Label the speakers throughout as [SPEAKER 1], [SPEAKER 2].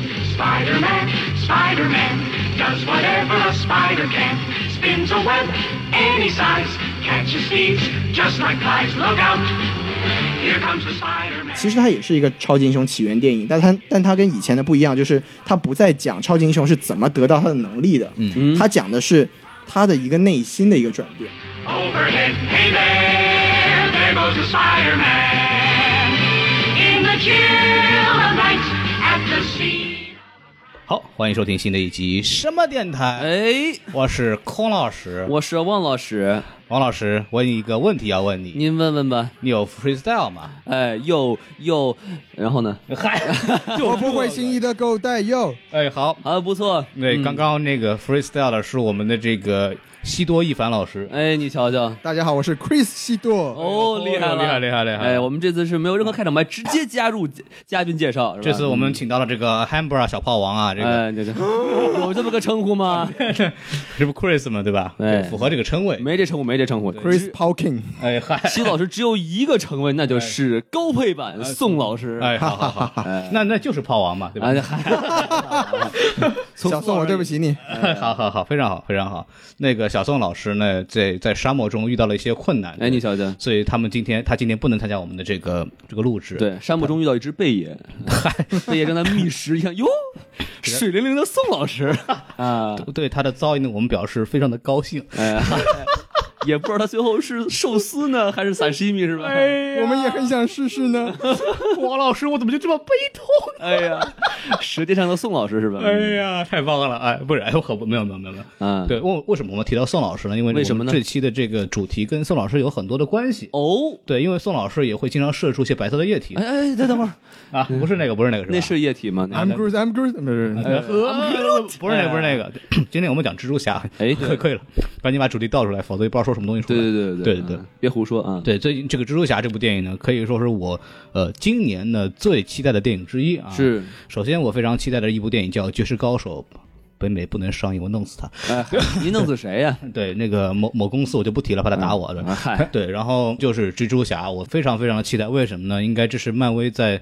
[SPEAKER 1] Spider-Man, Spider-Man, does whatever a spider can. Spins a web any size, catches thieves just like flies. Look out, here comes the Spider-Man.
[SPEAKER 2] 其实它也是一个超级英雄起源电影，但它但它跟以前的不一样，就是它不再讲超级英雄是怎么得到他的能力的，嗯，它讲的是他的一个内心的一个转变。
[SPEAKER 3] 嗯
[SPEAKER 1] Overhead, hey there, there goes the Spider-Man. In the chill of night, at the sea.
[SPEAKER 4] 好，欢迎收听新的一集什么电台？
[SPEAKER 5] 哎，
[SPEAKER 4] 我是空老师，
[SPEAKER 5] 我是汪老师，
[SPEAKER 4] 王老师，我有一个问题要问你，
[SPEAKER 5] 您问问吧。
[SPEAKER 4] 你有 freestyle 吗？
[SPEAKER 5] 哎，又又，然后呢？
[SPEAKER 4] 嗨，
[SPEAKER 3] 我不会心仪的狗带哟，
[SPEAKER 4] 哎，好，
[SPEAKER 5] 啊，不错。
[SPEAKER 4] 对，
[SPEAKER 5] 嗯
[SPEAKER 4] 刚刚那个 freestyle 的是我们的这个西多一凡老师，
[SPEAKER 5] 哎，你瞧瞧，
[SPEAKER 3] 大家好，我是 Chris 西多。
[SPEAKER 5] 哦，
[SPEAKER 4] 哎呦
[SPEAKER 5] 厉害了，
[SPEAKER 4] 厉害厉害厉害
[SPEAKER 5] 哎，我们这次是没有任何开场白，直接加入嘉嘉宾介绍，是吧？
[SPEAKER 4] 这次我们请到了这个 Hamburger 小炮王啊，这个
[SPEAKER 5] 哎，对 对，有这么个称呼吗？
[SPEAKER 4] 这不 Chris 吗？对吧？
[SPEAKER 5] 哎
[SPEAKER 4] 符合这个称谓。
[SPEAKER 5] 没这称呼，没这称呼。
[SPEAKER 3] Chris Hawking，
[SPEAKER 4] 哎嗨，
[SPEAKER 5] 西老师只有一个称谓，那就是高配版宋老师。
[SPEAKER 4] 哎，好好好，那那就是炮王嘛，对吧？
[SPEAKER 5] 哎，嗨，
[SPEAKER 3] 小宋，我对不起你。
[SPEAKER 4] 好好好，非常好，非常好。那个小宋老师呢，在在沙漠中遇到了一些困难，
[SPEAKER 5] 哎，你瞧瞧，
[SPEAKER 4] 所以他们今天他今天不能参加我们的这个这个录制。，
[SPEAKER 5] 对，沙漠中遇到一只贝爷，贝爷正在觅食，一看 哟，水灵灵的宋老师啊，
[SPEAKER 4] 对他的噪音呢，我们表示非常的高兴。
[SPEAKER 5] 哎，也不知道他最后是寿司呢，还是萨西米是吧？哎
[SPEAKER 3] 我们也很想试试呢。
[SPEAKER 4] 王老师，我怎么就这么悲痛？
[SPEAKER 5] 哎呀，舌尖上的宋老师是吧？
[SPEAKER 4] 哎呀，太棒了！哎，不是，哎，我可不没有没有没有没有。
[SPEAKER 5] 嗯
[SPEAKER 4] 对，为为什么我们提到宋老师呢？因为
[SPEAKER 5] 为什么
[SPEAKER 4] 我
[SPEAKER 5] 呢
[SPEAKER 4] 们这期的这个主题跟宋老师有很多的关系。
[SPEAKER 5] 哦，
[SPEAKER 4] 对，因为宋老师也会经常射出一些白色的液体
[SPEAKER 5] 哎哎，等等会儿，
[SPEAKER 4] 啊，不是那个，不是那个，是吧？
[SPEAKER 5] 那是液体吗？那
[SPEAKER 3] I'm Groot，I'm Groot，不是不是
[SPEAKER 4] 呃哎不是那个，不是那个。 今天我们讲蜘蛛侠，
[SPEAKER 5] 哎
[SPEAKER 4] 可以可以了，赶紧把主题倒出来，否则也不知道说什么东西出
[SPEAKER 5] 对
[SPEAKER 4] 来。
[SPEAKER 5] 对对
[SPEAKER 4] 对
[SPEAKER 5] 对
[SPEAKER 4] 对对
[SPEAKER 5] 嗯别胡说啊！
[SPEAKER 4] 对，最近这个蜘蛛侠这部电影呢，可以说是我呃今年呢最期待的电影之一啊。，
[SPEAKER 5] 是，
[SPEAKER 4] 首先我非常期待的一部电影叫《绝世高手》，北美不能上映，我弄死他。
[SPEAKER 5] 哎，你弄死谁呀？
[SPEAKER 4] 对，那个某某公司我就不提了，怕他打我。对
[SPEAKER 5] 啊嗨
[SPEAKER 4] 对，然后就是蜘蛛侠，我非常非常期待，为什么呢？应该这是漫威在。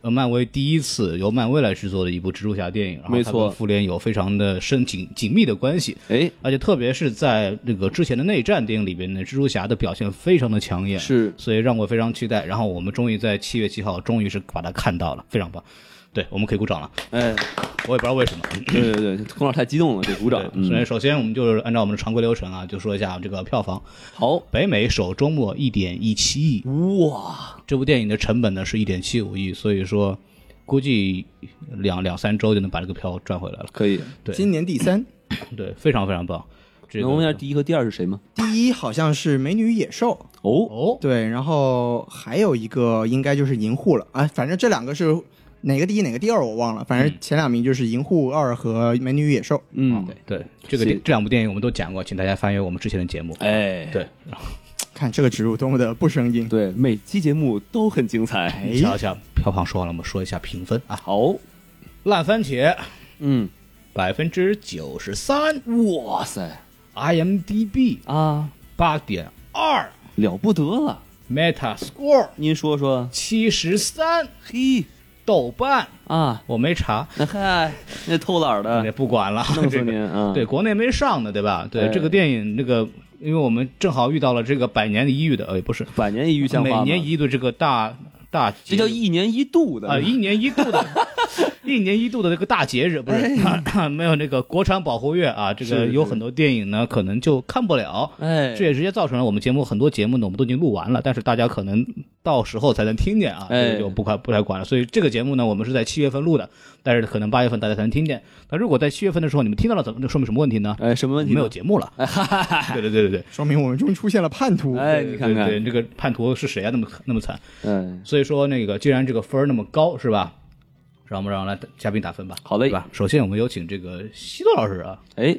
[SPEAKER 4] 呃，漫威第一次由漫威来制作的一部蜘蛛侠电影，然后
[SPEAKER 5] 没
[SPEAKER 4] 它
[SPEAKER 5] 错
[SPEAKER 4] 跟复联有非常的深紧紧密的关系，
[SPEAKER 5] 哎，
[SPEAKER 4] 而且特别是在那个之前的内战电影里边呢，蜘蛛侠的表现非常的抢眼，
[SPEAKER 5] 是
[SPEAKER 4] 所以让我非常期待。然后我们终于在七月七号，终于是把它看到了，非常棒。对，我们可以鼓掌了。
[SPEAKER 5] 哎，
[SPEAKER 4] 我也不知道为什么。
[SPEAKER 5] 对对对，孔老师太激动了，得鼓掌
[SPEAKER 4] 对。，
[SPEAKER 5] 嗯
[SPEAKER 4] 啊所以首先我们就是按照我们的常规流程啊，就说一下这个票房。
[SPEAKER 5] 好，
[SPEAKER 4] 北美首周末一点一七亿，
[SPEAKER 5] 哇，
[SPEAKER 4] 这部电影的成本呢是一点七五亿，所以说估计两两三周就能把这个票赚回来了。
[SPEAKER 5] 可以。
[SPEAKER 4] 对
[SPEAKER 2] 今年第三，
[SPEAKER 4] 对，非常非常棒。这个
[SPEAKER 5] 能问一下第一和第二是谁吗？
[SPEAKER 2] 第一好像是《美女与野兽》，
[SPEAKER 5] 哦，
[SPEAKER 4] 哦，
[SPEAKER 2] 对，然后还有一个应该就是《银护》了啊，反正这两个是哪个第一哪个第二我忘了，反正前两名就是《银护二》和《美女与野兽》。
[SPEAKER 5] 嗯，
[SPEAKER 4] 对，这
[SPEAKER 5] 是
[SPEAKER 4] 个电这两部电影我们都讲过，请大家翻阅我们之前的节目。
[SPEAKER 5] 哎，
[SPEAKER 4] 对，
[SPEAKER 2] 看这个植入多么的不生硬。
[SPEAKER 5] 对，每期节目都很精彩。
[SPEAKER 4] 瞧瞧，票房说完了，我们说一下评分啊。
[SPEAKER 5] 好，
[SPEAKER 4] 烂番茄
[SPEAKER 5] 嗯，
[SPEAKER 4] 百分之九十三
[SPEAKER 5] 哇塞
[SPEAKER 4] ，IMDB
[SPEAKER 5] 啊，
[SPEAKER 4] 八点二
[SPEAKER 5] 了不得了！
[SPEAKER 4] ，Metascore
[SPEAKER 5] 您说说，
[SPEAKER 4] 七十三，
[SPEAKER 5] 嘿
[SPEAKER 4] 豆瓣
[SPEAKER 5] 啊，
[SPEAKER 4] 我没查，
[SPEAKER 5] 那 嗨，那偷懒
[SPEAKER 4] 也
[SPEAKER 5] 的，
[SPEAKER 4] 不管了，
[SPEAKER 5] 弄死
[SPEAKER 4] 这个
[SPEAKER 5] 您啊！
[SPEAKER 4] 对，，国内没上呢，对吧？对，
[SPEAKER 5] 哎
[SPEAKER 4] 这个电影那个，因为我们正好遇到了这个百年一遇的，呃，不是，
[SPEAKER 5] 百年一遇像
[SPEAKER 4] 每
[SPEAKER 5] 话吗
[SPEAKER 4] 年一，度这个大大
[SPEAKER 5] 这
[SPEAKER 4] 节日，
[SPEAKER 5] 叫一年一度的
[SPEAKER 4] 啊、一年 一度的。一年一度的这个大节日不是、 没有那个国产保护月啊，这
[SPEAKER 5] 哎是
[SPEAKER 4] 个
[SPEAKER 5] 是
[SPEAKER 4] 有很多电影呢可能就看不了，
[SPEAKER 5] 哎，
[SPEAKER 4] 这也直接造成了我们节目很多节目呢我们都已经录完了，但是大家可能到时候才能听见啊，
[SPEAKER 5] 哎
[SPEAKER 4] 这个就不快不太管了。所以这个节目呢，我们是在七月份录的，但是可能八月份大家才能听见。那如果在七月份的时候你们听到了，怎么就说明什么问题呢？
[SPEAKER 5] 哎，什么问题
[SPEAKER 4] 没
[SPEAKER 5] 呢？
[SPEAKER 4] 有节目了。对对对对对。
[SPEAKER 2] 说明我们终于出现了叛徒。
[SPEAKER 5] 哎，你看看
[SPEAKER 4] 对，对这个叛徒是谁啊？那么那么惨，
[SPEAKER 5] 嗯，
[SPEAKER 4] 所以说那个既然这个分儿那么高，是吧？让我们让来嘉宾打分吧。
[SPEAKER 5] 好嘞
[SPEAKER 4] 对吧？首先我们有请这个西多老师啊，
[SPEAKER 5] 哎，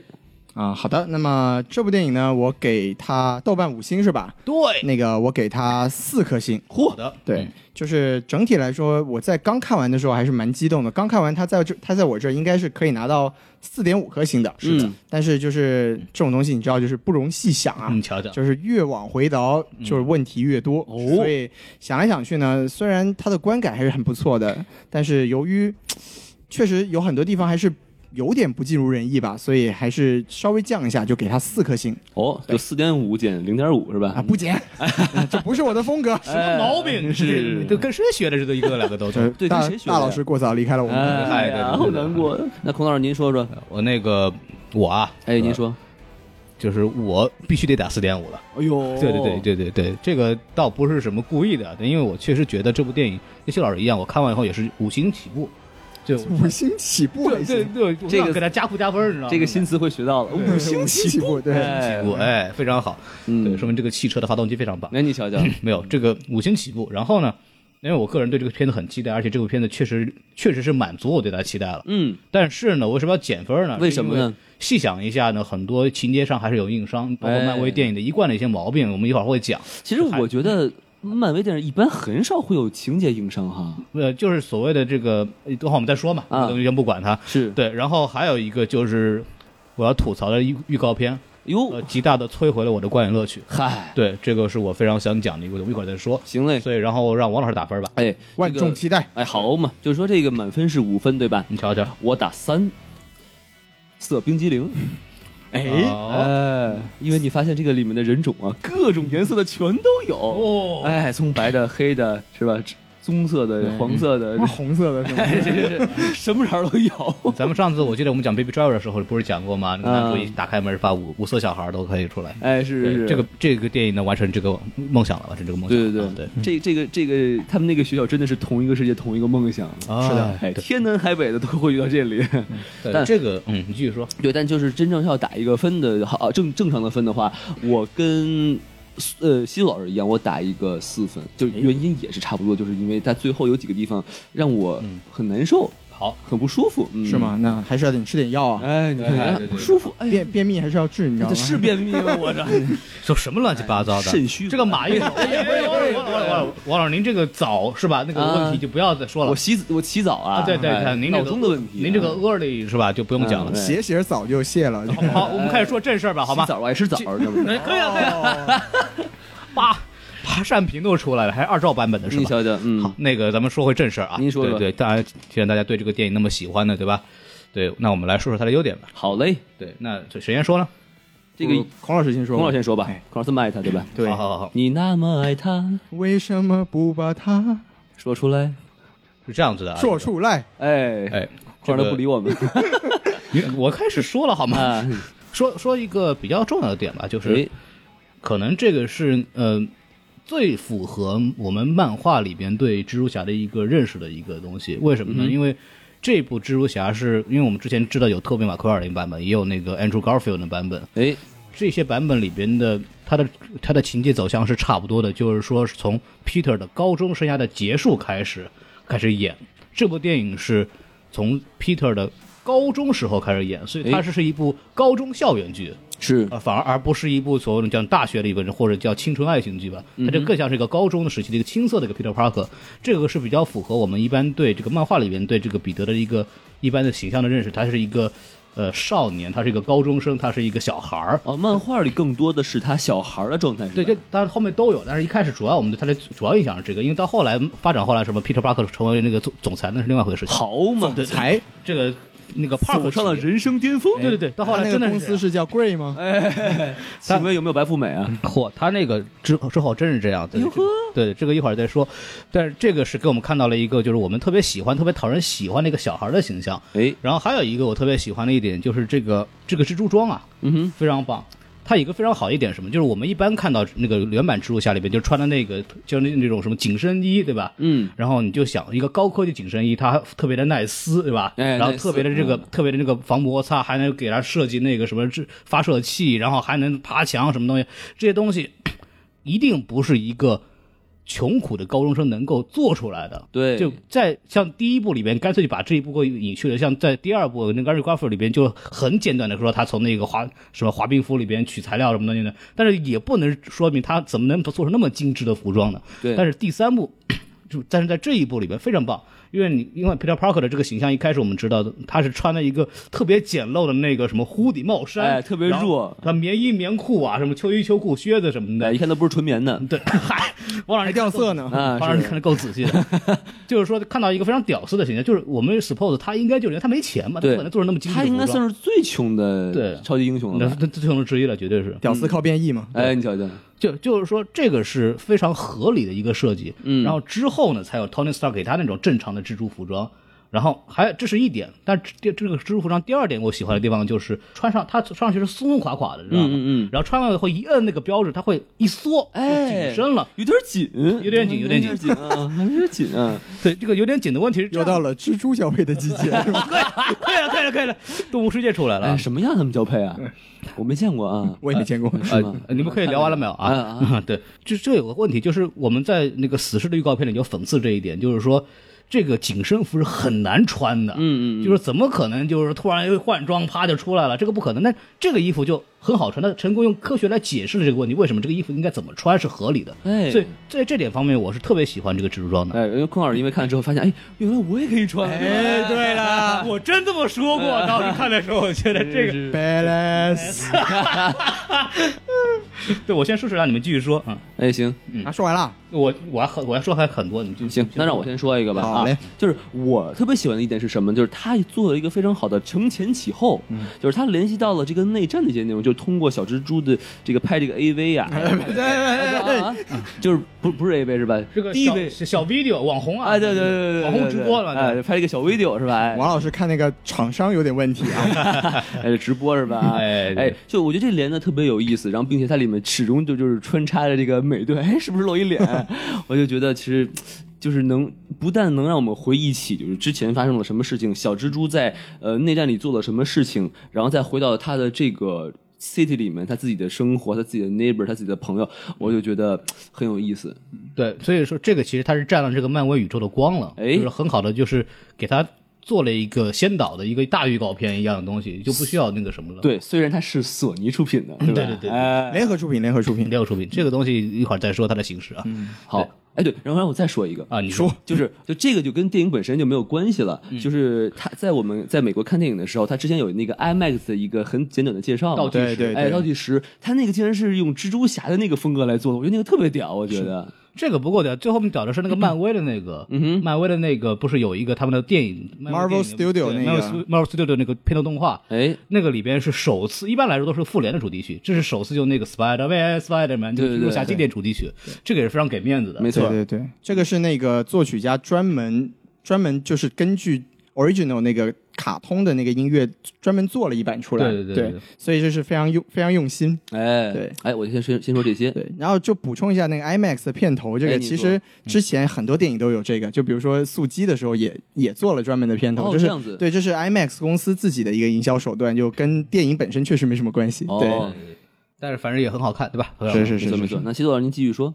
[SPEAKER 2] 啊，好的，那么这部电影呢，我给它豆瓣五星是吧？
[SPEAKER 4] 对，
[SPEAKER 2] 那个我给它四颗星。
[SPEAKER 4] 好的，
[SPEAKER 2] 对
[SPEAKER 4] 嗯，
[SPEAKER 2] 就是整体来说，我在刚看完的时候还是蛮激动的。刚看完，它在这，它在我这儿应该是可以拿到四点五颗星的。
[SPEAKER 5] 是的嗯
[SPEAKER 2] 但是就是这种东西，你知道，就是不容细想啊。
[SPEAKER 4] 嗯，瞧瞧，
[SPEAKER 2] 就是越往回倒，就是问题越多。
[SPEAKER 5] 嗯哦
[SPEAKER 2] 所以想来想去呢，虽然它的观感还是很不错的，但是由于确实有很多地方还是有点不尽如人意吧，所以还是稍微降一下，就给它四颗星
[SPEAKER 5] 哦，就四点五减零点五是吧？
[SPEAKER 2] 啊，不 减，这不是我的风格。
[SPEAKER 4] 什么毛病？
[SPEAKER 5] 是
[SPEAKER 4] 这都跟谁学的？这都一个两个都
[SPEAKER 2] 这
[SPEAKER 4] 是。
[SPEAKER 5] 哎对
[SPEAKER 2] 大
[SPEAKER 5] 跟谁学的
[SPEAKER 2] 大
[SPEAKER 5] 呀
[SPEAKER 2] 老师过早离开了我们。
[SPEAKER 5] 哎呀，好难过。那孔老师您说说，
[SPEAKER 4] 我那个我啊，
[SPEAKER 5] 哎，您
[SPEAKER 4] 呃
[SPEAKER 5] 说，
[SPEAKER 4] 就是我必须得打四点五了。
[SPEAKER 5] 哎呦，
[SPEAKER 4] 对对对对对对，这个倒不是什么故意的，因为我确实觉得这部电影跟谢老师一样，我看完以后也是五星起步，就
[SPEAKER 2] 五星起步还
[SPEAKER 4] 对对
[SPEAKER 2] 行，
[SPEAKER 4] 对，我
[SPEAKER 5] 这个
[SPEAKER 4] 想给他加分加分，你知道吗？
[SPEAKER 5] 这个新词汇学到了，五
[SPEAKER 2] 五星起步，对，
[SPEAKER 4] 起步，哎，非常好，
[SPEAKER 5] 嗯
[SPEAKER 4] 对，说明这个汽车的发动机非常棒。
[SPEAKER 5] 那你瞧瞧，
[SPEAKER 4] 没有这个五星起步，然后呢，因为我个人对这个片子很期待，而且这部片子确实确实是满足我对它的期待了。
[SPEAKER 5] 嗯，
[SPEAKER 4] 但是呢，我为什么要减分呢？
[SPEAKER 5] 为什么呢
[SPEAKER 4] 是因为细想一下呢，很多情节上还是有硬伤，包括
[SPEAKER 5] 哎
[SPEAKER 4] 漫威电影的一贯的一些毛病，我们一会儿会讲。
[SPEAKER 5] 其实我觉得漫威电影一般很少会有情节硬伤哈，
[SPEAKER 4] 呃，就是所谓的这个，呃等会儿我们再说嘛，
[SPEAKER 5] 啊
[SPEAKER 4] 我们先不管它。
[SPEAKER 5] 是
[SPEAKER 4] 对，然后还有一个就是我要吐槽的预预告片，呃，
[SPEAKER 5] 哟，
[SPEAKER 4] 极大的摧毁了我的观影乐趣。
[SPEAKER 5] 嗨，
[SPEAKER 4] 对，这个是我非常想讲的一个，我一会儿再说。
[SPEAKER 5] 行嘞，
[SPEAKER 4] 所以，然后让王老师打分吧，
[SPEAKER 5] 哎，
[SPEAKER 2] 万
[SPEAKER 5] 这
[SPEAKER 2] 众
[SPEAKER 5] 个
[SPEAKER 2] 期待。
[SPEAKER 5] 哎，好嘛，就是说这个满分是五分对吧？
[SPEAKER 4] 你瞧瞧。
[SPEAKER 5] 我打三，色冰激凌。
[SPEAKER 4] 哎
[SPEAKER 5] 哎，因为你发现这个里面的人种啊，各种颜色的全都有，
[SPEAKER 4] 哦，嗯
[SPEAKER 5] 哎，从白的、黑的，是吧？棕色的、黄色的，
[SPEAKER 2] 是红色的是吗？
[SPEAKER 5] 哎，这 这这什么色儿都有。
[SPEAKER 4] 咱们上次我记得我们讲 Baby Driver 的时候，不是讲过吗？那个男主
[SPEAKER 5] 嗯
[SPEAKER 4] 一打开门，把五五色小孩都可以出来。
[SPEAKER 5] 哎，是是
[SPEAKER 4] 对
[SPEAKER 5] 是，
[SPEAKER 4] 这个这个电影呢，完成这个梦想了，完成这个梦想。
[SPEAKER 5] 对对嗯
[SPEAKER 4] 啊
[SPEAKER 5] 对
[SPEAKER 4] 对，
[SPEAKER 5] 这这个这个，他们那个学校真的是同一个世界，同一个梦想。
[SPEAKER 4] 啊
[SPEAKER 5] 是的，哎，
[SPEAKER 4] 对
[SPEAKER 5] 天南海北的都会遇到这里。
[SPEAKER 4] 对
[SPEAKER 5] 但
[SPEAKER 4] 这个，嗯，你继续说。
[SPEAKER 5] 对，但就是真正要打一个分的，好、啊、正正常的分的话，我跟呃西老师一样，我打一个四分，就
[SPEAKER 4] 哎
[SPEAKER 5] 原因也是差不多，就是因为他最后有几个地方让我很难受，
[SPEAKER 4] 嗯好，
[SPEAKER 5] 很不舒服，嗯
[SPEAKER 2] 是？吗？那还是要得吃点药啊，
[SPEAKER 5] 哎，你看
[SPEAKER 4] 哎
[SPEAKER 5] 看
[SPEAKER 4] 对对对
[SPEAKER 5] 不舒服，哎，
[SPEAKER 2] 便便秘还是要治，你知道
[SPEAKER 5] 这
[SPEAKER 2] 吗？
[SPEAKER 5] 是便秘吗？我 这
[SPEAKER 4] 说什么乱七八糟的？
[SPEAKER 5] 肾虚
[SPEAKER 4] 这个 马一，哎呀不是不是不是王老师王老师，您这个早是吧？那个问
[SPEAKER 5] 啊
[SPEAKER 4] 题就不要再说了
[SPEAKER 5] 我。洗我起早啊，
[SPEAKER 4] 啊，对对
[SPEAKER 5] 哎
[SPEAKER 4] 对，您这
[SPEAKER 5] 闹
[SPEAKER 4] 个
[SPEAKER 5] 钟的问题，
[SPEAKER 4] 您这个
[SPEAKER 5] 哎
[SPEAKER 4] early 是吧？就不用讲了
[SPEAKER 5] 嗯。
[SPEAKER 2] 写写早就谢 了。
[SPEAKER 4] 好，我们开始说正事儿吧，好吗
[SPEAKER 5] 洗？澡我爱吃枣，是 吗？
[SPEAKER 4] 哎可以了，可以了。 八八扇屏都出来了，还是二兆版本的是
[SPEAKER 5] 你
[SPEAKER 4] 吧？
[SPEAKER 5] 瞧瞧，嗯，
[SPEAKER 4] 好，那个咱们说回正事儿啊。
[SPEAKER 5] 您说吧
[SPEAKER 4] 对对，大家既然大家对这个电影那么喜欢呢，对吧？对，那我们来说说它的优点吧。
[SPEAKER 5] 好嘞，
[SPEAKER 4] 对，那谁先说呢？
[SPEAKER 5] 这个
[SPEAKER 2] 孔老师先说，
[SPEAKER 5] 孔老师先说吧
[SPEAKER 2] 哎，
[SPEAKER 5] 孔老师这么爱他，对吧？
[SPEAKER 2] 对
[SPEAKER 4] 好，好好好，
[SPEAKER 5] 你那么爱他，
[SPEAKER 2] 为什么不把它
[SPEAKER 5] 说出来。
[SPEAKER 4] 是这样子的啊。
[SPEAKER 2] 说出来？
[SPEAKER 5] 哎
[SPEAKER 4] 这个，，哎，
[SPEAKER 5] 孔老师
[SPEAKER 4] 这
[SPEAKER 5] 不
[SPEAKER 4] 个
[SPEAKER 5] 理 我们
[SPEAKER 4] 你我开始说了好吗？
[SPEAKER 5] 啊，
[SPEAKER 4] 说说一个比较重要的点吧，就是
[SPEAKER 5] 哎，
[SPEAKER 4] 可能这个是呃最符合我们漫画里边对蜘蛛侠的一个认识的一个东西。为什么呢？因为这部蜘蛛侠是因为我们之前知道有特别马奎尔的一个版本，也有那个 Andrew Garfield 的版本，
[SPEAKER 5] 哎，
[SPEAKER 4] 这些版本里边的它的它的情节走向是差不多的，就是说是从 Peter 的高中生涯的结束开始开始演。这部电影是从 Peter 的高中时候开始演，所以它
[SPEAKER 5] 哎
[SPEAKER 4] 是是一部高中校园剧。
[SPEAKER 5] 是
[SPEAKER 4] 呃，反而而不是一部所谓的叫大学的一个或者叫青春爱情剧吧，它这更像是一个高中的时期的一个青涩的一个 Peter Parker，这个是比较符合我们一般对这个漫画里面对这个彼得的一个一般的形象的认识，他是一个呃少年，他是一个高中生，他是一个小孩儿。
[SPEAKER 5] 哦，漫画里更多的是他小孩儿的状态，是吧
[SPEAKER 4] 对，这当然后面都有，但是一开始主要我们对他的主要印象是这个，因为到后来发展后来什么 Peter Parker 成为那个总总裁那是另外一回事情。
[SPEAKER 5] 好嘛，
[SPEAKER 4] 对，才这个那个 Parker
[SPEAKER 5] 走上了
[SPEAKER 4] 企业
[SPEAKER 5] 人生巅峰。
[SPEAKER 4] 对对对，啊到后
[SPEAKER 2] 他
[SPEAKER 4] 来
[SPEAKER 2] 那
[SPEAKER 4] 真
[SPEAKER 2] 个
[SPEAKER 4] 的哎
[SPEAKER 2] 公
[SPEAKER 4] 这
[SPEAKER 2] 司
[SPEAKER 4] 样
[SPEAKER 2] 是叫 Grey 吗？
[SPEAKER 5] 请问有没有白富美啊？
[SPEAKER 4] 嚯，他那个之之后真是这样，对
[SPEAKER 5] 哟呵
[SPEAKER 4] 对，这个一会儿再说。但是这个是给我们看到了一个，就是我们特别喜欢、特别讨人喜欢的一个小孩的形象。
[SPEAKER 5] 哎，
[SPEAKER 4] 然后还有一个我特别喜欢的一点就是这个这个蜘蛛装啊，
[SPEAKER 5] 嗯哼，
[SPEAKER 4] 非常棒。它有一个非常好一点是什么，就是我们一般看到那个原版蜘蛛侠里边，就穿的那个就那那种什么紧身衣，对吧？
[SPEAKER 5] 嗯，
[SPEAKER 4] 然后你就想一个高科技紧身衣，它还特别的耐撕，对吧？
[SPEAKER 5] 哎
[SPEAKER 4] 然后
[SPEAKER 5] 耐
[SPEAKER 4] 特别的
[SPEAKER 5] 撕
[SPEAKER 4] 这个、
[SPEAKER 5] 嗯
[SPEAKER 4] 特别的那个防摩擦，还能给它设计那个什么制发射器，然后还能爬墙什么东西，这些东西一定不是一个穷苦的高中生能够做出来的。
[SPEAKER 5] 对
[SPEAKER 4] 就在像第一部里边，干脆就把这一部给隐去了。像在第二部那个《Gary g a f f 里边，就很简短的说他从那个滑什么滑冰服里边取材料什么东西的，但是也不能说明他怎么能做出那么精致的服装呢？
[SPEAKER 5] 对
[SPEAKER 4] 但是第三部。 就但是在这一部里边非常棒，因为你因为 Peter Parker 的这个形象一开始我们知道的，他是穿了一个特别简陋的那个什么 hoodie 帽衫，
[SPEAKER 5] 哎特别
[SPEAKER 4] 然后
[SPEAKER 5] 弱
[SPEAKER 4] 啊棉衣棉裤啊，什么秋衣秋裤靴子什么的
[SPEAKER 5] 哎，一，看都不是纯棉的，
[SPEAKER 4] 对，嗨， 王老师
[SPEAKER 2] 还掉色呢
[SPEAKER 4] 王
[SPEAKER 5] 啊
[SPEAKER 4] 老师
[SPEAKER 5] 是
[SPEAKER 4] 看的够仔细的， 就是说看到一个非常屌丝的形象，就是我们 suppose 他应该就是因为他没钱嘛，他
[SPEAKER 5] 对
[SPEAKER 4] 不可能做成那么精致
[SPEAKER 5] 他应该算
[SPEAKER 4] 是
[SPEAKER 5] 是最穷
[SPEAKER 4] 对
[SPEAKER 5] 的超级英雄
[SPEAKER 4] 那
[SPEAKER 5] 了吧。
[SPEAKER 4] 那最穷的之一了，绝对是。
[SPEAKER 2] 屌丝靠变异嘛。
[SPEAKER 4] 嗯
[SPEAKER 5] 哎，你瞧瞧，
[SPEAKER 4] 就就是说这个是非常合理的一个设计。
[SPEAKER 5] 嗯
[SPEAKER 4] 然后之后呢，才有 Tony Stark 给他那种正常的蜘蛛服装。然后还这是一点，但这这个蜘蛛服装第二点我喜欢的地方就是穿上它穿上去是松松垮垮的，知道吗？
[SPEAKER 5] 嗯嗯嗯
[SPEAKER 4] 然后穿上以后一摁那个标志，它会一缩，就
[SPEAKER 5] 哎，
[SPEAKER 4] 紧身了。
[SPEAKER 5] 有点紧，
[SPEAKER 4] 有点紧有点紧
[SPEAKER 5] 有点紧啊，有点紧 啊。
[SPEAKER 4] 对，这个有点紧的问题是
[SPEAKER 2] 又
[SPEAKER 4] 这样的
[SPEAKER 2] 到了蜘蛛消费的季 节，
[SPEAKER 4] 可以了，可以了，可以了，动物世界出来了。
[SPEAKER 5] 哎，什么样他们交配啊？我没见过啊，
[SPEAKER 2] 我也没见过。
[SPEAKER 5] 是
[SPEAKER 4] 呃
[SPEAKER 5] 吗？，
[SPEAKER 4] 你们可以聊完了没有啊？
[SPEAKER 5] 啊啊
[SPEAKER 4] 对，就这有个问题，就是我们在那个死侍的预告片里就讽刺这一点，就是说这个紧身服是很难穿的，
[SPEAKER 5] 嗯嗯嗯
[SPEAKER 4] 就是怎么可能就是突然又换装啪就出来了，这个不可能。那这个衣服就很好穿，它成功用科学来解释了这个问题，为什么这个衣服应该怎么穿是合理的。
[SPEAKER 5] 哎
[SPEAKER 4] 所以在这点方面，我是特别喜欢这个蜘蛛装的。
[SPEAKER 5] 哎，因为孔老师因为看了之后发现，哎，原来我也可以穿。哎，对 了，
[SPEAKER 4] 我真这么说过，
[SPEAKER 5] 哎
[SPEAKER 4] 当时看的时候，我觉得这个，
[SPEAKER 2] Balance
[SPEAKER 4] 对我先说说，让你们继续说啊、嗯
[SPEAKER 5] 哎，行，
[SPEAKER 2] 啊，说完了，
[SPEAKER 4] 我我还很我要说还很多，你就
[SPEAKER 5] 嗯行，那让我先说一个吧。
[SPEAKER 2] 好嘞
[SPEAKER 5] 啊，就是我特别喜欢的一点是什么？就是他做了一个非常好的承前启后，
[SPEAKER 2] 嗯
[SPEAKER 5] 就是他联系到了这个内战的一些内容，就是通过小蜘蛛的这个拍这个 AV
[SPEAKER 2] 哎
[SPEAKER 5] 啊，啊就是不不是 AV 是吧？
[SPEAKER 4] 这个
[SPEAKER 5] 低
[SPEAKER 4] 小
[SPEAKER 5] 位。
[SPEAKER 4] 小 video 网红啊，
[SPEAKER 5] 哎，对对对对对，
[SPEAKER 4] 网红直播
[SPEAKER 5] 了，
[SPEAKER 4] 了，
[SPEAKER 5] 哎，拍了一个小 video 是吧？哎
[SPEAKER 2] 王老师看那个厂商有点问题啊，
[SPEAKER 5] 哎，直播是吧？
[SPEAKER 4] 哎对
[SPEAKER 5] 哎，就我觉得这连的特别有意思，然后并且它里面始终就就是穿插着这个美队，哎，是不是露一脸？我就觉得其实。就是能不但能让我们回忆起，就是之前发生了什么事情，小蜘蛛在呃内战里做了什么事情，然后再回到他的这个 city 里面，他自己的生活，他自己的 neighbor，他自己的朋友，我就觉得很有意思。
[SPEAKER 4] 对，所以说这个其实它是占了这个漫威宇宙的光了，
[SPEAKER 5] 哎
[SPEAKER 4] 就是很好的，就是给它做了一个先导的一个大预告片一样的东西，就不需要那个什么了。，
[SPEAKER 5] 对，虽然它是索尼出品的，对吧？
[SPEAKER 4] 嗯对对 对对
[SPEAKER 5] 哎
[SPEAKER 2] 联合出品，联合出品。
[SPEAKER 4] 没有出品，这个东西一会儿再说它的形式啊。
[SPEAKER 5] 好，哎对，然后让我再说一个
[SPEAKER 4] 啊，你说，
[SPEAKER 5] 就是就这个就跟电影本身就没有关系了，就是他在我们在美国看电影的时候，他之前有那个 IMAX 的一个很简短的介绍嘛，
[SPEAKER 4] 倒计
[SPEAKER 2] 时对对对
[SPEAKER 5] 哎，倒计时，他那个竟然是用蜘蛛侠的那个风格来做的，我觉得那个特别屌，我觉得，
[SPEAKER 4] 这个不够屌，最后面屌的是那个漫威的那个，
[SPEAKER 5] 嗯哼
[SPEAKER 4] 漫威的那个不是有一个他们的电影
[SPEAKER 2] Marvel Studio 那个
[SPEAKER 4] Marvel Marvel Studio 的那个片头动画，
[SPEAKER 5] 哎，
[SPEAKER 4] 那个里边是首次，一般来说都是复联的主题曲，这是首次用那个 Spider Man Spider Man 就
[SPEAKER 5] 对对
[SPEAKER 4] 是蜘蛛侠经典主题曲，这个也是非常给面子的。
[SPEAKER 5] 没
[SPEAKER 2] 对
[SPEAKER 5] 错，
[SPEAKER 2] 对对，这个是那个作曲家专门专门就是根据 original 那个卡通的那个音乐专门做了一版出来，
[SPEAKER 4] 对对对对
[SPEAKER 2] 所以这是非常用非常用心。
[SPEAKER 5] 哎，
[SPEAKER 2] 对，
[SPEAKER 5] 哎，我就先说先说这些，
[SPEAKER 2] 对，然后就补充一下那个 IMAX 的片头，这
[SPEAKER 5] 哎
[SPEAKER 2] 个
[SPEAKER 5] 你
[SPEAKER 2] 其
[SPEAKER 5] 说
[SPEAKER 2] 实之前很多电影都有这个，就比如说《速激》的时候也也做了专门的片头，
[SPEAKER 5] 哦
[SPEAKER 2] 就是
[SPEAKER 5] 这样子
[SPEAKER 2] 对，这是 IMAX 公司自己的一个营销手段，就跟电影本身确实没什么关系。
[SPEAKER 5] 哦，
[SPEAKER 4] 但是反正也很好看，对吧？
[SPEAKER 2] 对，是是
[SPEAKER 5] 没
[SPEAKER 2] 是
[SPEAKER 5] 错没
[SPEAKER 2] 是
[SPEAKER 5] 错
[SPEAKER 2] 是，。
[SPEAKER 5] 那西多老师您继续说，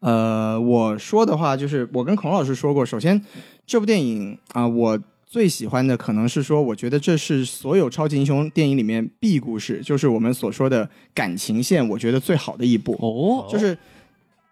[SPEAKER 2] 呃，我说的话就是我跟孔老师说过，首先这部电影啊、我最喜欢的可能是说，我觉得这是所有超级英雄电影里面 B 故事，就是我们所说的感情线，我觉得最好的一部。
[SPEAKER 5] 哦，
[SPEAKER 2] 就是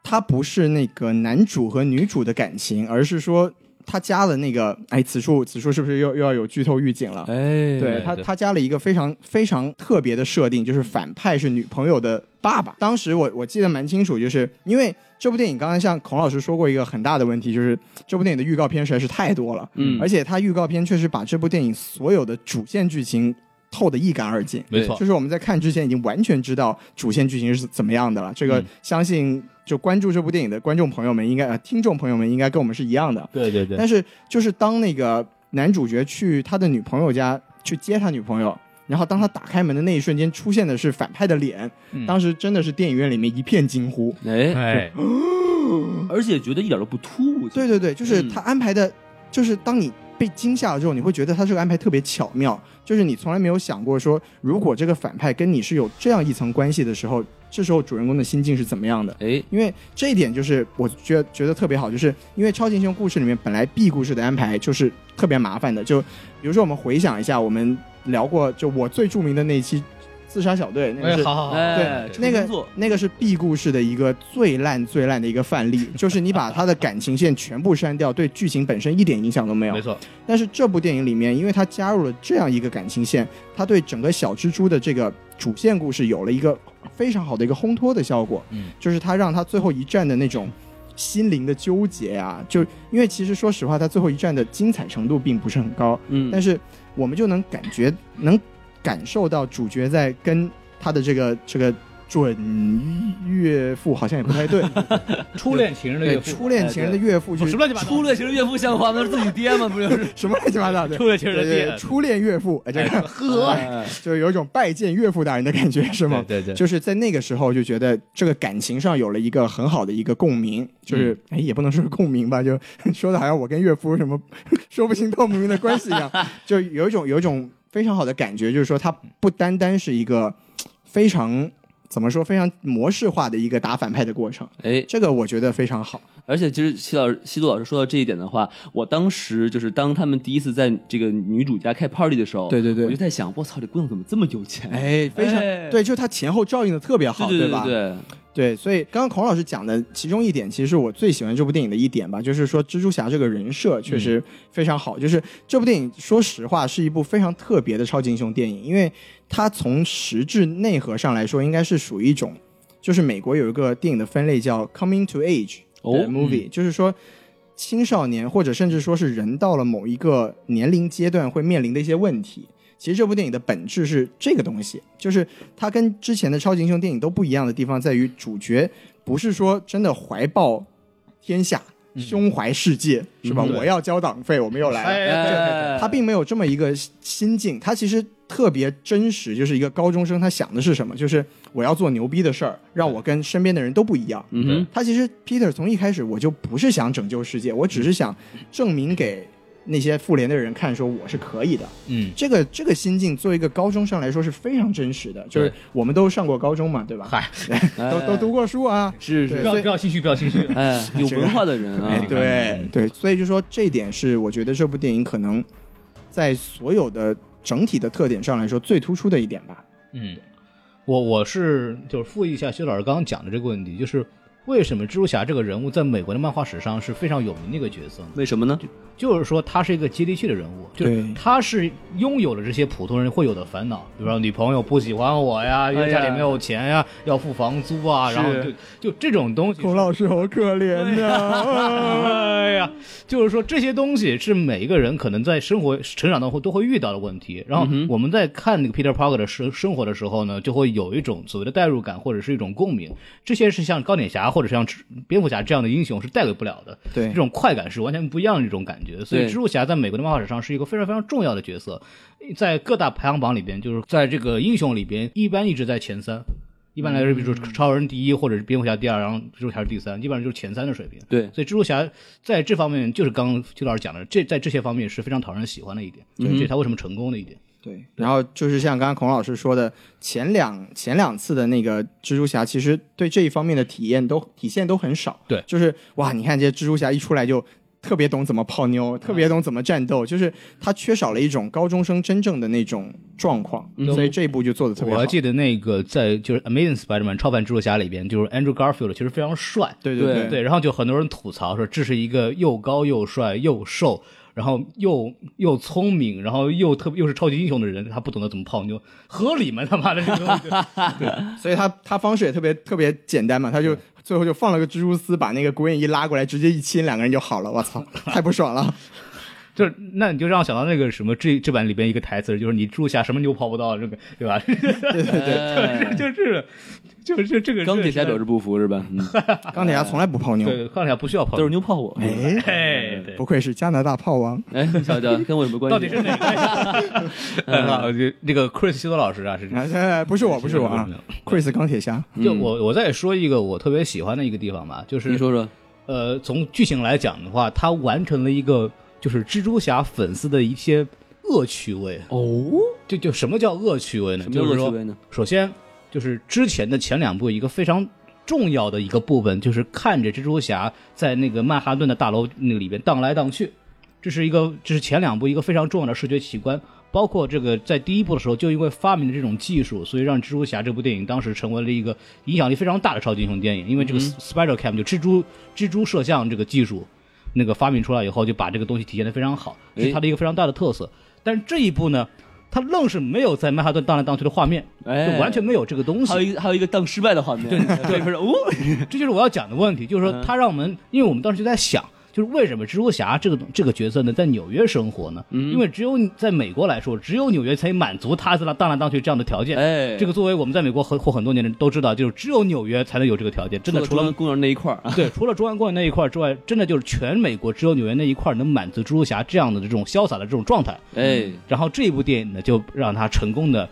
[SPEAKER 2] 它不是那个男主和女主的感情，而是说他加了那个，哎，此处此处是不是又又要有剧透预警了？
[SPEAKER 5] 哎，
[SPEAKER 2] 对他，
[SPEAKER 4] 对
[SPEAKER 2] 他加了一个非常非常特别的设定，就是反派是女朋友的爸爸。当时我我记得蛮清楚，就是因为这部电影，刚才像孔老师说过一个很大的问题，就是这部电影的预告片实在是太多了，
[SPEAKER 5] 嗯
[SPEAKER 2] 而且它预告片确实把这部电影所有的主线剧情透得一干二净，
[SPEAKER 4] 没错
[SPEAKER 2] 就。是我们在看之前已经完全知道主线剧情是怎么样的了。这个
[SPEAKER 4] 嗯
[SPEAKER 2] 相信就关注这部电影的观众朋友们，应该、呃、听众朋友们应该跟我们是一样的。
[SPEAKER 4] 对对对，
[SPEAKER 2] 但是就是当那个男主角去他的女朋友家去接他女朋友，然后当他打开门的那一瞬间，出现的是反派的脸，
[SPEAKER 4] 嗯
[SPEAKER 2] 当时真的是电影院里面一片惊呼。
[SPEAKER 5] 哎，
[SPEAKER 4] 哎，
[SPEAKER 5] 而且觉得一点都不突兀。
[SPEAKER 2] 对对对，就是
[SPEAKER 5] 嗯
[SPEAKER 2] 他安排的，就是当你被惊吓了之后，你会觉得他这个安排特别巧妙，就是你从来没有想过说，如果这个反派跟你是有这样一层关系的时候，这时候主人公的心境是怎么样的。
[SPEAKER 5] 哎，
[SPEAKER 2] 因为这一点就是我觉得觉得特别好，就是因为超级英雄故事里面本来 B 故事的安排就是特别麻烦的，就比如说我们回想一下，我们聊过就我最著名的那一期《自杀小队》，那个
[SPEAKER 4] 哎，
[SPEAKER 2] 是
[SPEAKER 4] 好好好，
[SPEAKER 5] 哎，
[SPEAKER 2] 那
[SPEAKER 5] 重新
[SPEAKER 2] 个
[SPEAKER 5] 做
[SPEAKER 2] 那个是 B 故事的一个最烂最烂的一个范 例，就是你把它的感情线全部删掉，对剧情本身一点影响都没有
[SPEAKER 4] 没。错，
[SPEAKER 2] 但是这部电影里面，因为它加入了这样一个感情线，它对整个小蜘蛛的这个主线故事有了一个非常好的一个烘托的效果。
[SPEAKER 4] 嗯，
[SPEAKER 2] 就是它让它最后一战的那种心灵的纠结啊，就因为其实说实话，它最后一战的精彩程度并不是很高，
[SPEAKER 5] 嗯，
[SPEAKER 2] 但是我们就能感觉能感受到主角在跟他的这个这个准岳父好像也不太对，
[SPEAKER 4] 初恋情人的岳
[SPEAKER 2] 对
[SPEAKER 4] 父，
[SPEAKER 2] 初恋情人的哎岳父去、
[SPEAKER 4] 什么乱七八糟，
[SPEAKER 5] 初恋情人岳父像话吗？是自己爹吗？不就是？
[SPEAKER 2] 什么乱七八糟的，
[SPEAKER 4] 初恋情人的
[SPEAKER 2] 对对
[SPEAKER 4] 爹嗯
[SPEAKER 2] 对，，初恋岳父，哎，这个呵， 就是有一种拜见岳父大人的感觉，是吗？
[SPEAKER 4] 对对对
[SPEAKER 2] 就是在那个时候就觉得这个感情上有了一个很好的一个共鸣，就是、哎，也不能说是共鸣吧，就 说的好像我跟岳父什么 说不清道不明的关系一样，就有一种有一种非常好的感觉，就是说它不单单是一个非常怎么说非常模式化的一个打反派的过程，
[SPEAKER 5] 哎，
[SPEAKER 2] 这个我觉得非常好。
[SPEAKER 5] 而且其实西老师、西渡老师说到这一点的话，我当时就是当他们第一次在这个女主家开 party 的时候，
[SPEAKER 2] 对对对
[SPEAKER 5] 我就在想，我操，这姑娘怎么这么有钱？
[SPEAKER 2] 哎，非常、
[SPEAKER 5] 哎
[SPEAKER 2] 对，就是它前后照应的特别好，
[SPEAKER 5] 对对
[SPEAKER 2] 吧？
[SPEAKER 5] 对，
[SPEAKER 2] 对，所以刚刚孔老师讲的其中一点，其实是我最喜欢这部电影的一点吧，就是说蜘蛛侠这个人设确实非常好。就是这部电影，说实话是一部非常特别的超级英雄电影，因为它从实质内核上来说，应该是属于一种，就是美国有一个电影的分类叫 “coming to age”
[SPEAKER 5] 哦
[SPEAKER 2] 的 movie，、就是说青少年或者甚至说是人到了某一个年龄阶段会面临的一些问题。其实这部电影的本质是这个东西，就是它跟之前的超级英雄电影都不一样的地方在于，主角不是说真的怀抱天下、胸怀世界，是吧？
[SPEAKER 4] 对
[SPEAKER 2] 我要交党费，我们又来了。
[SPEAKER 5] 哎，
[SPEAKER 2] 他并没有这么一个心境，他其实特别真实，就是一个高中生，他想的是什么？就是我要做牛逼的事儿，让我跟身边的人都不一样。
[SPEAKER 5] 嗯哼，
[SPEAKER 2] 他其实 Peter 从一开始我就不是想拯救世界，我只是想证明给那些妇联的人看，说我是可以的。
[SPEAKER 4] 嗯，
[SPEAKER 2] 这个这个心境，作为一个高中生来说是非常真实的，就是我们都上过高中嘛，对吧？
[SPEAKER 4] 嗨，
[SPEAKER 2] 都都读过书啊。
[SPEAKER 5] 哎是
[SPEAKER 4] 不
[SPEAKER 5] 是，
[SPEAKER 2] 对
[SPEAKER 4] 要
[SPEAKER 2] 所以
[SPEAKER 4] 不要心虚，不要心虚，
[SPEAKER 5] 哎，有文化的人
[SPEAKER 2] 哎
[SPEAKER 5] 啊，，
[SPEAKER 2] 对对，所以就说这一点是我觉得这部电影可能在所有的整体的特点上来说最突出的一点吧。
[SPEAKER 4] 嗯，我我是就是复议一下薛老师刚刚讲的这个问题，就是为什么蜘蛛侠这个人物在美国的漫画史上是非常有名的一个角色呢？
[SPEAKER 5] 为什么呢？
[SPEAKER 4] 就是说他是一个接地气的人物，就是
[SPEAKER 2] 对
[SPEAKER 4] 他是拥有了这些普通人会有的烦恼，比如说女朋友不喜欢我
[SPEAKER 2] 哎
[SPEAKER 4] 呀，因为家里没有钱呀，要付房租啊，然后就就这种东西。
[SPEAKER 2] 孔老师啊好可怜呐、
[SPEAKER 4] 哎呀，就是说这些东西是每一个人可能在生活成长当中都会遇到的问题。然后
[SPEAKER 2] 嗯
[SPEAKER 4] 我们在看那个 Peter Parker 的生生活的时候呢，就会有一种所谓的代入感或者是一种共鸣。这些是像钢铁侠或者像蝙蝠侠这样的英雄是带给不了的。
[SPEAKER 2] 对
[SPEAKER 4] 这种快感是完全不一样的一种感觉。所以
[SPEAKER 5] 对
[SPEAKER 4] 蜘蛛侠在美国的漫画史上是一个非常非常重要的角色，在各大排行榜里边，就是在这个英雄里边，一般一直在前三。一般来说，比如说超人第一，或者是蝙蝠侠第二，然后蜘蛛侠是第三，基本上就是前三的水平。
[SPEAKER 5] 对
[SPEAKER 4] 所以蜘蛛侠在这方面，就是刚刚邱老师讲的，这在这些方面是非常讨人喜欢的一点，
[SPEAKER 2] 嗯
[SPEAKER 4] 对这是他为什么成功的一点。
[SPEAKER 2] 对，然后就是像刚刚孔老师说的，前两前两次的那个蜘蛛侠，其实对这一方面的体验都体现都很少。
[SPEAKER 4] 对
[SPEAKER 2] 就是哇，你看这些蜘蛛侠一出来就。特别懂怎么泡妞，特
[SPEAKER 4] 嗯
[SPEAKER 2] 别懂怎么战斗，就是他缺少了一种高中生真正的那种状况，所以这一部就做的特别
[SPEAKER 4] 嗯我
[SPEAKER 2] 好。
[SPEAKER 4] 还记得那个在就是《Amazing Spider-Man》超凡蜘蛛侠里边，就是 Andrew Garfield 其实非常帅，
[SPEAKER 2] 对
[SPEAKER 5] 对
[SPEAKER 2] 对
[SPEAKER 4] 对，然后就很多人吐槽说这是一个又高又帅又瘦，然后又又聪明，然后又特别又是超级英雄的人，他不懂得怎么泡妞，合理吗？他妈的这个东西，
[SPEAKER 2] 所以他他方式也特别特别简单嘛，他就最后就放了个蜘蛛丝，把那个鬼影一拉过来，直接一亲，两个人就好了。我操，太不爽了！
[SPEAKER 4] 就是那你就让我想到那个什么这这版里边一个台词，就是你猪侠什么牛刨不到，这个 对吧？
[SPEAKER 2] 对对对，
[SPEAKER 5] 哎
[SPEAKER 4] 就是就是这这个
[SPEAKER 5] 钢铁侠表示不服是吧？嗯
[SPEAKER 2] 钢铁侠从来不泡妞，
[SPEAKER 4] 对钢铁侠不需要刨，
[SPEAKER 5] 都是牛炮我，
[SPEAKER 2] 哎，
[SPEAKER 4] 哎对。
[SPEAKER 2] 不愧是加拿大炮王。
[SPEAKER 5] 哎，小乔跟我有什么关系？
[SPEAKER 4] 到底是哪个？很好，就那个 Chris 西多老 师啊，是
[SPEAKER 2] 啊，这不是我，不是我啊
[SPEAKER 4] 没有
[SPEAKER 2] ，Chris 钢铁侠，
[SPEAKER 4] 就我我再说一个我特别喜欢的一个地方吧，就是
[SPEAKER 5] 嗯你说说，
[SPEAKER 4] 呃，从剧情来讲的话，它完成了一个就是蜘蛛侠粉丝的一些恶趣味。
[SPEAKER 5] 哦，
[SPEAKER 4] 就就什么叫恶趣味呢？
[SPEAKER 5] 什么叫
[SPEAKER 4] 就是
[SPEAKER 5] 恶
[SPEAKER 4] 说
[SPEAKER 5] 趣味呢，
[SPEAKER 4] 首先就是之前的前两部一个非常重要的一个部分，就是看着蜘蛛侠在那个曼哈顿的大楼那个里边荡来荡去，这是一个这是前两部一个非常重要的视觉奇观。包括这个，在第一部的时候就因为发明了这种技术，所以让蜘蛛侠这部电影当时成为了一个影响力非常大的超级英雄电影。因为这个 Spider Cam 就蜘蛛蜘蛛摄像这个技术，那个发明出来以后，就把这个东西体现的非常好，是它的一个非常大的特色。但是这一部呢，它愣是没有在曼哈顿荡来荡去的画面，
[SPEAKER 5] 哎
[SPEAKER 4] 就完全没有这个东西。
[SPEAKER 5] 还有一个还有一个当失败的画面，对，不是哦，
[SPEAKER 4] 这就是我要讲的问题，
[SPEAKER 5] 嗯
[SPEAKER 4] 就是说他让我们，因为我们当时就在想，就是为什么蜘蛛侠这个这个角色呢，在纽约生活呢？
[SPEAKER 5] 嗯
[SPEAKER 4] 因为只有你在美国来说，只有纽约才满足他在荡来荡去这样的条件。
[SPEAKER 5] 哎，
[SPEAKER 4] 这个作为我们在美国很活很多年的人都知道，就是只有纽约才能有这个条件。真的，除
[SPEAKER 5] 除了
[SPEAKER 4] 了
[SPEAKER 5] 公园那一块儿啊，
[SPEAKER 4] 对，除了中央公园那一块儿之外，真的就是全美国只有纽约那一块儿能满足蜘蛛侠这样的这种潇洒的这种状态。
[SPEAKER 5] 哎，
[SPEAKER 4] 然后这一部电影呢，就让他成功的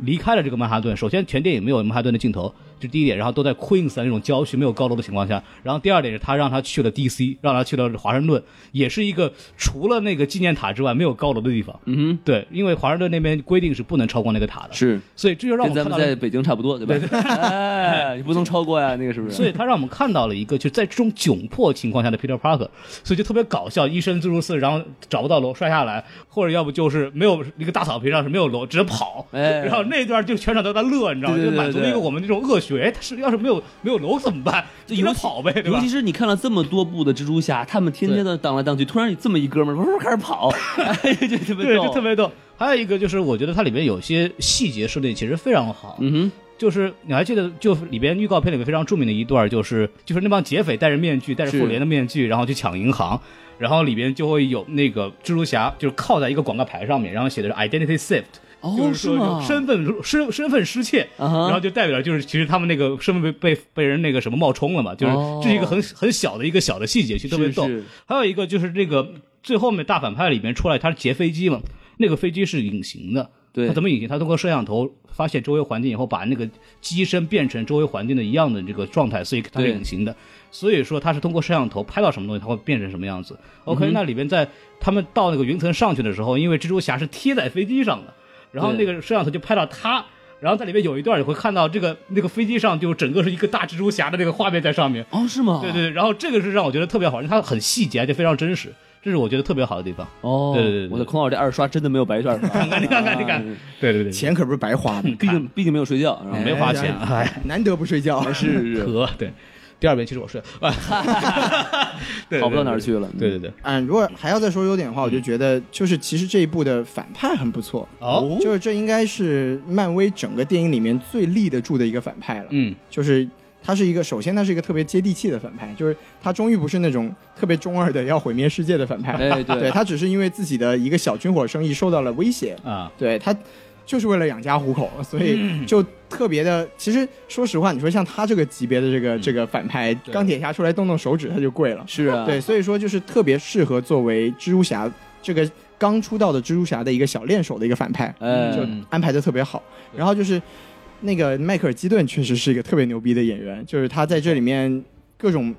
[SPEAKER 4] 离开了这个曼哈顿。首先，全电影没有曼哈顿的镜头，这第一点。然后都在 Queens 的那种郊区没有高楼的情况下。然后第二点是他让他去了 DC，让他去了华盛顿，也是一个除了那个纪念塔之外没有高楼的地方。
[SPEAKER 5] 嗯
[SPEAKER 4] 对，因为华盛顿那边规定是不能超过那个塔的，
[SPEAKER 5] 哼，是
[SPEAKER 4] 所以这就让我
[SPEAKER 5] 跟
[SPEAKER 4] 们
[SPEAKER 5] 咱
[SPEAKER 4] 看
[SPEAKER 5] 们
[SPEAKER 4] 到
[SPEAKER 5] 在
[SPEAKER 4] 了。
[SPEAKER 5] 北京差不多，对吧？哎，你不能超过呀，那个是不是？
[SPEAKER 4] 所以他让我们看到了一个，就在这种窘迫情况下的 Peter Parker，所以就特别搞笑，一身自如四，然后找不到楼摔下来，或者要不就是没有一个大草坪上是没有楼，只能跑，
[SPEAKER 5] 哎，
[SPEAKER 4] 然后那段就全场都在乐，你知道吗？
[SPEAKER 5] 对对对
[SPEAKER 4] 就满足了一个
[SPEAKER 5] 对
[SPEAKER 4] 我们这种恶学，哎，他是要是没有没有楼怎么办？
[SPEAKER 5] 就
[SPEAKER 4] 只能
[SPEAKER 5] 尤其
[SPEAKER 4] 跑呗，对
[SPEAKER 5] 尤
[SPEAKER 4] 吧
[SPEAKER 5] 其？是你看了这么多部的蜘蛛侠，他们天天的荡来荡去，突然有这么一哥们儿，呜开始 跑，哎，就特别
[SPEAKER 4] 对，
[SPEAKER 5] 逗，
[SPEAKER 4] 就特别逗。还有一个就是，我觉得它里边有些细节设定其实非常好，
[SPEAKER 5] 嗯
[SPEAKER 4] 就是你还记得，就里边预告片里面非常著名的一段，就是就是那帮劫匪戴着面具，戴着
[SPEAKER 5] 是
[SPEAKER 4] 复联的面具，然后去抢银行，然后里边就会有那个蜘蛛侠，就是靠在一个广告牌上面，然后写的是 identity theft，
[SPEAKER 5] 哼，哦，
[SPEAKER 4] 就是是说
[SPEAKER 5] 吗？
[SPEAKER 4] 身份身身份失窃，
[SPEAKER 5] 啊哈
[SPEAKER 4] 然后就代表就是其实他们那个身份被被被人那个什么冒充了嘛，就是
[SPEAKER 5] 哦
[SPEAKER 4] 这是一个很很小的一个小的细节，其实特别
[SPEAKER 5] 是
[SPEAKER 4] 逗
[SPEAKER 5] 是。
[SPEAKER 4] 还有一个就是这个最后面大反派里面出来，他是劫飞机嘛，那个飞机是隐形的。
[SPEAKER 5] 对
[SPEAKER 4] 他怎么隐形？他通过摄像头发现周围环境以后，把那个机身变成周围环境的一样的这个状态，所以它是
[SPEAKER 5] 对
[SPEAKER 4] 隐形的。所以说他是通过摄像头拍到什么东西，它会变成什么样子。OK，、那里边在他们到那个云层上去的时候，因为蜘蛛侠是贴在飞机上的，然后那个摄像头就拍到他，然后在里面有一段你会看到这个那个飞机上就整个是一个大蜘蛛侠的那个画面在上面。
[SPEAKER 5] 哦，是吗？
[SPEAKER 4] 对对，对，然后这个是让我觉得特别好，因为它很细节，而且非常真实，这是我觉得特别好的地方。
[SPEAKER 5] 哦，
[SPEAKER 4] 对对对对
[SPEAKER 5] 我的孔老师这二刷真的没有白刷，是吧
[SPEAKER 4] 你看看，你看，对对对，
[SPEAKER 2] 钱可不是白花的，
[SPEAKER 5] 毕竟毕竟没有睡觉，然后
[SPEAKER 4] 没有花钱，哎，
[SPEAKER 2] 难得不睡觉。
[SPEAKER 5] 是 是是，
[SPEAKER 4] 可对。第二遍其实我睡，啊， 对
[SPEAKER 5] 好不到哪儿。去了。
[SPEAKER 4] 对对对对，
[SPEAKER 2] 嗯，如果还要再说优点的话，我就觉得就是其实这一部的反派很不错，
[SPEAKER 4] 哦，
[SPEAKER 2] 就是这应该是漫威整个电影里面最立得住的一个反派了。
[SPEAKER 4] 嗯，
[SPEAKER 2] 就是他是一个，首先他是一个特别接地气的反派，就是他终于不是那种特别中二的要毁灭世界的反派，
[SPEAKER 5] 哎对
[SPEAKER 2] 他只是因为自己的一个小军火生意受到了威胁，
[SPEAKER 4] 啊，
[SPEAKER 2] 对他就是为了养家糊口，所以就特别的。其实说实话，你说像他这个级别的这个、这个反派钢铁侠出来动动手指他就跪了，
[SPEAKER 5] 是啊，
[SPEAKER 2] 对，所以说就是特别适合作为蜘蛛侠这个刚出道的蜘蛛侠的一个小练手的一个反派，
[SPEAKER 5] 哎，
[SPEAKER 2] 嗯就安排的特别好。然后就是那个迈克尔基顿确实是一个特别牛逼的演员，就是他在这里面各种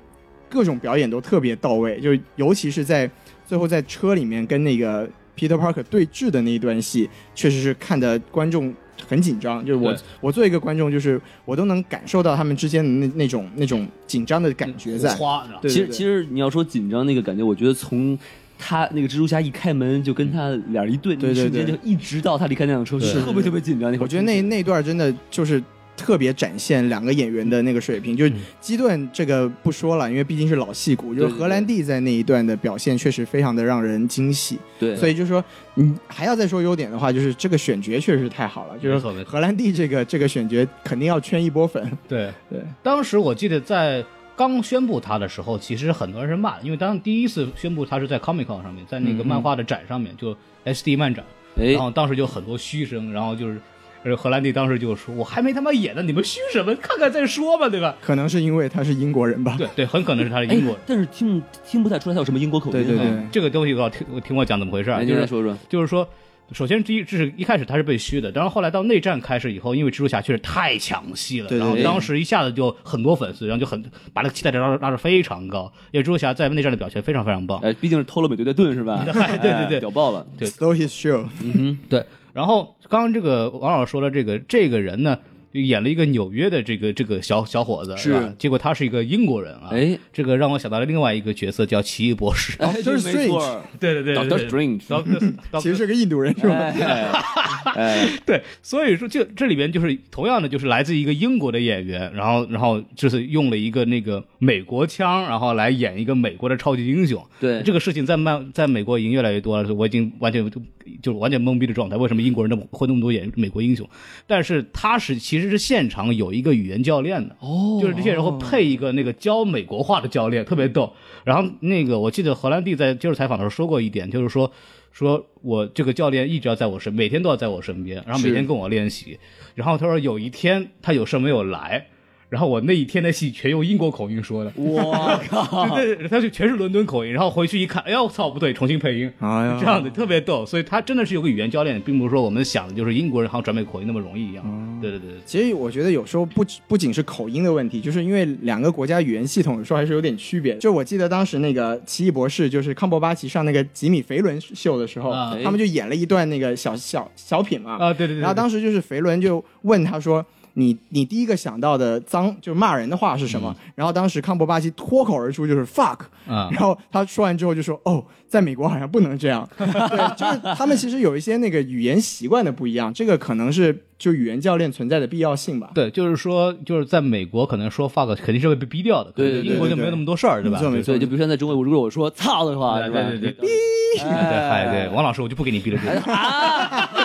[SPEAKER 2] 各种表演都特别到位，就是尤其是在最后在车里面跟那个 Peter Parker 对峙的那一段戏，确实是看的观众。很紧张，就是我
[SPEAKER 5] 对，
[SPEAKER 2] 我作为一个观众，就是我都能感受到他们之间的那那种那种紧张的感觉在。
[SPEAKER 4] 花，你知道吗
[SPEAKER 2] 对
[SPEAKER 5] 其实
[SPEAKER 2] 对
[SPEAKER 5] 其实你要说紧张那个感觉，我觉得从他那个蜘蛛侠一开门就跟他俩人一对，那
[SPEAKER 2] 对对
[SPEAKER 5] 一瞬间就
[SPEAKER 2] 对
[SPEAKER 5] 一直到他离开那辆车，
[SPEAKER 4] 对
[SPEAKER 5] 是特别特别紧张。那会儿
[SPEAKER 2] 我觉得那那段真的就是特别展现两个演员的那个水平。就是基顿这个不说了，因为毕竟是老戏骨，就
[SPEAKER 5] 对
[SPEAKER 2] 是荷兰弟在那一段的表现确实非常的让人惊喜。
[SPEAKER 5] 对，
[SPEAKER 2] 所以就是说，你还要再说优点的话，就是这个选角确实太好了，就
[SPEAKER 4] 没
[SPEAKER 2] 是
[SPEAKER 4] 错没错
[SPEAKER 2] 荷兰弟这个这个选角肯定要圈一波粉。
[SPEAKER 4] 对
[SPEAKER 2] 对，
[SPEAKER 4] 当时我记得在刚宣布他的时候，其实很多人是骂的，因为当第一次宣布他是在 Comic Con 上面，在那个漫画的展上面，就 SD 漫展，
[SPEAKER 5] 哎
[SPEAKER 2] 哦
[SPEAKER 4] 然后当时就很多嘘声，然后就是。呃荷兰弟当时就说：“我还没他妈演呢，你们嘘什么？看看再说吧，对吧
[SPEAKER 2] 可能是因为他是英国人吧？”。
[SPEAKER 4] 对对，很可能是他是英国人。
[SPEAKER 5] 哎但是听听不太出来他有什么英国口音啊。
[SPEAKER 2] 对对对，
[SPEAKER 4] 这个东西我听我听我讲怎么回事啊，
[SPEAKER 5] 哎，
[SPEAKER 4] 就
[SPEAKER 5] 您
[SPEAKER 4] 是
[SPEAKER 5] 来说说，
[SPEAKER 4] 就是说，首先第一，这是一开始他是被虚的，然后后来到内战开始以后，因为蜘蛛侠确实太抢戏了，
[SPEAKER 2] 对对
[SPEAKER 4] 然后
[SPEAKER 2] 对
[SPEAKER 4] 当时一下子就很多粉丝，然后就很把这个期待值拉拉得非常高，因为蜘蛛侠在内战的表现非常非常棒。
[SPEAKER 5] 哎，毕竟是偷了美队的盾是 吧？
[SPEAKER 4] 嗨对对对
[SPEAKER 5] 哎屌爆了。
[SPEAKER 2] Slow his show，
[SPEAKER 4] 对，然后刚刚这个王老师说了，这个这个人呢，就演了一个纽约的这个这个小小伙子，
[SPEAKER 5] 是
[SPEAKER 4] 吧？结果他是一个英国人啊，
[SPEAKER 5] 哎，
[SPEAKER 4] 这个让我想到了另外一个角色叫奇异博士，
[SPEAKER 5] 哎，
[SPEAKER 2] Doctor
[SPEAKER 5] 没错，
[SPEAKER 4] 对对对
[SPEAKER 5] Doctor
[SPEAKER 4] 对
[SPEAKER 5] Strange，
[SPEAKER 4] Doctor- Doctor
[SPEAKER 2] 其实是个印度人是吧？
[SPEAKER 5] 哎，哎
[SPEAKER 4] 对，所以说这这里边就是同样的，就是来自一个英国的演员，然后然后就是用了一个那个美国腔，然后来演一个美国的超级英雄。
[SPEAKER 5] 对
[SPEAKER 4] 这个事情在漫在美国已经越来越多了，我已经完全就就是完全懵逼的状态。为什么英国人那么会那么多演美国英雄？但是他是其实是现场有一个语言教练的，
[SPEAKER 5] 哦
[SPEAKER 4] 就是这些人会配一个那个教美国话的教练，特别逗。然后那个我记得荷兰弟在接受采访的时候说过一点，就是说说我这个教练一直要在我身，每天都要在我身边，然后每天跟我练习。然后他说有一天他有事没有来。然后我那一天的戏全用英国口音说的，
[SPEAKER 5] 我靠，
[SPEAKER 4] 对对，他就全是伦敦口音，然后回去一看，哎呦，操，不对，重新配音，
[SPEAKER 2] 哎呀
[SPEAKER 4] 这样的特别逗，所以他真的是有个语言教练，并不是说我们想的就是英国人好像转美口音那么容易一样。对对对对，
[SPEAKER 2] 其实我觉得有时候不只不仅是口音的问题，就是因为两个国家语言系统有时候还是有点区别。就我记得当时那个《奇异博士》就是康伯巴奇上那个吉米·肥伦秀的时候，
[SPEAKER 4] 啊
[SPEAKER 2] 他们就演了一段那个小小小品嘛。
[SPEAKER 4] 啊，对对对，
[SPEAKER 2] 然后当
[SPEAKER 4] 时
[SPEAKER 2] 时就是肥伦就问他说：“你你第一个想到的脏就是骂人的话是什么？”然后当时康伯巴奇脱口而出就是 “fuck”，
[SPEAKER 4] 嗯啊，
[SPEAKER 2] 然后他说完之后就说：“哦，在美国好像不能这 样。”对，就是他们其实有一些那个语言习惯的不一样，这个可能是就语言教练存在的必要性吧。
[SPEAKER 4] 对，就是说，就是在美国可能说 fuck 肯定是会被逼掉的，可能
[SPEAKER 5] 对对对
[SPEAKER 4] 英国就没有那么多事儿，对吧？
[SPEAKER 2] 没错没错
[SPEAKER 5] 对，就比如说在中国，如果我说操的话，
[SPEAKER 4] 对
[SPEAKER 5] 是吧
[SPEAKER 4] 对对对，
[SPEAKER 5] 哎
[SPEAKER 4] 对，嗨，对，王老师，我就不给你逼了，这个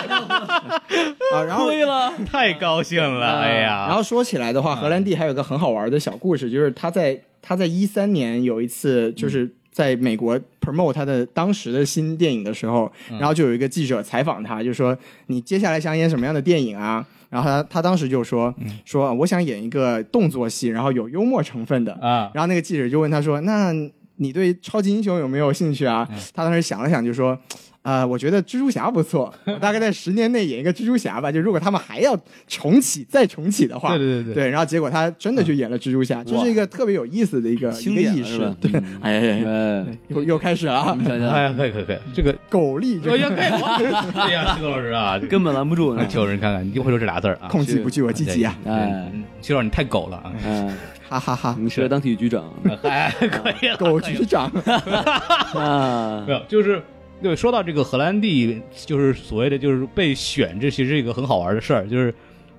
[SPEAKER 2] 啊，然后。
[SPEAKER 5] 亏了，
[SPEAKER 4] 太高兴了，哎呀，
[SPEAKER 2] 嗯啊
[SPEAKER 4] 嗯
[SPEAKER 2] 然后说起来的话，荷兰弟还有个很好玩的小故事，就是他在他在一三年有一次
[SPEAKER 4] 嗯
[SPEAKER 2] 就是在美国 promote 他的当时的新电影的时候，
[SPEAKER 4] 嗯
[SPEAKER 2] 然后就有一个记者采访他，就说你接下来想演什么样的电影啊？然后他他当时就说
[SPEAKER 4] 嗯
[SPEAKER 2] 说我想演一个动作戏，然后有幽默成分的。
[SPEAKER 4] 啊，
[SPEAKER 2] 然后那个记者就问他说：“那你对超级英雄有没有兴趣
[SPEAKER 4] 嗯
[SPEAKER 2] 啊？”他当时想了想就说。呃，我觉得蜘蛛侠不错，我大概在十年内演一个蜘蛛侠吧。就如果他们还要重启再重启的话，
[SPEAKER 4] 对对对嗯对
[SPEAKER 2] 对然后结果他真的就演了蜘蛛侠，这是一个特别有意思的一个
[SPEAKER 5] 经
[SPEAKER 2] 一个
[SPEAKER 5] 典
[SPEAKER 2] 意
[SPEAKER 5] 了是
[SPEAKER 2] 识
[SPEAKER 5] 吧。？
[SPEAKER 2] 对，
[SPEAKER 5] 嗯
[SPEAKER 2] 哎哎哎，
[SPEAKER 5] 哎，
[SPEAKER 2] 又又开始了啊，
[SPEAKER 5] 你想想，
[SPEAKER 4] 哎呀，可以可以可以，这个，
[SPEAKER 2] 狗力
[SPEAKER 4] 哎
[SPEAKER 2] 这
[SPEAKER 4] 呀，
[SPEAKER 2] 个
[SPEAKER 4] 对哇 哎呀，石老师啊，
[SPEAKER 5] 根本拦不住 呢。
[SPEAKER 4] 求人看看，你就会说这俩字儿啊，
[SPEAKER 2] 控制不住我积极啊，
[SPEAKER 4] 对
[SPEAKER 5] 哎，
[SPEAKER 4] 嗯徐老师你太狗了啊，
[SPEAKER 5] 哎，
[SPEAKER 2] 哈哈哈！
[SPEAKER 5] 你适合当体育局长
[SPEAKER 4] 哎， 可以了，
[SPEAKER 2] 狗
[SPEAKER 4] 可以了
[SPEAKER 2] 局长，
[SPEAKER 5] 啊
[SPEAKER 4] 没！有，就是对，说到这个荷兰弟，就是所谓的就是被选，这其实是一个很好玩的事儿，就是。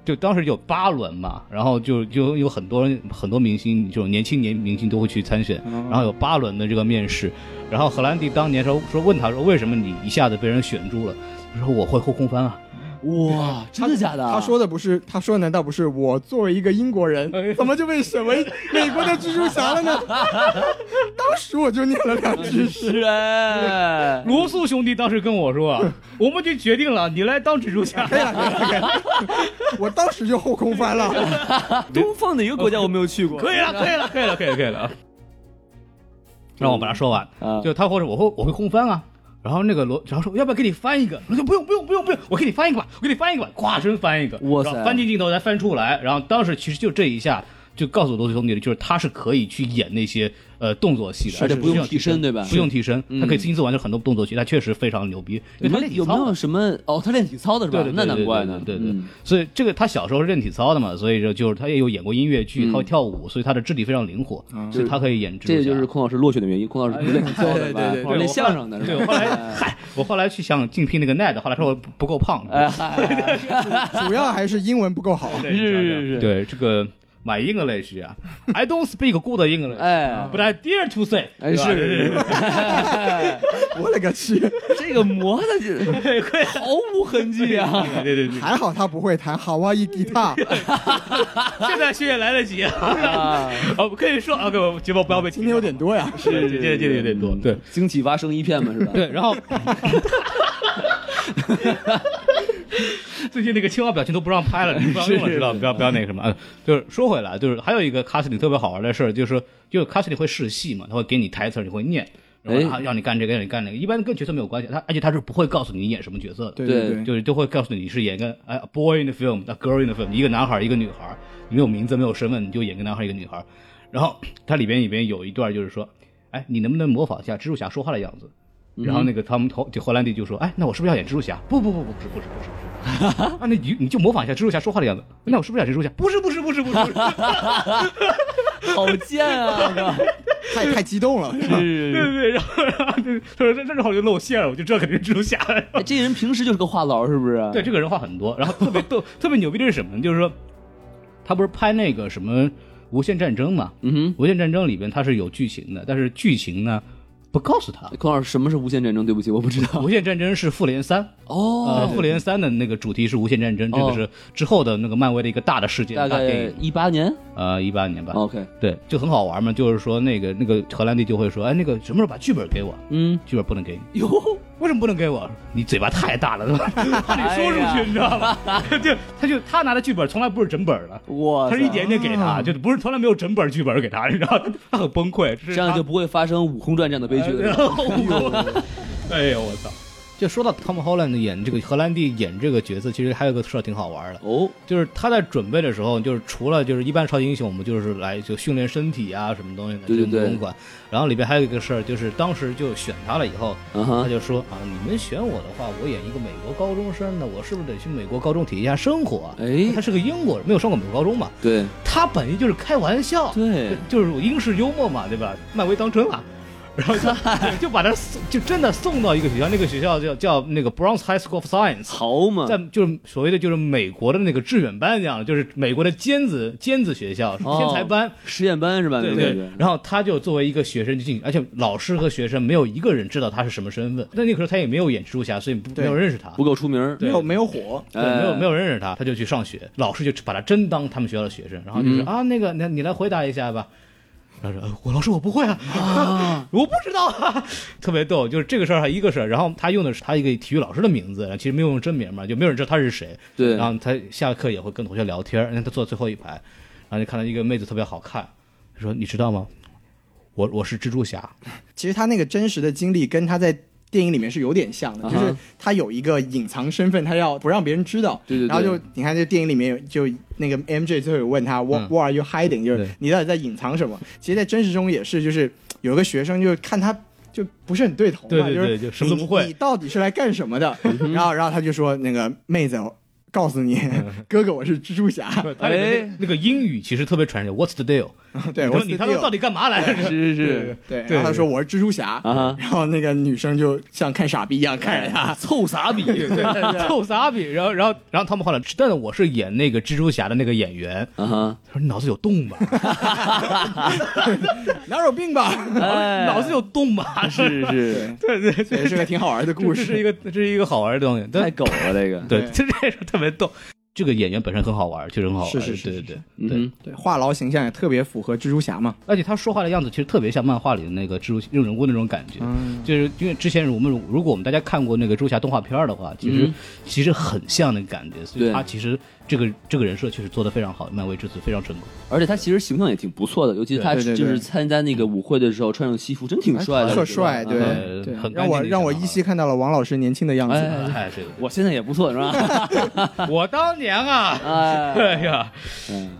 [SPEAKER 4] 就当时有八轮嘛，然后就就有很多人很多明星，就年轻年明星都会去参选，然后有八轮的这个面试，然后荷兰弟当年说说问他说为什么你一下子被人选中了，他说我会后空翻啊，
[SPEAKER 5] 哇，真的啊假的？
[SPEAKER 2] 他说的不是，他说的难道不是我作为一个英国人，怎么就被选为美国的蜘蛛侠了呢？当时我就念了两句，
[SPEAKER 5] 是哎，
[SPEAKER 4] 罗素兄弟当时跟我 说，我们就决定了你来当蜘蛛侠，
[SPEAKER 2] 哎我当时就后空翻了。
[SPEAKER 5] 东方哪个国家我没有去过？
[SPEAKER 4] 可以了，可以了，可以了，可以了，可以了
[SPEAKER 5] 嗯
[SPEAKER 4] 啊。让我把它说完，
[SPEAKER 5] 啊
[SPEAKER 4] 就他或者我会我会空翻啊。然后那个罗，然后说要不要给你翻一个？我说不用不用不用不用，我给你翻一个吧，我给你翻一个吧，咵真翻一个，
[SPEAKER 5] 哇塞
[SPEAKER 4] 然后翻进镜头再翻出来。然后当时其实就这一下就告诉罗素兄弟了，就是他是可以去演那些呃动作戏的，
[SPEAKER 5] 而且
[SPEAKER 4] 是
[SPEAKER 5] 不用
[SPEAKER 4] 需要
[SPEAKER 5] 替身对吧
[SPEAKER 4] 不用替身，
[SPEAKER 5] 嗯
[SPEAKER 4] 他可以亲自完成很多动作戏，他确实非常牛逼。
[SPEAKER 5] 你
[SPEAKER 4] 因为他
[SPEAKER 5] 们
[SPEAKER 4] 练
[SPEAKER 5] 有
[SPEAKER 4] 体操
[SPEAKER 5] 没
[SPEAKER 4] 的
[SPEAKER 5] 有什么？哦，他练体操的是吧
[SPEAKER 4] 对？对，
[SPEAKER 5] 那
[SPEAKER 4] 对
[SPEAKER 5] 难怪呢。
[SPEAKER 4] 对对对对
[SPEAKER 5] 嗯
[SPEAKER 4] 所以这个他小时候是练体操的嘛，所以就就是他也有演过音乐剧，
[SPEAKER 5] 嗯
[SPEAKER 4] 他会跳舞，所以他的肢体非常灵活，所以他可以演蜘蛛
[SPEAKER 5] 这
[SPEAKER 4] 侠。
[SPEAKER 5] 也就是孔老师落选的原因，孔老师不练体操的是吧？孔老师
[SPEAKER 4] 对
[SPEAKER 5] 练
[SPEAKER 4] 我
[SPEAKER 5] 相声的是吧？
[SPEAKER 4] 对我后来，嗨，我后来去想竞聘那个 NET，后来说我不不够胖。
[SPEAKER 5] 哎嗨，
[SPEAKER 2] 主要还是英文不够好。
[SPEAKER 4] 对
[SPEAKER 5] 是是是
[SPEAKER 4] 对这个 my English 啊，I don't speak good English，
[SPEAKER 5] 哎
[SPEAKER 4] ，but I dare to say，
[SPEAKER 5] 哎是，
[SPEAKER 2] 我勒个去！
[SPEAKER 5] 这个磨的 是毫无痕迹啊！
[SPEAKER 4] 对对对，
[SPEAKER 2] 还好他不会弹 Hawaii guitar。
[SPEAKER 4] 现在学也来得及啊，我可以说啊，各位节目不要被
[SPEAKER 2] 今天有点多呀，
[SPEAKER 4] 是，今天今天有点多，对
[SPEAKER 5] 惊起蛙声一片嘛，是吧？
[SPEAKER 4] 对，然后。 最近那个青蛙表情都不让拍了，你不要用了，知道吗？不要不要那个什么，嗯，就是说回来，就是还有一个卡斯里特别好玩的事儿，就是就是卡斯里会试戏嘛，他会给你台词儿，你会念，然后
[SPEAKER 5] 哎
[SPEAKER 4] 他让你干这个，让你干那个，一般跟角色没有关系，他而且他是不会告诉你演什么角色的，
[SPEAKER 2] 对
[SPEAKER 5] 对
[SPEAKER 2] 对
[SPEAKER 4] 就是都会告诉你是演个哎 a boy in the film，a girl in the film，一个男孩儿一个女孩儿，你没有名字没有身份，你就演个男孩儿一个女孩儿。然后它里边里边有一段就是说，哎，你能不能模仿一下蜘蛛侠说话的样子？然后那个他们头就荷兰弟就说，哎，那我是不是要演蜘蛛侠？不不不不不是不是不是不是， 啊，那你你就模仿一下蜘蛛侠说话的样子。那我是不是要演蜘蛛侠？不是不是不是不是 不是，
[SPEAKER 5] 好贱啊！ 哥
[SPEAKER 2] 太太激动了。是吧
[SPEAKER 4] 对对对，然后然后就他说这这正好就露馅了，我就知道肯定是蜘蛛侠。
[SPEAKER 5] 哎这人平时就是个话痨，是不是？
[SPEAKER 4] 对，，这个人话很多，然后特别逗，特别牛逼的是什么呢？就是说，他不是拍那个什么《无限战争》嘛，
[SPEAKER 5] 嗯哼。
[SPEAKER 4] 《无限战争》里边它是有剧情的，但是剧情呢不告诉他。
[SPEAKER 5] 孔老师，什么是无限战争？对不起，我不知
[SPEAKER 4] 《
[SPEAKER 5] 道。
[SPEAKER 4] 无限战争》是复联三，呃，
[SPEAKER 5] 哦，
[SPEAKER 4] 复联三的那个主题是无限战争，这
[SPEAKER 5] 哦
[SPEAKER 4] 个是之后的那个漫威的一个大的事件，
[SPEAKER 5] 大
[SPEAKER 4] 大电
[SPEAKER 5] 概哦
[SPEAKER 4] 影，
[SPEAKER 5] 一八年。
[SPEAKER 4] 呃，一八年吧，
[SPEAKER 5] OK，
[SPEAKER 4] 对，就很好玩嘛，就是说那个那个荷兰弟就会说，哎，那个什么时候把剧本给我？
[SPEAKER 5] 嗯，
[SPEAKER 4] 剧本不能给你，
[SPEAKER 5] 哟，
[SPEAKER 4] 为什么不能给我？你嘴巴太大了， 怕你说
[SPEAKER 5] 哎
[SPEAKER 4] 出
[SPEAKER 5] 呀
[SPEAKER 4] 去，你知道吗？ 就他就他拿的剧本从来不是整本的，
[SPEAKER 5] 我
[SPEAKER 4] 他是一点点给他，就不是从来没有整本剧本给他，你知道吗， 他很崩溃，这
[SPEAKER 5] 这
[SPEAKER 4] 是
[SPEAKER 5] 样
[SPEAKER 4] 他
[SPEAKER 5] 就不会发生《武空传》这样的悲剧了。
[SPEAKER 4] 哎呦我操！ 就说到汤姆·霍兰的演这个荷兰弟演这个角色，其实还有个事儿挺好玩的，
[SPEAKER 5] 哦，
[SPEAKER 4] 就是他在准备的时候，就是除了就是一般超级英雄，我们就是来就训练身体啊什么东西的，
[SPEAKER 5] 对对
[SPEAKER 4] 这种
[SPEAKER 5] 对
[SPEAKER 4] 东西管。然后里边还有一个事儿，就是当时就选他了以后，
[SPEAKER 5] 嗯
[SPEAKER 4] 他
[SPEAKER 5] 哼，
[SPEAKER 4] 就说啊，你们选我的话，我演一个美国高中生呢，我是不是得去美国高中体验一下生活啊？
[SPEAKER 5] 哎
[SPEAKER 4] 他是个英国人，没有上过美国高中嘛，
[SPEAKER 5] 对
[SPEAKER 4] 他本意就是开玩笑，
[SPEAKER 5] 对，
[SPEAKER 4] 就是英式幽默嘛，对吧？漫威当真了。 然后就对就把他送，就真的送到一个学校，那个学校叫叫那个 Bronx High School of Science，
[SPEAKER 5] 曹嘛，
[SPEAKER 4] 在就是所谓的就是美国的那个志愿班一样的，就是美国的尖子尖子学校
[SPEAKER 5] 哦
[SPEAKER 4] 天才班，
[SPEAKER 5] 实验班是吧？
[SPEAKER 4] 对
[SPEAKER 5] 对
[SPEAKER 4] 对。然后他就作为一个学生进去，而且老师和学生没有一个人知道他是什么身份。那那个时候他也没有演蜘蛛侠，所以不
[SPEAKER 2] 对
[SPEAKER 4] 没有人认识他，
[SPEAKER 5] 不够出名儿。
[SPEAKER 4] 对
[SPEAKER 2] 没有没有火，
[SPEAKER 4] 对，
[SPEAKER 5] 哎
[SPEAKER 4] 没有没有人认识他，他就去上学，老师就把他真当他们学校的学生，然后就是、啊，那个，那你来回答一下吧。他说：“呃我老师我不会啊， 我不知道啊，特别逗，就是这个事儿还一个事儿。然后他用的是他一个体育老师的名字，其实没有用真名嘛，就没有人知道他是谁。
[SPEAKER 5] 对
[SPEAKER 4] 然后他下课也会跟同学聊天，因为他坐最后一排，然后就看到一个妹子特别好看，他说你知道吗？我我是蜘蛛侠，
[SPEAKER 2] 其实他那个真实的经历跟他在电影里面是有点像的，
[SPEAKER 5] 啊
[SPEAKER 2] 就
[SPEAKER 5] 哈
[SPEAKER 2] 是他有一个隐藏身份，他要不让别人知道。
[SPEAKER 5] 对对对
[SPEAKER 2] 然后就你看这电影里面有就那个 MJ 最后有问他 What What are you hiding？就是
[SPEAKER 4] 嗯对
[SPEAKER 2] 你到底在隐藏什么？其实，在真实中也是，就是有一个学生就看他。就不是很对头嘛，
[SPEAKER 4] 对对对
[SPEAKER 2] 就是
[SPEAKER 4] 就什么都
[SPEAKER 2] 你
[SPEAKER 4] 不会嗯
[SPEAKER 2] 你到底是来干什么的？然后，然后他就说：“那个妹子，我告诉你，
[SPEAKER 4] 嗯
[SPEAKER 2] 哥哥我是蜘蛛侠。
[SPEAKER 4] 他里面那那个英语其实特别传神，What's the deal？”
[SPEAKER 2] 哎对，
[SPEAKER 4] 你
[SPEAKER 2] 我
[SPEAKER 4] 说你他们到底干嘛来着？
[SPEAKER 5] 是是是，
[SPEAKER 2] 对，然
[SPEAKER 4] 对
[SPEAKER 2] 后他
[SPEAKER 4] 对
[SPEAKER 2] 说我是蜘蛛侠，
[SPEAKER 5] 啊哈
[SPEAKER 2] 然后那个女生就像看傻逼一样看着他，
[SPEAKER 4] 凑傻比，凑傻比。然后，然后，然后他们后来，但我是演那个蜘蛛侠的那个演员。
[SPEAKER 5] 啊哈，
[SPEAKER 4] 他说：“你脑子有洞吧？
[SPEAKER 2] 哪有病吧？
[SPEAKER 5] 哎，
[SPEAKER 4] 脑子有洞吧？”
[SPEAKER 5] 是
[SPEAKER 4] 是，
[SPEAKER 5] 是，
[SPEAKER 4] 对对，这
[SPEAKER 2] 也是个挺好玩的故
[SPEAKER 4] 这是一
[SPEAKER 2] 事。哎
[SPEAKER 4] 个这是一个好玩的东西。
[SPEAKER 5] 太
[SPEAKER 4] 但
[SPEAKER 5] 狗了这个。
[SPEAKER 4] 对，
[SPEAKER 2] 对
[SPEAKER 4] 这这是特别逗。这个演员本身很好玩，确实很好玩。
[SPEAKER 2] 是是是
[SPEAKER 4] 对
[SPEAKER 2] 是
[SPEAKER 4] 对对
[SPEAKER 5] 嗯
[SPEAKER 4] 对。
[SPEAKER 5] 哼，
[SPEAKER 2] 对，话痨形象也特别符合蜘蛛侠嘛。
[SPEAKER 4] 而且他说话的样子其实特别像漫画里的那个蜘蛛那种人物那种感觉。
[SPEAKER 5] 嗯
[SPEAKER 4] 就是因为之前我们如果我们大家看过那个蜘蛛侠动画片儿的话，其实、
[SPEAKER 5] 嗯
[SPEAKER 4] 其实很像那个感觉，所以
[SPEAKER 5] 对
[SPEAKER 4] 他其实这个这个人设确实做得非常好，漫威这次非常成功。
[SPEAKER 5] 而且他其实形象也挺不错的，尤其他
[SPEAKER 2] 对对
[SPEAKER 5] 就
[SPEAKER 2] 对哎
[SPEAKER 5] 是参加那个舞会的时候穿上西服，真挺帅的，
[SPEAKER 2] 特帅，
[SPEAKER 5] 对吧。嗯
[SPEAKER 2] 对对
[SPEAKER 4] 啊很干
[SPEAKER 2] 让我
[SPEAKER 4] 净的一个
[SPEAKER 2] 让我
[SPEAKER 4] 小孩
[SPEAKER 2] 依稀看到了王老师年轻的样子。啊
[SPEAKER 5] 哎，
[SPEAKER 4] 哎，对对
[SPEAKER 5] 我现在也不错是吧？
[SPEAKER 4] 对， 我当年啊，
[SPEAKER 5] 哎，
[SPEAKER 4] 哎呀，
[SPEAKER 5] 嗯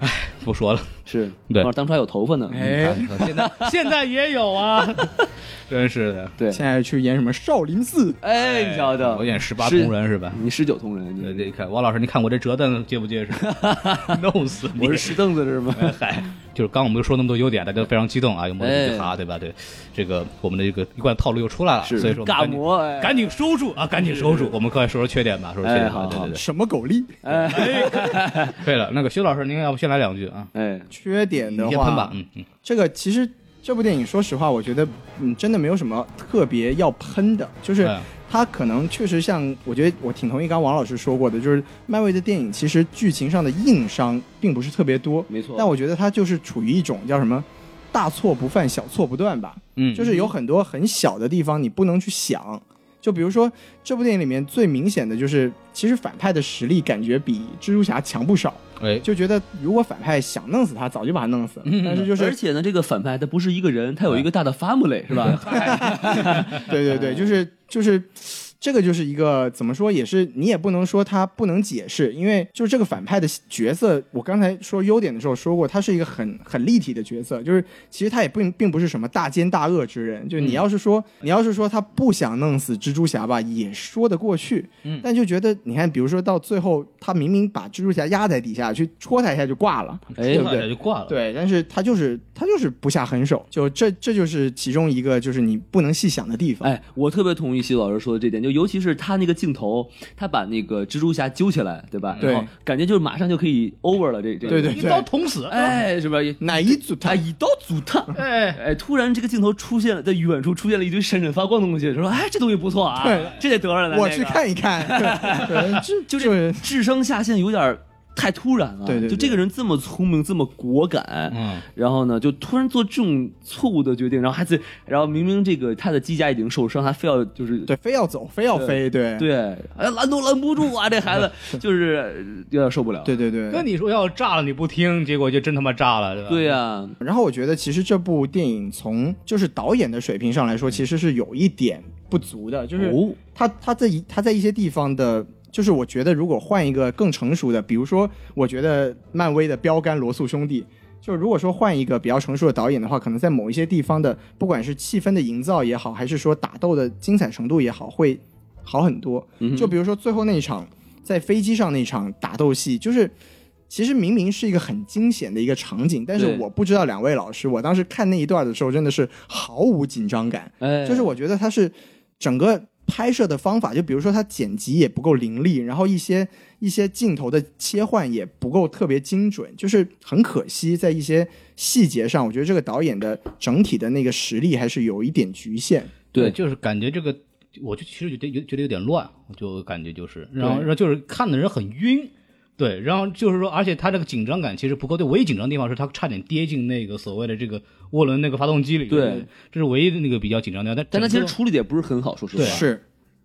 [SPEAKER 4] 不说了，
[SPEAKER 5] 是，
[SPEAKER 4] 对
[SPEAKER 5] 当时还有头发呢，嗯
[SPEAKER 2] 哎，
[SPEAKER 4] 现在现在也有啊， 真是的，
[SPEAKER 5] 对，
[SPEAKER 2] 现在去演什么少林寺？
[SPEAKER 5] 哎，你瞧瞧，
[SPEAKER 4] 我演十八
[SPEAKER 5] 是
[SPEAKER 4] 铜，人是吧？
[SPEAKER 5] 你十九铜人，
[SPEAKER 4] 对，
[SPEAKER 5] 你
[SPEAKER 4] 你看王老师，你看我这折腾结不结实？ 弄死你！
[SPEAKER 5] 我是石凳子是吗？
[SPEAKER 4] 嗨，就是刚刚我们说那么多优点，大家都非常激动啊，有魔力
[SPEAKER 5] 哎
[SPEAKER 4] 就哈，对吧？对，这个我们的这个一贯套路又出来了，
[SPEAKER 5] 是
[SPEAKER 4] 所以说我们
[SPEAKER 5] 尬
[SPEAKER 4] 赶紧
[SPEAKER 5] 魔，哎
[SPEAKER 4] 赶紧收住啊，赶紧收住。我们快说说缺点吧，说说缺点
[SPEAKER 5] 哎好
[SPEAKER 4] 吧。对
[SPEAKER 5] 好
[SPEAKER 4] 对对。
[SPEAKER 2] 什么狗力？
[SPEAKER 5] 哎
[SPEAKER 4] 对了，那个修老师，您要不先来两句啊？
[SPEAKER 5] 哎，
[SPEAKER 2] 缺点的
[SPEAKER 4] 你先喷吧
[SPEAKER 2] 话，，
[SPEAKER 4] 嗯嗯，
[SPEAKER 2] 这个其实这部电影，说实话，我觉得嗯，真的没有什么特别要喷的，就是
[SPEAKER 4] 哎
[SPEAKER 2] 它可能确实像，我觉得我挺同意刚刚王老师说过的，就是漫威的电影其实剧情上的硬伤并不是特别多，
[SPEAKER 5] 没错
[SPEAKER 2] 但我觉得它就是处于一种叫什么大错不犯，小错不断吧，
[SPEAKER 4] 嗯，
[SPEAKER 2] 就是有很多很小的地方你不能去想。就比如说这部电影里面最明显的就是，其实反派的实力感觉比蜘蛛侠强不少，
[SPEAKER 4] 哎，
[SPEAKER 2] 就觉得如果反派想弄死他，早就把他弄死了。但是就
[SPEAKER 5] 嗯而
[SPEAKER 2] 是
[SPEAKER 5] 且呢，这个反派他不是一个人，他有一个大的 family 是吧？
[SPEAKER 2] 哎对对对，就是就是。这个就是一个怎么说，也是你也不能说他不能解释，因为就是这个反派的角色，我刚才说优点的时候说过，他是一个很很立体的角色，就是其实他也并并不是什么大奸大恶之人，就你要是说、你要是说他不想弄死蜘蛛侠吧，也说得过去，嗯，但就觉得你看，比如说到最后，他明明把蜘蛛侠压在底下去戳他一下就挂了，
[SPEAKER 5] 哎
[SPEAKER 2] 对不
[SPEAKER 4] 挂
[SPEAKER 2] 对
[SPEAKER 4] 了就挂了，
[SPEAKER 2] 对，但是他就是他就是不下狠手，就这这就是其中一个就是你不能细想的地方。
[SPEAKER 5] 哎，我特别同意西老师说的这点，就尤其是他那个镜头，他把那个蜘蛛侠揪起来，对吧？
[SPEAKER 2] 对
[SPEAKER 5] 然后感觉就是马上就可以 over 了，这这
[SPEAKER 2] 对对
[SPEAKER 4] 一刀捅死，
[SPEAKER 5] 哎，是吧？
[SPEAKER 2] 哪一组
[SPEAKER 5] 他
[SPEAKER 2] 他
[SPEAKER 5] 一刀阻他。
[SPEAKER 4] 哎，
[SPEAKER 5] 哎，突然这个镜头出现了，在远处出现了一堆闪闪发光的东西，说：“哎，这东西不错啊
[SPEAKER 2] 对，
[SPEAKER 5] 这得得着了。”
[SPEAKER 2] 我去看一看， 对这就
[SPEAKER 5] 就
[SPEAKER 2] 是
[SPEAKER 5] 这智商下限有点儿太突然了。
[SPEAKER 2] 对对对
[SPEAKER 5] 就这个人这么聪明，这么果敢，
[SPEAKER 4] 嗯，
[SPEAKER 5] 然后呢，就突然做这种错误的决定，然后还自，然后明明这个他的机甲已经受伤，还非要就是
[SPEAKER 2] 对，非要走，非要飞，对
[SPEAKER 5] 对，哎，拦都拦不住啊，这 孩子就是有点受不了。
[SPEAKER 2] 对对对
[SPEAKER 4] 跟你说要炸了你不听，结果就真他妈炸了，对吧？
[SPEAKER 5] 对呀、
[SPEAKER 2] 然后我觉得，其实这部电影从就是导演的水平上来说，其实是有一点不足的，就是
[SPEAKER 5] 哦
[SPEAKER 2] 他他在一他在一些地方的，就是我觉得如果换一个更成熟的，比如说，我觉得漫威的标杆罗素兄弟。就如果说换一个比较成熟的导演的话，可能在某一些地方的，不管是气氛的营造也好，还是说打斗的精彩程度也好，会好很多。
[SPEAKER 5] 嗯
[SPEAKER 2] 就比如说最后那一场在飞机上那一场打斗戏，就是其实明明是一个很惊险的一个场景，但是
[SPEAKER 5] 对
[SPEAKER 2] 我不知道两位老师，我当时看那一段的时候真的是毫无紧张感，
[SPEAKER 5] 哎，
[SPEAKER 2] 就是我觉得它是整个拍摄的方法，就比如说它剪辑也不够凌厉，然后一些一些镜头的切换也不够特别精准，就是很可惜，在一些细节上，我觉得这个导演的整体的那个实力还是有一点局限。
[SPEAKER 5] 对
[SPEAKER 4] 就是感觉这个，我就其实觉得有觉得有点乱，我就感觉就是，然后
[SPEAKER 2] 对
[SPEAKER 4] 然后就是看的人很晕。对，然后就是说，而且他这个紧张感其实不够。对，唯一紧张的地方是他差点跌进那个所谓的这个涡轮那个发动机里面。
[SPEAKER 5] 对，
[SPEAKER 4] 这是唯一的那个比较紧张的地方。
[SPEAKER 5] 但
[SPEAKER 4] 但
[SPEAKER 5] 他其实
[SPEAKER 4] 整
[SPEAKER 5] 处理的也不是很好，说实话。
[SPEAKER 4] 对啊
[SPEAKER 2] 是，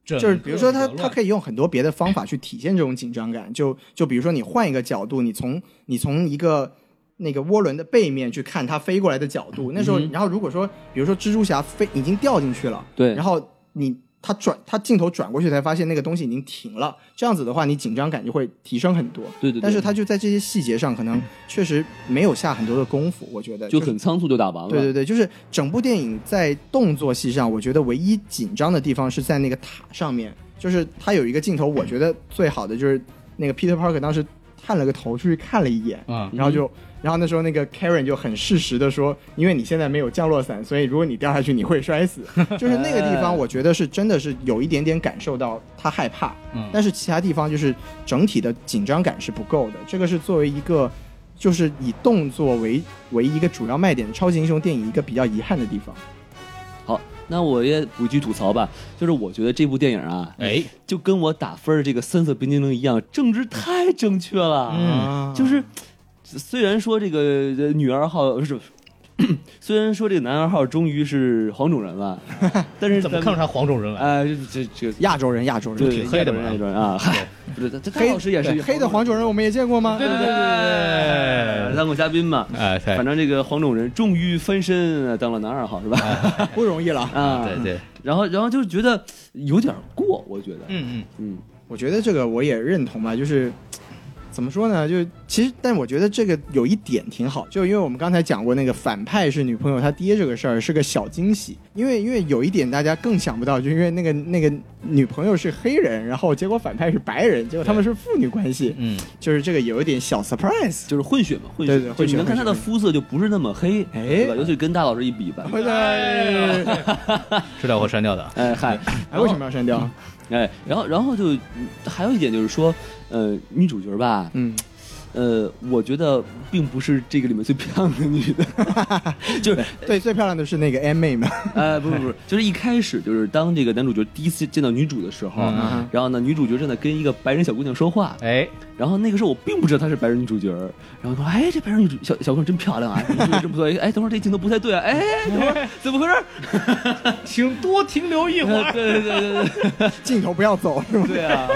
[SPEAKER 4] 个
[SPEAKER 2] 就是比如说他
[SPEAKER 4] 整个比较
[SPEAKER 2] 他
[SPEAKER 4] 乱
[SPEAKER 2] 可以用很多别的方法去体现这种紧张感，就就比如说你换一个角度，你从你从一个那个涡轮的背面去看它飞过来的角度，那时候、
[SPEAKER 5] 嗯
[SPEAKER 2] 然后如果说比如说蜘蛛侠飞已经掉进去了，
[SPEAKER 5] 对
[SPEAKER 2] 然后你他转他镜头转过去才发现那个东西已经停了，这样子的话你紧张感就会提升很多。
[SPEAKER 5] 对对对
[SPEAKER 2] 但是他就在这些细节上可能确实没有下很多的功夫，我觉得
[SPEAKER 5] 就是很仓促就打完了。
[SPEAKER 2] 对对对，就是整部电影在动作戏上，我觉得唯一紧张的地方是在那个塔上面，就是它有一个镜头，我觉得最好的就是那个 Peter Parker 当时探了个头出去看了一眼，
[SPEAKER 5] 嗯
[SPEAKER 4] 啊，
[SPEAKER 2] 然后就，然后那时候那个 Karen 就很适时的说，因为你现在没有降落伞，所以如果你掉下去你会摔死。 就是那个地方，我觉得是真的是有一点点感受到他害怕，
[SPEAKER 4] 嗯
[SPEAKER 2] 但是其他地方就是整体的紧张感是不够的。这个是作为一个。就是以动作为为一个主要卖点的超级英雄电影一个比较遗憾的地方，
[SPEAKER 5] 好，那我也补一句吐槽吧，就是我觉得这部电影啊，
[SPEAKER 4] 哎，
[SPEAKER 5] 就跟我打分儿这个三色冰激凌一样，政治太正确了。
[SPEAKER 2] 嗯
[SPEAKER 5] 就是虽然说这个呃女二号不是，虽然说这个男二号终于是黄种 人了，但是
[SPEAKER 4] 嗯怎么看出他黄种人来？
[SPEAKER 5] 啊、这这这
[SPEAKER 2] 亚洲人，亚洲人，
[SPEAKER 5] 对
[SPEAKER 4] 挺黑的嘛
[SPEAKER 5] 那种啊，嗨，不是这他
[SPEAKER 2] 黑
[SPEAKER 5] 老师也是
[SPEAKER 2] 对黑的黄种人，我们也见过吗？
[SPEAKER 5] 对对对呃对，当过嘉宾嘛。
[SPEAKER 4] 哎，对
[SPEAKER 5] 反正这个黄种人终于翻身呃当了男二号是吧？
[SPEAKER 2] 不容易了。
[SPEAKER 5] 啊，
[SPEAKER 4] 哎对。对，
[SPEAKER 5] 然后，然后就是觉得有点过，我觉得，
[SPEAKER 4] 嗯嗯，
[SPEAKER 5] 嗯，
[SPEAKER 2] 我觉得这个我也认同吧，就是怎么说呢？就其实，但我觉得这个有一点挺好，就因为我们刚才讲过那个反派是女朋友他爹这个事儿是个小惊喜，因为因为有一点大家更想不到，就因为那个那个女朋友是黑人，然后结果反派是白人，结果他们是父女关系，
[SPEAKER 4] 嗯，
[SPEAKER 2] 就是这个有一点小 surprise。
[SPEAKER 5] 就是混血嘛，混血，
[SPEAKER 2] 对对
[SPEAKER 5] 就
[SPEAKER 2] 混血
[SPEAKER 5] 你能看
[SPEAKER 2] 混
[SPEAKER 5] 他
[SPEAKER 2] 血
[SPEAKER 5] 的肤色就不是那么黑，
[SPEAKER 2] 哎
[SPEAKER 5] 对吧？尤其跟大老师一比吧，
[SPEAKER 2] 哎，
[SPEAKER 4] 这条我会删掉的。
[SPEAKER 5] 哎嗨，
[SPEAKER 2] 为什么要删掉？
[SPEAKER 5] 哎，然后然后就嗯还有一点就是说，呃，女主角吧，
[SPEAKER 2] 嗯，
[SPEAKER 5] 呃，我觉得并不是这个里面最漂亮的女的， 就是
[SPEAKER 2] 对，最漂亮的是那个 M 妹嘛，
[SPEAKER 5] 呃，不不不，就是一开始就是当这个男主角第一次见到女主的时候，
[SPEAKER 4] 嗯
[SPEAKER 5] 然后呢，女主角正在跟一个白人小姑娘说话，
[SPEAKER 4] 哎，
[SPEAKER 5] 然后那个时候我并不知道她是白人女主角，然后说，哎，这白人女主小小姑娘真漂亮啊，女主角真不错，哎，等会儿这镜头不太对啊，哎， 等会儿怎么回事？
[SPEAKER 4] 请多停留一会儿。
[SPEAKER 5] 对对对对对
[SPEAKER 2] 镜头不要走，是吗？
[SPEAKER 5] 对啊，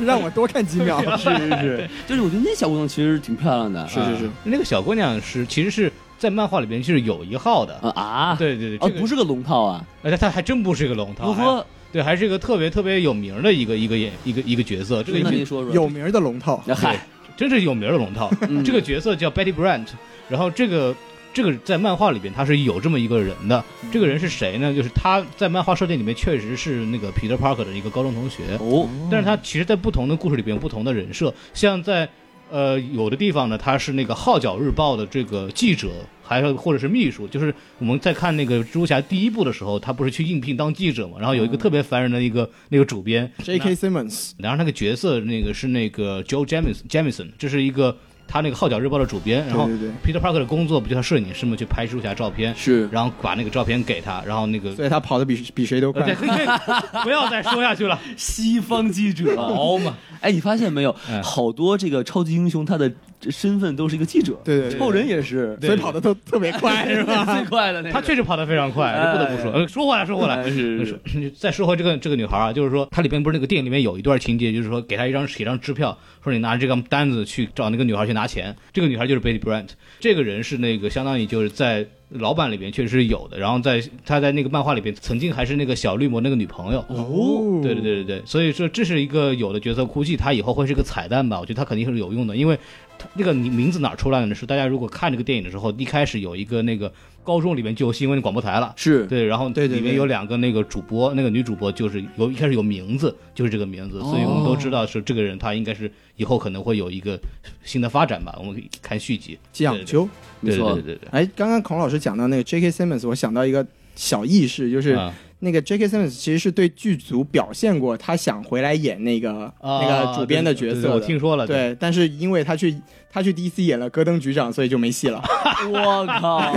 [SPEAKER 2] 让我多看几秒。是是是，
[SPEAKER 5] 就是我觉得那小姑娘其实挺漂亮的，
[SPEAKER 2] 是是是
[SPEAKER 4] 啊那个小姑娘是其实是在漫画里边是有一号的，
[SPEAKER 5] 啊啊，
[SPEAKER 4] 对对
[SPEAKER 5] 啊
[SPEAKER 4] 对，这，个哦哎
[SPEAKER 5] 不是个龙套啊，
[SPEAKER 4] 而且她还真不是一个龙套，
[SPEAKER 5] 如
[SPEAKER 4] 还
[SPEAKER 5] 何？
[SPEAKER 4] 对，还是一个特别特别有名的一个一个演一个一个角色，这个
[SPEAKER 5] 那
[SPEAKER 4] 角
[SPEAKER 5] 您说说
[SPEAKER 2] 有名儿的龙套，
[SPEAKER 5] 那嗨，
[SPEAKER 4] 真是有名的 龙套。
[SPEAKER 5] 嗯
[SPEAKER 4] 这个角色叫 Betty Brant，然后这个这个在漫画里边他是有这么一个人的，
[SPEAKER 5] 嗯
[SPEAKER 4] 这个人是谁呢？就是他在漫画设定里面确实是那个 Peter Parker 的一个高中同学，
[SPEAKER 5] 哦，
[SPEAKER 4] 但是他其实，在不同的故事里边有不同的人设，像在呃有的地方呢，他是那个《号角日报》的这个记者，还有或者是秘书。就是我们在看那个蜘蛛侠第一部的时候，他不是去应聘当记者嘛，然后有
[SPEAKER 2] 嗯
[SPEAKER 4] 一个特别烦人的一个那个主编
[SPEAKER 2] J.K. Simmons，
[SPEAKER 4] 然后那个角色那个是那个 Joe Jamison Jamison，这是一个他那个《号角日报》的主编，然后
[SPEAKER 2] 对对
[SPEAKER 4] Peter Parker 的工作不就是摄影师嘛，去拍蜘蛛侠照片，
[SPEAKER 5] 是
[SPEAKER 4] 然后把那个照片给他，然后那个。
[SPEAKER 2] 所以他跑的比比谁都
[SPEAKER 4] 呃
[SPEAKER 2] 快。
[SPEAKER 4] 对，可以可以不要再说下去了。
[SPEAKER 5] 西方记者，
[SPEAKER 4] 好嘛，
[SPEAKER 5] 哎，你发现没有
[SPEAKER 4] 哎？
[SPEAKER 5] 好多这个超级英雄，他的身份都是一个记者，
[SPEAKER 2] 对对对
[SPEAKER 5] 超人也是
[SPEAKER 2] 所以跑的都特别快，是吧？
[SPEAKER 5] 最快的那个。
[SPEAKER 4] 他确实跑得非常快，
[SPEAKER 5] 哎
[SPEAKER 4] 不得不说。呃，说回来，说回来，
[SPEAKER 5] 哎是是
[SPEAKER 4] 是再说回这个这个女孩啊，就是说，它里边不是那个电影里面有一段情节，就是说给她一张写一张支票，说你拿着这张单子去找那个女孩去拿钱。这个女孩就是 Betty Brant，这个人是那个相当于就是在老版里边确实是有的，然后在她在那个漫画里边曾经还是那个小绿魔那个女朋友。
[SPEAKER 2] 哦
[SPEAKER 4] 对对对对对，所以说这是一个有的角色，估计他以后会是个彩蛋吧。我觉得他肯定是有用的，因为他那个名名字哪儿出来的呢？是大家如果看这个电影的时候，一开始有一个那个高中里面就有新闻广播台了。
[SPEAKER 5] 是
[SPEAKER 4] 对，然后
[SPEAKER 2] 对对
[SPEAKER 4] 里面
[SPEAKER 2] 对
[SPEAKER 4] 有两个那个主播，那个女主播就是有一开始有名字，就是这个名字，所以我们
[SPEAKER 2] 哦
[SPEAKER 4] 都知道是这个人，他应该是以后可能会有一个新的发展吧。我们可以看续集，
[SPEAKER 2] 讲究。
[SPEAKER 4] 对
[SPEAKER 5] 没错
[SPEAKER 4] 对对对对
[SPEAKER 2] 哎，刚刚孔老师讲到那个 J.K. Simmons，我想到一个小意识，就
[SPEAKER 4] 对，
[SPEAKER 2] 是
[SPEAKER 4] 啊
[SPEAKER 2] 那个 J.K. Simmons 其实是对剧组表现过他想回来演那个
[SPEAKER 4] 啊
[SPEAKER 2] 那个主编的角
[SPEAKER 4] 对
[SPEAKER 2] 色
[SPEAKER 4] 对
[SPEAKER 2] 的。
[SPEAKER 4] 我听说了，
[SPEAKER 2] 对，但是因为他去他去 DC 演了戈登局长，所以就没 戏了。
[SPEAKER 5] 我靠！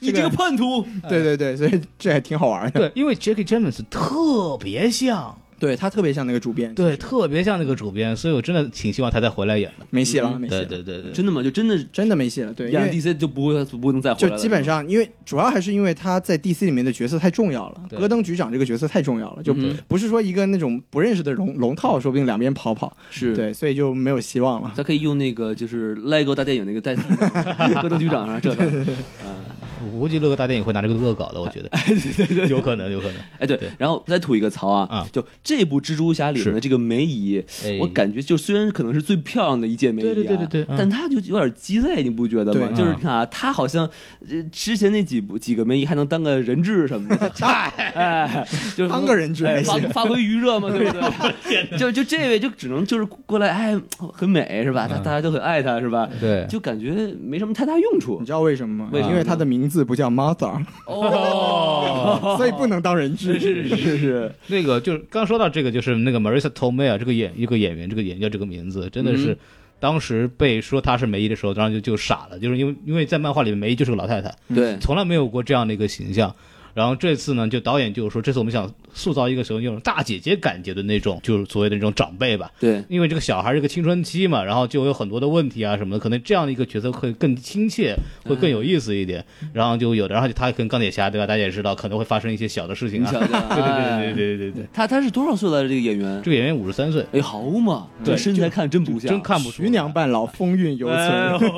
[SPEAKER 5] 你这个叛徒，
[SPEAKER 2] 对对对，所以这还挺好玩的。
[SPEAKER 4] 对，因为 Jackie James 特别像。
[SPEAKER 2] 对他特别像那个主编，
[SPEAKER 4] 对，特别像那个主编，所以我真的挺希望他再回来演的。
[SPEAKER 2] 没戏了，没戏了，
[SPEAKER 4] 嗯对对，
[SPEAKER 5] 真的吗？就真的
[SPEAKER 2] 真的没戏了。对，因
[SPEAKER 5] 演了
[SPEAKER 2] 为
[SPEAKER 5] DC 就不会不能再回
[SPEAKER 2] 就
[SPEAKER 5] 来了。
[SPEAKER 2] 基本上，因为主要还是因为他在 DC 里面的角色太重要了，
[SPEAKER 4] 对
[SPEAKER 2] 戈登局长这个角色太重要了，就
[SPEAKER 5] 嗯
[SPEAKER 2] 不是说一个那种不认识的龙龙套，说不定两边跑跑，
[SPEAKER 5] 是，
[SPEAKER 2] 对，所以就没有希望了。
[SPEAKER 5] 他可以用那个就是《LEGO 大电影》那个代替戈登局长啊，这个。
[SPEAKER 4] 我估计乐个大电影会拿这个恶搞的，我觉 得有可能，有可能。
[SPEAKER 5] 哎，对
[SPEAKER 4] 对，
[SPEAKER 5] 然后再吐一个槽啊
[SPEAKER 4] 啊，
[SPEAKER 5] 就这部蜘蛛侠里面的
[SPEAKER 4] 是
[SPEAKER 5] 这个梅姨，
[SPEAKER 4] 哎
[SPEAKER 5] 我感觉就虽然可能是最漂亮的一届梅姨啊，
[SPEAKER 4] 对对对对对嗯
[SPEAKER 5] 但她就有点鸡肋，你不觉得吗？
[SPEAKER 2] 对
[SPEAKER 5] 就是你看啊，她好像呃之前那几部几个梅姨还能当个人质什么 的，哎，就是
[SPEAKER 2] 当个人质
[SPEAKER 5] 哎
[SPEAKER 2] 还
[SPEAKER 5] 发
[SPEAKER 2] 行
[SPEAKER 5] 发挥余热嘛，对 不对？就就这位就只能就是过来，哎，很美是吧？大大家都很爱她是吧？
[SPEAKER 4] 嗯 哎对
[SPEAKER 5] 就感觉没什么太大用处
[SPEAKER 2] 你知道为什么吗？
[SPEAKER 5] 为什么
[SPEAKER 2] 因为他的名字不叫 Mother，
[SPEAKER 5] 哦，
[SPEAKER 2] 所以不能当人质。
[SPEAKER 5] 是是是，
[SPEAKER 4] 那个就是刚说到这个，就是那个 Marissa Tomei 啊，这个演一个演员，这个演叫这个名字，真的
[SPEAKER 5] 嗯
[SPEAKER 4] 是当时被说她是梅姨的时候，当时就就傻了，就是因为因为在漫画里面梅姨就是个老太太，
[SPEAKER 5] 对，
[SPEAKER 4] 从来没有过这样的一个形象。然后这次呢，就导演就说，这次我们想塑造一个什么那种大姐姐感觉的那种，就是所谓的那种长辈吧。
[SPEAKER 5] 对，
[SPEAKER 4] 因为这个小孩是个青春期嘛，然后就有很多的问题啊什么的，可能这样的一个角色会更亲切，会更有意思一点。然后就有的，然后他跟钢铁侠对吧？大家也知道可能会发生一些小的事情
[SPEAKER 5] 你
[SPEAKER 4] 啊。
[SPEAKER 5] 瞧
[SPEAKER 4] 对
[SPEAKER 5] 瞧，
[SPEAKER 4] 对对对
[SPEAKER 5] 哎
[SPEAKER 4] 对对对，
[SPEAKER 5] 他他是多少岁了？这个演员？
[SPEAKER 4] 这个演员五十三岁，
[SPEAKER 5] 哎，好嘛，
[SPEAKER 4] 对
[SPEAKER 5] 这身材看真不像，
[SPEAKER 4] 真看不出来
[SPEAKER 2] 徐娘半老，风韵犹
[SPEAKER 5] 哎
[SPEAKER 2] 存。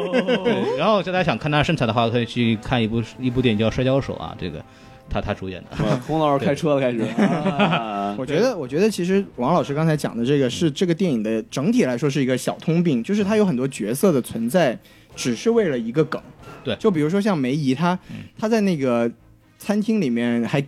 [SPEAKER 4] 对。然后大家想看他身材的话，可以去看一部一部电影叫《摔跤手》啊，这个他他主演的。
[SPEAKER 5] 哇孔老师开车了， 开始。啊
[SPEAKER 2] 我觉得，我觉得其实王老师刚才讲的这个是这个电影的整体来说是一个小通病，就是它有很多角色的存在只是为了一个梗。
[SPEAKER 4] 对
[SPEAKER 2] 就比如说像梅姨，她她在那个餐厅里面还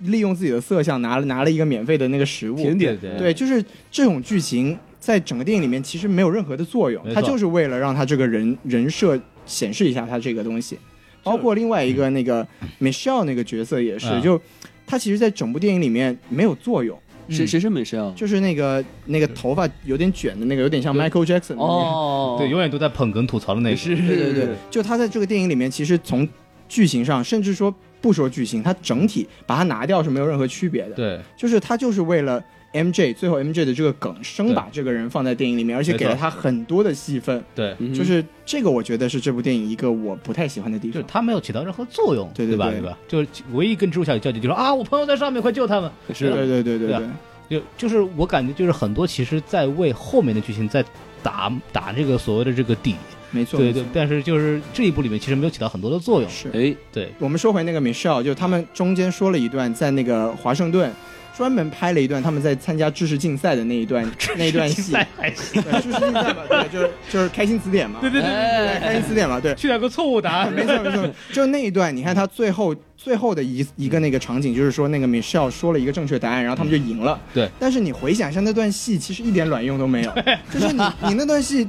[SPEAKER 2] 利用自己的色相拿了拿了一个免费的那个食物，
[SPEAKER 5] 甜点
[SPEAKER 4] 对
[SPEAKER 2] 对，就是这种剧情在整个电影里面其实没有任何的作用
[SPEAKER 4] 没，
[SPEAKER 2] 它
[SPEAKER 4] 错
[SPEAKER 2] 就是为了让他这个人人设显示一下他这个东西。包括另外一个那个 Michelle 那个角色也是，
[SPEAKER 4] 嗯
[SPEAKER 2] 就他其实，在整部电影里面没有作用，
[SPEAKER 5] 谁谁是美谁啊？
[SPEAKER 2] 就是那个那个头发有点卷的那个，有点像 Michael Jackson 的那个
[SPEAKER 5] 哦，
[SPEAKER 4] 对，永远都在捧哏吐槽的那个。
[SPEAKER 5] 是，
[SPEAKER 2] 对对对，就他在这个电影里面，其实从剧情上，甚至说不说剧情，他整体把它拿掉是没有任何区别的。，
[SPEAKER 4] 对，
[SPEAKER 2] 就是他就是为了 MJ 最后 MJ 的这个梗，生把这个人放在电影里面，而且给了
[SPEAKER 4] 没错
[SPEAKER 2] 他很多的戏份。
[SPEAKER 4] 对，
[SPEAKER 5] 嗯
[SPEAKER 2] 就是这个，我觉得是这部电影一个我不太喜欢的地
[SPEAKER 4] 就是
[SPEAKER 2] 方。
[SPEAKER 4] 它没有起到任何作用，
[SPEAKER 2] 对对
[SPEAKER 4] 对吧？
[SPEAKER 2] 对
[SPEAKER 4] 对吧？就是唯一跟蜘蛛侠有交集，就说啊，我朋友在上面，快救他们。
[SPEAKER 5] 是
[SPEAKER 2] 对对对对
[SPEAKER 4] 对
[SPEAKER 2] 对
[SPEAKER 4] 啊就就是我感觉就是很多其实在为后面的剧情在打打这个所谓的这个底，
[SPEAKER 2] 没错，
[SPEAKER 4] 对
[SPEAKER 2] 没错
[SPEAKER 4] 对。但是就是这一部里面其实没有起到很多的作用，
[SPEAKER 2] 是。
[SPEAKER 5] 哎，
[SPEAKER 4] 对
[SPEAKER 2] 我们说回那个 Michelle，就他们中间说了一段，在那个华盛顿专门拍了一段他们在参加知识竞赛的那一 段那一段
[SPEAKER 4] 竞
[SPEAKER 2] 戏，
[SPEAKER 4] 赛还行，
[SPEAKER 2] 对，知识竞赛嘛，对，就是就是开心词典嘛，
[SPEAKER 4] 对对对，
[SPEAKER 2] 对，
[SPEAKER 5] 哎，
[SPEAKER 2] 开心词典嘛，对，
[SPEAKER 4] 去两个错误答案，
[SPEAKER 2] 没错没错，就那一段，你看他最后最后的一一个那个场景，就是说那个 Michelle 说了一个正确答案，然后他们就赢了。
[SPEAKER 4] 对，
[SPEAKER 2] 但是你回想一下那段戏，其实一点卵用都 没有，就是你你那段戏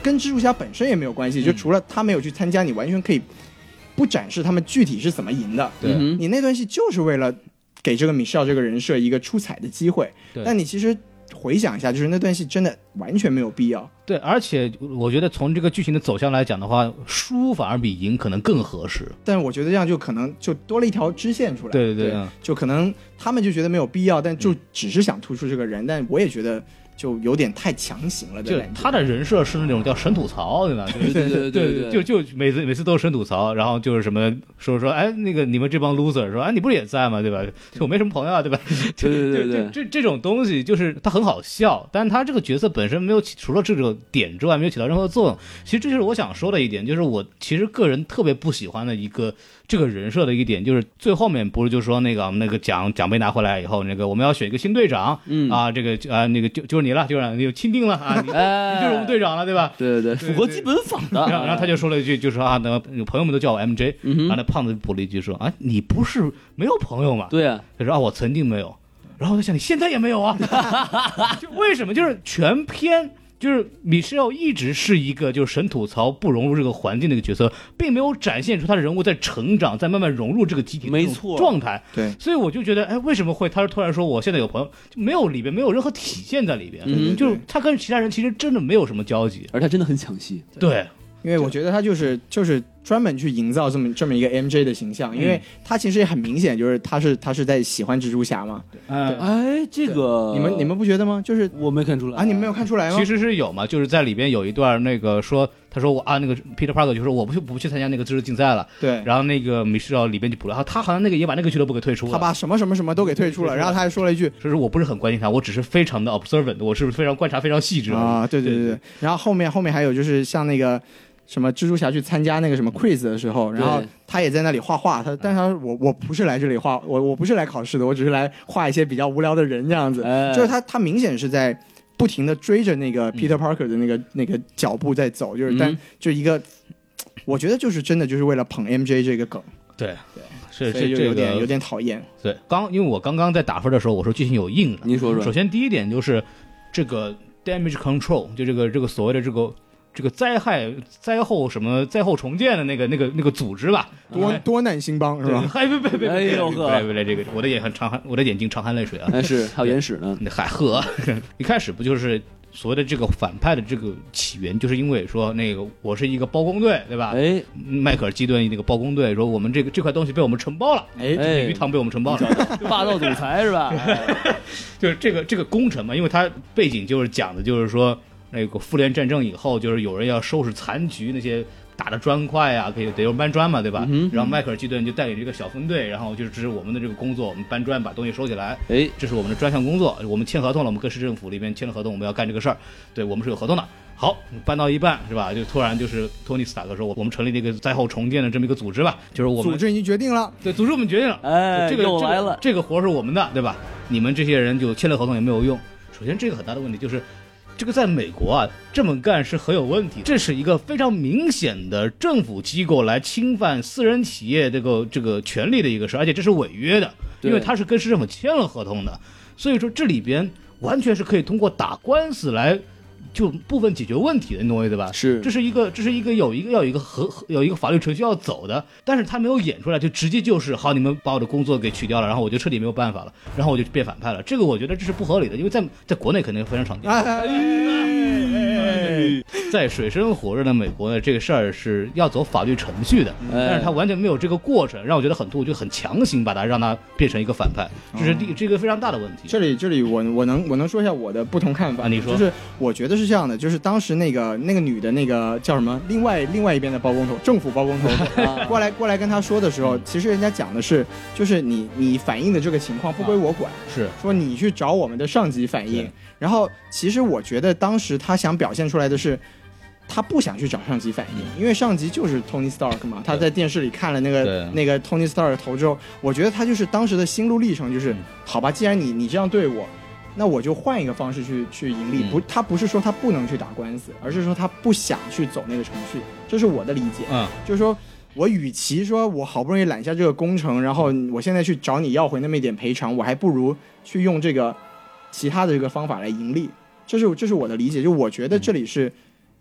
[SPEAKER 2] 跟蜘蛛侠本身也没有关系，就除了他没有去参加，你完全可以不展示他们具体是怎么赢的。
[SPEAKER 4] 对
[SPEAKER 5] 嗯哼
[SPEAKER 2] 你那段戏就是为了给这个 Michelle 这个人设一个出彩的机会，
[SPEAKER 4] 对
[SPEAKER 2] 但你其实回想一下，就是那段戏真的完全没有必要。
[SPEAKER 4] 对，而且我觉得从这个剧情的走向来讲的话，输反而比赢可能更合适。
[SPEAKER 2] 但是我觉得这样就可能就多了一条支线出来。
[SPEAKER 4] 对对对
[SPEAKER 2] 对
[SPEAKER 4] 嗯，
[SPEAKER 2] 就可能他们就觉得没有必要，但就只是想突出这个人。但我也觉得就有点太强行了的
[SPEAKER 4] 就
[SPEAKER 2] 感觉。
[SPEAKER 4] 他的人设是那种叫神吐槽，对吧？就是
[SPEAKER 5] 对对对
[SPEAKER 4] 对，就就每次每次都是神吐槽，然后就是什么说说，哎，那个你们这帮 loser 说，哎，你不是也在吗？对吧？就我没什么朋友啊，对吧？就
[SPEAKER 5] 对对对
[SPEAKER 4] 就
[SPEAKER 5] 对
[SPEAKER 4] 就这这种东西就是它很好笑，但是他这个角色本身没有起，除了这个点之外，没有起到任何作用。其实这就是我想说的一点，就是我其实个人特别不喜欢的一个这个人设的一个点，就是最后面不是就说那个那个奖奖杯拿回来以后，那个我们要选一个新队长，
[SPEAKER 5] 嗯
[SPEAKER 4] 啊，这个啊那个就就是你了，就是你就钦定了啊，你
[SPEAKER 5] 哎，
[SPEAKER 4] 你就是我们队长了，对 吧？
[SPEAKER 5] 对对对，符合基本法的。
[SPEAKER 4] 然后，然后他就说了一句，就说啊，那朋友们都叫我 MJ、
[SPEAKER 5] 嗯哼
[SPEAKER 4] 然后那胖子补了一句说啊，你不是没有朋友吗？
[SPEAKER 5] 对啊，
[SPEAKER 4] 他说啊，我曾经没有。然后我在想，你现在也没有啊？ 就为什么？就是全篇就是米歇尔一直是一个就是神吐槽不融入这个环境的一个角色，并没有展现出他的人物在成长，在慢慢融入这个集体的
[SPEAKER 5] 没
[SPEAKER 4] 这种
[SPEAKER 5] 错
[SPEAKER 4] 状态。
[SPEAKER 2] 对，
[SPEAKER 4] 所以我就觉得，哎，为什么会他突然说我现在有朋友，就没有里边没有任何体现在里边，
[SPEAKER 5] 嗯
[SPEAKER 4] 就是他跟其他人其实真的没有什么交集。
[SPEAKER 5] 而他真的很抢戏。
[SPEAKER 4] 对，
[SPEAKER 2] 因为我觉得他就是就是专门去营造这么这么一个 MJ 的形象，因为他其实也很明显，就是他是他是在喜欢蜘蛛侠嘛。
[SPEAKER 4] 嗯，
[SPEAKER 5] 哎，这个
[SPEAKER 2] 你们你们不觉得吗？就是
[SPEAKER 5] 我没看出来
[SPEAKER 2] 啊，你们没有看出来吗？
[SPEAKER 4] 呃其实是有嘛，就是在里边有一段那个说，他说我啊那个 Peter Parker 就说我不去不去参加那个知识竞赛了，
[SPEAKER 2] 对，
[SPEAKER 4] 然后那个米歇尔里边就补了，然后他好像那个也把那个俱乐部给退出了。
[SPEAKER 2] 他把什么什么什么都给退出了，然后他还说了一句。
[SPEAKER 4] 就是我不是很关心他，我只是非常的 observant，我是非常观察非常细致而已
[SPEAKER 2] 啊，对对
[SPEAKER 4] 对
[SPEAKER 2] 对对，然后后面后面还有就是像那个什么蜘蛛侠去参加那个什么 quiz 的时候，然后
[SPEAKER 5] 对
[SPEAKER 2] 他也在那里画画，
[SPEAKER 4] 嗯
[SPEAKER 2] 他但是他说我我不是来这里画，我我不是来考试的，我只是来画一些比较无聊的人这样子，
[SPEAKER 5] 哎
[SPEAKER 2] 就是他他明显是在。不停的追着那
[SPEAKER 4] 嗯
[SPEAKER 2] 个 Peter Parker 的那个、那个脚步在走，就是但、
[SPEAKER 5] 嗯
[SPEAKER 2] 就一个，我觉得就是真的就是为了捧 MJ 这个梗，
[SPEAKER 4] 对对，是
[SPEAKER 2] 所以
[SPEAKER 4] 是
[SPEAKER 2] 就
[SPEAKER 4] 这
[SPEAKER 2] 有点、
[SPEAKER 4] 个哎
[SPEAKER 2] 有点讨厌。
[SPEAKER 4] 对。刚因为我刚刚在打分的时候，我说剧情有硬伤。
[SPEAKER 5] 您说说
[SPEAKER 4] 首先第一点就是这个 damage control，就这个这个所谓的这个这个灾害灾后什么灾后重建的那个那个那个组织吧，
[SPEAKER 2] 多多难兴邦是吧？
[SPEAKER 4] 哎，别别别，
[SPEAKER 5] 哎呦呵
[SPEAKER 4] 别别别，这个我的眼很长汗，我的眼睛常含泪水啊！
[SPEAKER 5] 哎，是还有眼屎呢。
[SPEAKER 4] 那海呵， 一开始不就是所谓的这个反派的这个起源，就是因为说那个我是一个包工队，对吧？
[SPEAKER 5] 哎，
[SPEAKER 4] 迈克尔基顿那个包工队说我们这个这块东西被我们承包了，
[SPEAKER 2] 哎
[SPEAKER 4] 这个鱼塘被我们承包了，
[SPEAKER 5] 霸道总裁是 吧？
[SPEAKER 4] 就是这个这个工程嘛，因为它背景就是讲的就是说那个复联战争以后，就是有人要收拾残局那些。打的砖块啊，可以得用搬砖嘛，对吧？
[SPEAKER 5] 嗯
[SPEAKER 4] 然后迈克尔基顿就带领这个小分队，然后就是这是我们的这个工作，我们搬砖把东西收起来，
[SPEAKER 5] 哎，
[SPEAKER 4] 这是我们的专项工作，我们签合同了，我们跟市政府里面签了合同，我们要干这个事儿，对我们是有合同的。好，搬到一半是吧？就突然就是托尼斯塔克说，我我们成立了一个灾后重建的这么一个组织吧，就是我
[SPEAKER 2] 组
[SPEAKER 4] 们
[SPEAKER 2] 织已经决定了，
[SPEAKER 4] 对组织我们决定了，
[SPEAKER 5] 哎
[SPEAKER 4] 这个
[SPEAKER 5] 又来了
[SPEAKER 4] 这个，这个活儿是我们的，对吧？你们这些人就签了合同也没有用。首先，这个很大的问题就是，这个在美国啊，这么干是很有问题的，这是一个非常明显的政府机构来侵犯私人企业这个这个权利的一个事儿，而且这是违约的，
[SPEAKER 5] 对
[SPEAKER 4] 因为他是跟市政府签了合同的，所以说这里边完全是可以通过打官司来就部分解决问题的东西，对吧？
[SPEAKER 5] 是
[SPEAKER 4] 这是一个，这是一个有一个要有一个合合有一个法律程序要走的，但是他没有演出来，就直接就是好，你们把我的工作给取掉了，然后我就彻底没有办法了，然后我就变反派了。这个我觉得这是不合理的，因为在在国内肯定非常常见。
[SPEAKER 2] 哎
[SPEAKER 4] 在水深火热的美国呢，这个事儿是要走法律程序的，
[SPEAKER 2] 哎
[SPEAKER 4] 但是他完全没有这个过程，让我觉得很突兀，就很强行把他让他变成一个反派，
[SPEAKER 2] 哦
[SPEAKER 4] 这是第这个非常大的问题。
[SPEAKER 2] 这里这里我我能我能说一下我的不同看法，
[SPEAKER 4] 嗯啊你说
[SPEAKER 2] 就是我觉得是这样的，就是当时那个那个女的那个叫什么，另外另外一边的包工头，政府包工 头
[SPEAKER 5] 啊
[SPEAKER 2] 过来过来跟他说的时候，
[SPEAKER 4] 嗯
[SPEAKER 2] 其实人家讲的是，就是你你反映的这个情况不归我管，
[SPEAKER 4] 啊是
[SPEAKER 2] 说你去找我们的上级反映
[SPEAKER 4] 对。
[SPEAKER 2] 然后其实我觉得当时他想表现出来的是。他不想去找上级反映，因为上级就是 Tony Stark 嘛。他在电视里看了那个
[SPEAKER 4] 对
[SPEAKER 2] 那个 Tony Stark 的头之后，我觉得他就是当时的心路历程，
[SPEAKER 4] 嗯
[SPEAKER 2] 就是、好吧，既然你你这样对我，那我就换一个方式去去盈利。
[SPEAKER 4] 嗯
[SPEAKER 2] 不，他不是说他不能去打官司，而是说他不想去走那个程序。这是我的理解。
[SPEAKER 4] 嗯，
[SPEAKER 2] 就是说我与其说我好不容易揽下这个工程，然后我现在去找你要回那么一点赔偿，我还不如去用这个其他的这个方法来盈利。这是这是我的理解，就我觉得这里是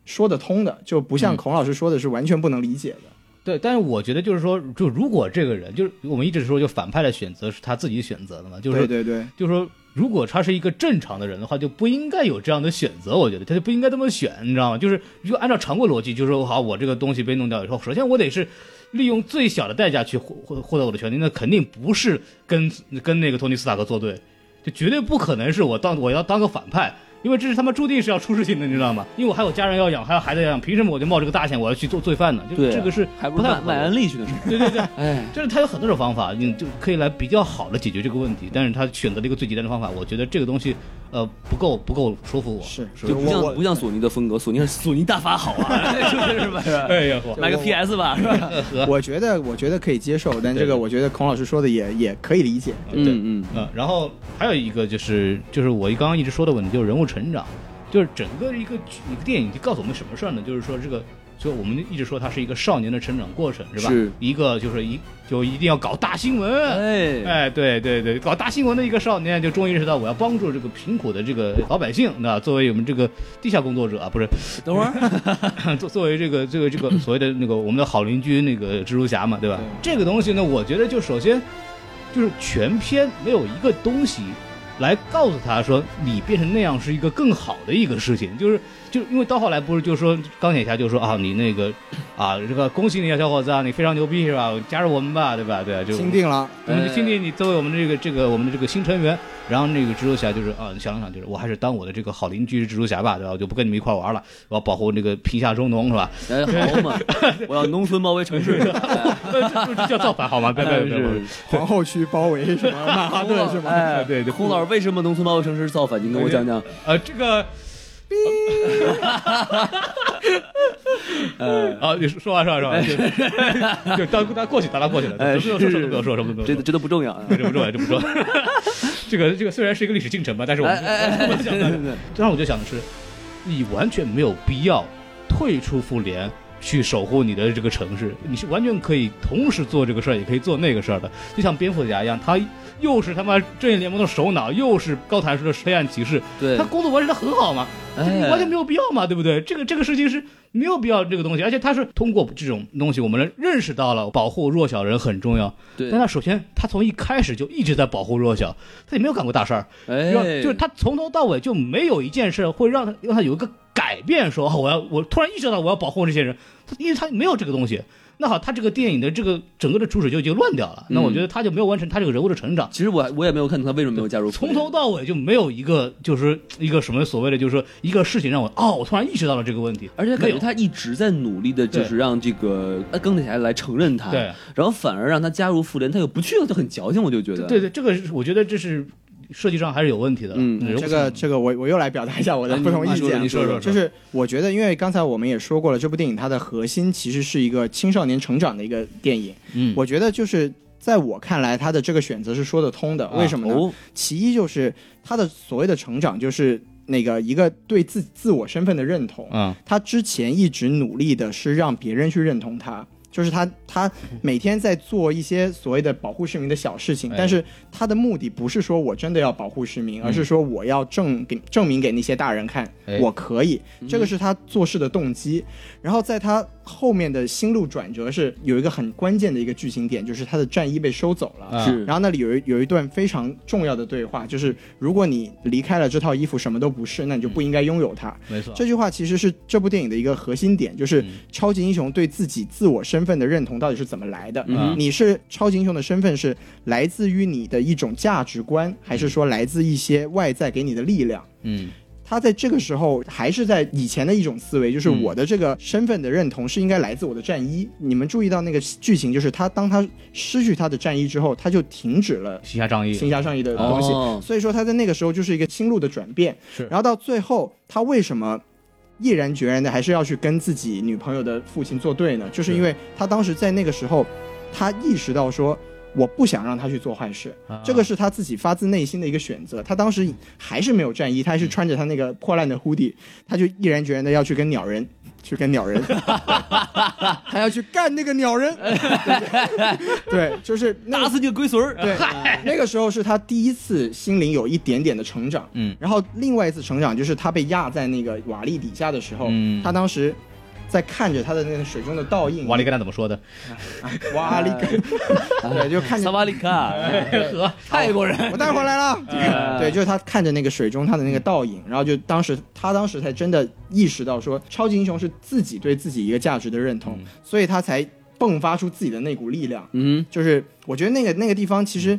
[SPEAKER 2] 说得通的，就不像孔老师说的是完全不能理解的。
[SPEAKER 4] 对，但是我觉得就是说，就如果这个人就是我们一直说，就反派的选择是他自己选择的嘛，就是
[SPEAKER 2] 对对对，
[SPEAKER 4] 就是说，如果他是一个正常的人的话，就不应该有这样的选择。我觉得他就不应该这么选，你知道吗？就是如果按照常规逻辑，就是说，好，我这个东西被弄掉以后，首先我得是利用最小的代价去获获获得我的权利，那肯定不是跟跟那个托尼斯塔克作对，就绝对不可能是我当我要当个反派。因为这是他妈注定是要出事情的，你知道吗？因为我还有家人要养，还有孩子要养，凭什么我就冒这个大险，我要去做罪犯呢？就
[SPEAKER 5] 对啊
[SPEAKER 4] 这个是
[SPEAKER 5] 还不
[SPEAKER 4] 不
[SPEAKER 5] 如
[SPEAKER 4] 太
[SPEAKER 5] 买
[SPEAKER 4] 合
[SPEAKER 5] 买
[SPEAKER 4] 理的
[SPEAKER 5] 安利去呢，是吧？
[SPEAKER 4] 对对对，
[SPEAKER 5] 哎，
[SPEAKER 4] 就是他有很多种方法，你就可以来比较好的解决这个问题，但是他选择了一个最极端的方法，我觉得这个东西，呃，不够不够说服我。
[SPEAKER 2] 是
[SPEAKER 4] 是
[SPEAKER 5] 就
[SPEAKER 4] 吧
[SPEAKER 5] 不像不像索尼的风格，索尼是索尼大法好啊， 是不是是 吧？是吧
[SPEAKER 4] 哎呀，我
[SPEAKER 5] 买个 PS 吧，是 吧？
[SPEAKER 2] 我觉得我觉得可以接受，但这
[SPEAKER 4] 对
[SPEAKER 2] 个我觉得孔老师说的也也可以理解。
[SPEAKER 5] 嗯嗯，
[SPEAKER 4] 嗯，然后还有一个就是就是我刚刚一直说的问题，就是人物成长，就是整个一个剧一个电影就告诉我们什么事儿呢？就是说这个，就我们一直说它是一个少年的成长过程，是吧？
[SPEAKER 5] 是
[SPEAKER 4] 一个就是一就一定要搞大新闻，
[SPEAKER 5] 哎，
[SPEAKER 4] 哎，对对对，搞大新闻的一个少年，就终于认识到我要帮助这个贫苦的这个老百姓。那作为我们这个地下工作者啊，不是，
[SPEAKER 5] 等会儿，
[SPEAKER 4] 作作为这个这个这个所谓的那个我们的好邻居那个蜘蛛侠嘛，对吧？这个东西呢，我觉得就首先就是全篇没有一个东西来告诉他说你变成那样是一个更好的一个事情，就是就因为到后来不是就说钢铁侠就说啊你那个啊这个恭喜你啊小伙子啊你非常牛逼是吧？加入我们吧对吧对啊就
[SPEAKER 2] 钦定了，
[SPEAKER 4] 我们就定定你作为我们这个这个我们的这个新成员，然后那个蜘蛛侠就是啊，你想了想就是我还是当我的这个好邻居蜘蛛侠吧，对吧？我就不跟你们一块玩了，我要保护这个贫下中农是吧？
[SPEAKER 5] 哎，好嘛，我要农村包围城市，
[SPEAKER 4] 呃这这叫造反好吗？别别别！别
[SPEAKER 2] 皇后区包围什 么曼哈顿是吗？
[SPEAKER 5] 哎，
[SPEAKER 4] 对对
[SPEAKER 5] 孔老师为什么农村包围城市是造反？您跟我讲讲。
[SPEAKER 4] 呃，这个。呃啊，你说话说话说话，就就当当过去，当当过去了，
[SPEAKER 5] 哎，
[SPEAKER 4] 什么
[SPEAKER 5] 是
[SPEAKER 4] 都什么都不要说，什么都不要
[SPEAKER 5] 这
[SPEAKER 4] 说，
[SPEAKER 5] 这都不重要啊。
[SPEAKER 4] 这不重要，这不重要。这个这个虽然是一个历史进程吧，但是我
[SPEAKER 5] 哎
[SPEAKER 4] 们
[SPEAKER 5] 哎 哎，
[SPEAKER 4] 我想到当时我就想的是，你完全没有必要退出妇联去守护你的这个城市，你是完全可以同时做这个事儿，也可以做那个事儿的。就像蝙蝠侠一样，他又是他妈正义联盟的首脑，又是高谭市的黑暗骑士，
[SPEAKER 5] 对
[SPEAKER 4] 他，工作完成的很好嘛，这
[SPEAKER 5] 哎
[SPEAKER 4] 完全没有必要嘛，对不对？这个这个事情是没有必要这个东西，而且他是通过这种东西，我们认识到了保护弱小人很重要。
[SPEAKER 5] 对
[SPEAKER 4] 但他首先他从一开始就一直在保护弱小，他也没有干过大事儿。让
[SPEAKER 5] 哎，
[SPEAKER 4] 就是他从头到尾就没有一件事会让他让他有一个改变，说哦，我要我突然意识到我要保护这些人，他因为他没有这个东西。那好，他这个电影的这个整个的主旨就已经乱掉了。那我觉得他就没有完成他这个人物的成长，
[SPEAKER 5] 其实我我也没有看懂他为什么没有加入妇
[SPEAKER 4] 从
[SPEAKER 5] 联。
[SPEAKER 4] 头到尾就没有一个就是一个什么所谓的就是说一个事情让我哦，我突然意识到了这个问题，
[SPEAKER 5] 而且感
[SPEAKER 4] 没
[SPEAKER 5] 觉
[SPEAKER 4] 有
[SPEAKER 5] 他一直在努力的，就
[SPEAKER 4] 对
[SPEAKER 5] 是让这个呃钢铁侠来承认他，
[SPEAKER 4] 对
[SPEAKER 5] 然后反而让他加入复联，他又不去了，就很矫情，我就觉得，
[SPEAKER 4] 对对，这个是我觉得这是设计上还是有问题的。
[SPEAKER 5] 嗯
[SPEAKER 4] 人物
[SPEAKER 2] 这个这个我我又来表达一下我的不同意见啊，
[SPEAKER 5] 你说说你说说
[SPEAKER 2] 就是我觉得，因为刚才我们也说过了，这部电影它的核心其实是一个青少年成长的一个电影。
[SPEAKER 4] 嗯
[SPEAKER 2] 我觉得就是在我看来，他的这个选择是说得通的。为什么呢？
[SPEAKER 5] 哦，
[SPEAKER 2] 其一就是他的所谓的成长，就是那个一个对自自我身份的认同。
[SPEAKER 4] 嗯
[SPEAKER 2] 他之前一直努力的是让别人去认同他，就是他他每天在做一些所谓的保护市民的小事
[SPEAKER 4] 哎
[SPEAKER 2] 情，但是他的目的不是说我真的要保护市民，而是说我要证给证明给那些大人看
[SPEAKER 4] 嗯哎
[SPEAKER 2] 我可以，这个是他做事的动机。然后在他后面的心路转折是有一个很关键的一个剧情点，就是他的战衣被收走了，
[SPEAKER 4] 啊
[SPEAKER 5] 是
[SPEAKER 2] 然后那里有一有一段非常重要的对话，就是如果你离开了这套衣服什么都不是，那你就不应该拥有它。
[SPEAKER 4] 没错，嗯
[SPEAKER 2] 这句话其实是这部电影的一个核心点，就是超级英雄对自己自我身份的认同到底是怎么来的。
[SPEAKER 4] 嗯
[SPEAKER 2] 你是超级英雄的身份是来自于你的一种价值观，还是说来自一些外在给你的力量？
[SPEAKER 4] 嗯
[SPEAKER 2] 他在这个时候还是在以前的一种思维，就是
[SPEAKER 4] 嗯
[SPEAKER 2] 我的这个身份的认同是应该来自我的战衣。你们注意到那个剧情，就是他当他失去他的战衣之后，他就停止了
[SPEAKER 4] 行侠仗义，
[SPEAKER 2] 行侠仗义的东西。
[SPEAKER 5] 哦
[SPEAKER 2] 所以说他在那个时候就是一个心路的转变。
[SPEAKER 4] 是
[SPEAKER 2] 然后到最后他为什么？毅然决然的还是要去跟自己女朋友的父亲作对呢，就是
[SPEAKER 4] 是
[SPEAKER 2] 因为他当时在那个时候，他意识到说我不想让他去做坏事，
[SPEAKER 4] 啊
[SPEAKER 2] 这个是他自己发自内心的一个选择。他当时还是没有战衣，他还是穿着他那个破烂的 hoodie，他就毅然决然的要去跟鸟人，去跟鸟 人，他要去干那个鸟人。对，就是那
[SPEAKER 5] 打
[SPEAKER 2] 个。
[SPEAKER 5] 死你个龟孙 儿！
[SPEAKER 2] 对，那个时候是他第一次心灵有一点点的成长，
[SPEAKER 4] 嗯
[SPEAKER 2] 然后另外一次成长就是他被压在那个瓦砾底下的时候，
[SPEAKER 4] 嗯
[SPEAKER 2] 他当时在看着他的那个水中的倒映，
[SPEAKER 4] 瓦力跟他怎么说的？
[SPEAKER 2] 瓦砾 干，对，就看着
[SPEAKER 5] 萨瓦利卡，
[SPEAKER 4] 和泰国人
[SPEAKER 2] 我带回来了。对，就是他看着那个水中他的那个倒影，然后就当时他当时才真的意识到说，超级英雄是自己对自己一个价值的认同，所以他才迸发出自己的那股力量。
[SPEAKER 5] 嗯，
[SPEAKER 2] 就是我觉得那个那个地方其实。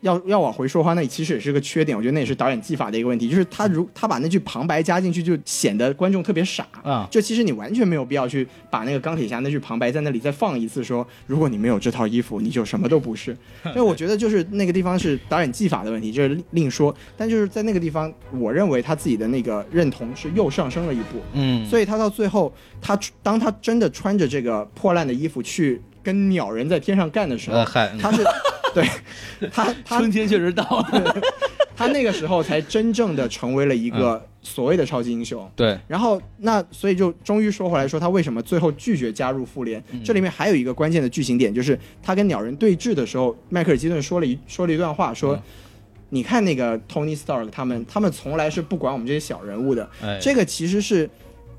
[SPEAKER 2] 要要往回说的话，那其实也是个缺点，我觉得那也是导演技法的一个问题，就是他如他把那句旁白加进去，就显得观众特别傻
[SPEAKER 4] 啊
[SPEAKER 2] 就其实你完全没有必要去把那个钢铁侠那句旁白在那里再放一次说，如果你没有这套衣服，你就什么都不是。 所以我觉得就是那个地方是导演技法的问题，这是另说。但就是在那个地方，我认为他自己的那个认同是又上升了一步。
[SPEAKER 4] 嗯，
[SPEAKER 2] 所以他到最后，他当他真的穿着这个破烂的衣服去跟鸟人在天上干的时候，
[SPEAKER 4] 呃嗨嗯
[SPEAKER 2] 他是对他他
[SPEAKER 5] 春天确实到了。
[SPEAKER 2] 他那个时候才真正的成为了一个所谓的超级英雄。
[SPEAKER 4] 嗯对，
[SPEAKER 2] 然后那所以就终于说回来说他为什么最后拒绝加入复联，
[SPEAKER 4] 嗯
[SPEAKER 2] 这里面还有一个关键的剧情点，就是他跟鸟人对峙的时候，迈克尔基顿说了一说了一段话，说。
[SPEAKER 4] 嗯
[SPEAKER 2] 你看那个 Tony Stark，他们他们从来是不管我们这些小人物的，
[SPEAKER 4] 哎，
[SPEAKER 2] 这个其实是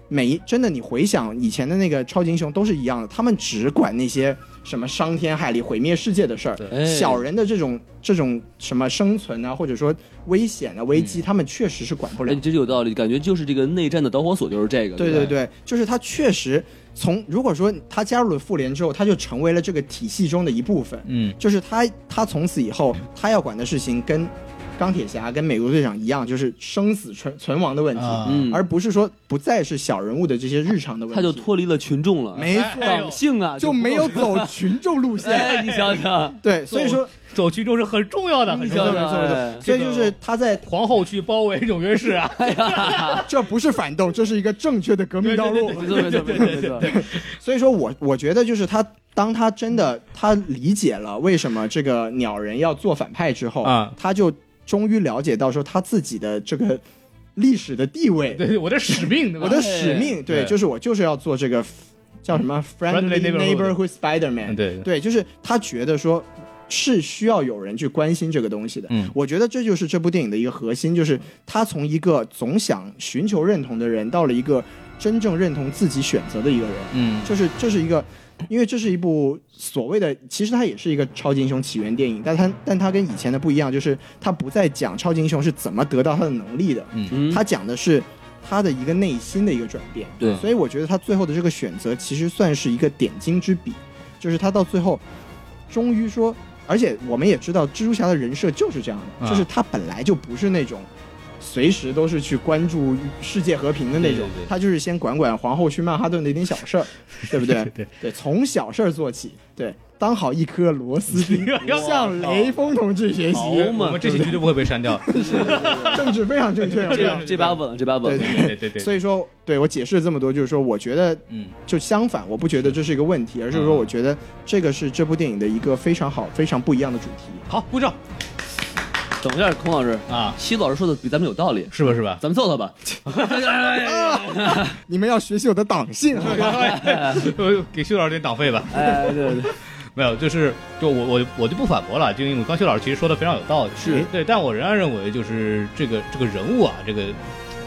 [SPEAKER 2] 每一真的，你回想以前的那个超级英雄都是一样的，他们只管那些什么伤天害理、毁灭世界的事儿，
[SPEAKER 5] 哎
[SPEAKER 2] 小人的这种这种什么生存啊，或者说危险啊、危机，他们确实是管不了
[SPEAKER 5] 哎，你。这就有道理，感觉就是这个内战的导火索就是这个。
[SPEAKER 2] 对
[SPEAKER 5] 对
[SPEAKER 2] 对
[SPEAKER 5] 吧，
[SPEAKER 2] 对，就是他确实从如果说他加入了复联之后，他就成为了这个体系中的一部分。
[SPEAKER 4] 嗯
[SPEAKER 2] 就是他他从此以后他要管的事情跟钢铁侠跟美国队长一样，就是生死存存亡的问题，
[SPEAKER 4] 啊
[SPEAKER 5] 嗯
[SPEAKER 2] 而不是说不再是小人物的这些日常的问题。
[SPEAKER 5] 他就脱离了群众了，
[SPEAKER 2] 没错，
[SPEAKER 5] 党性啊，
[SPEAKER 2] 就没有走群众路
[SPEAKER 5] 不。哎，
[SPEAKER 2] 线。
[SPEAKER 5] 你 想想，
[SPEAKER 2] 对，所以说，
[SPEAKER 4] 走群众是很重要的，很
[SPEAKER 2] 嗯
[SPEAKER 5] 你
[SPEAKER 4] 重
[SPEAKER 5] 想
[SPEAKER 4] 要的。
[SPEAKER 5] 想，哎
[SPEAKER 2] 所以就是他在，
[SPEAKER 4] 皇后区包围纽约市啊，
[SPEAKER 2] 这不是反动，这是一个正确的革命道路。
[SPEAKER 5] 没错没错没错没错，
[SPEAKER 2] 所以说我我觉得就是他，当他真的他理解了为什么这个鸟人要做反派之后，
[SPEAKER 4] 啊
[SPEAKER 2] 他就终于了解到说他自己的这个历史的地位，
[SPEAKER 4] 对，我的使命，对吧
[SPEAKER 2] 我的使命，对，
[SPEAKER 4] 对
[SPEAKER 2] 就是我就是要做这个叫什么
[SPEAKER 4] Friendly
[SPEAKER 2] friendly
[SPEAKER 4] neighborhood
[SPEAKER 2] neighborhood Spider
[SPEAKER 4] 嗯
[SPEAKER 2] Man，
[SPEAKER 4] 对
[SPEAKER 2] 对，就是他觉得说。是需要有人去关心这个东西的，
[SPEAKER 4] 嗯
[SPEAKER 2] 我觉得这就是这部电影的一个核心，就是他从一个总想寻求认同的人，到了一个真正认同自己选择的一个人，
[SPEAKER 4] 嗯，
[SPEAKER 2] 就是这是一个，因为这是一部所谓的，其实它也是一个超级英雄起源电影，但它但它跟以前的不一样，就是它不再讲超级英雄是怎么得到他的能力的，
[SPEAKER 5] 嗯
[SPEAKER 2] 它讲的是他的一个内心的一个转变。
[SPEAKER 5] 对
[SPEAKER 2] 所以我觉得他最后的这个选择其实算是一个点睛之笔，就是他到最后终于说，而且我们也知道蜘蛛侠的人设就是这样的，
[SPEAKER 4] 啊
[SPEAKER 2] 就是他本来就不是那种。随时都是去关注世界和平的那种，
[SPEAKER 4] 对对对
[SPEAKER 2] 他就是先管管皇后去曼哈顿的一点小事儿，对不对？
[SPEAKER 4] 对，
[SPEAKER 2] 对，从小事儿做起，对，当好一颗螺丝 钉向雷锋同志学习，
[SPEAKER 5] 好
[SPEAKER 4] 我
[SPEAKER 5] 嘛
[SPEAKER 4] 们，这些绝对不会被 删掉。
[SPEAKER 2] 政治非常正确。
[SPEAKER 4] 这样
[SPEAKER 5] 这把稳了，这把稳
[SPEAKER 2] 对
[SPEAKER 5] 了，
[SPEAKER 2] 对
[SPEAKER 4] 对对对，
[SPEAKER 2] 所以说，对我解释了这么多，就是说，我觉得
[SPEAKER 4] 嗯
[SPEAKER 2] 就相反，我不觉得这是一个问题，而是说，我觉得这个是这部电影的一个非常好、非常不一样的主题。
[SPEAKER 4] 好，鼓掌。
[SPEAKER 5] 等一下，孔老师，
[SPEAKER 4] 啊，
[SPEAKER 5] 西老师说的比咱们有道理，
[SPEAKER 4] 是吧？是 吧？
[SPEAKER 5] 咱们揍他吧。
[SPEAKER 2] 你们要学习我的党性。
[SPEAKER 4] 给薛老师点党费吧。
[SPEAKER 5] 哎，对对，
[SPEAKER 4] 没有，就是就我我我就不反驳了，就因为刚薛老师其实说的非常有道理，
[SPEAKER 5] 是
[SPEAKER 4] 对，但我仍然认为就是这个这个人物啊，这个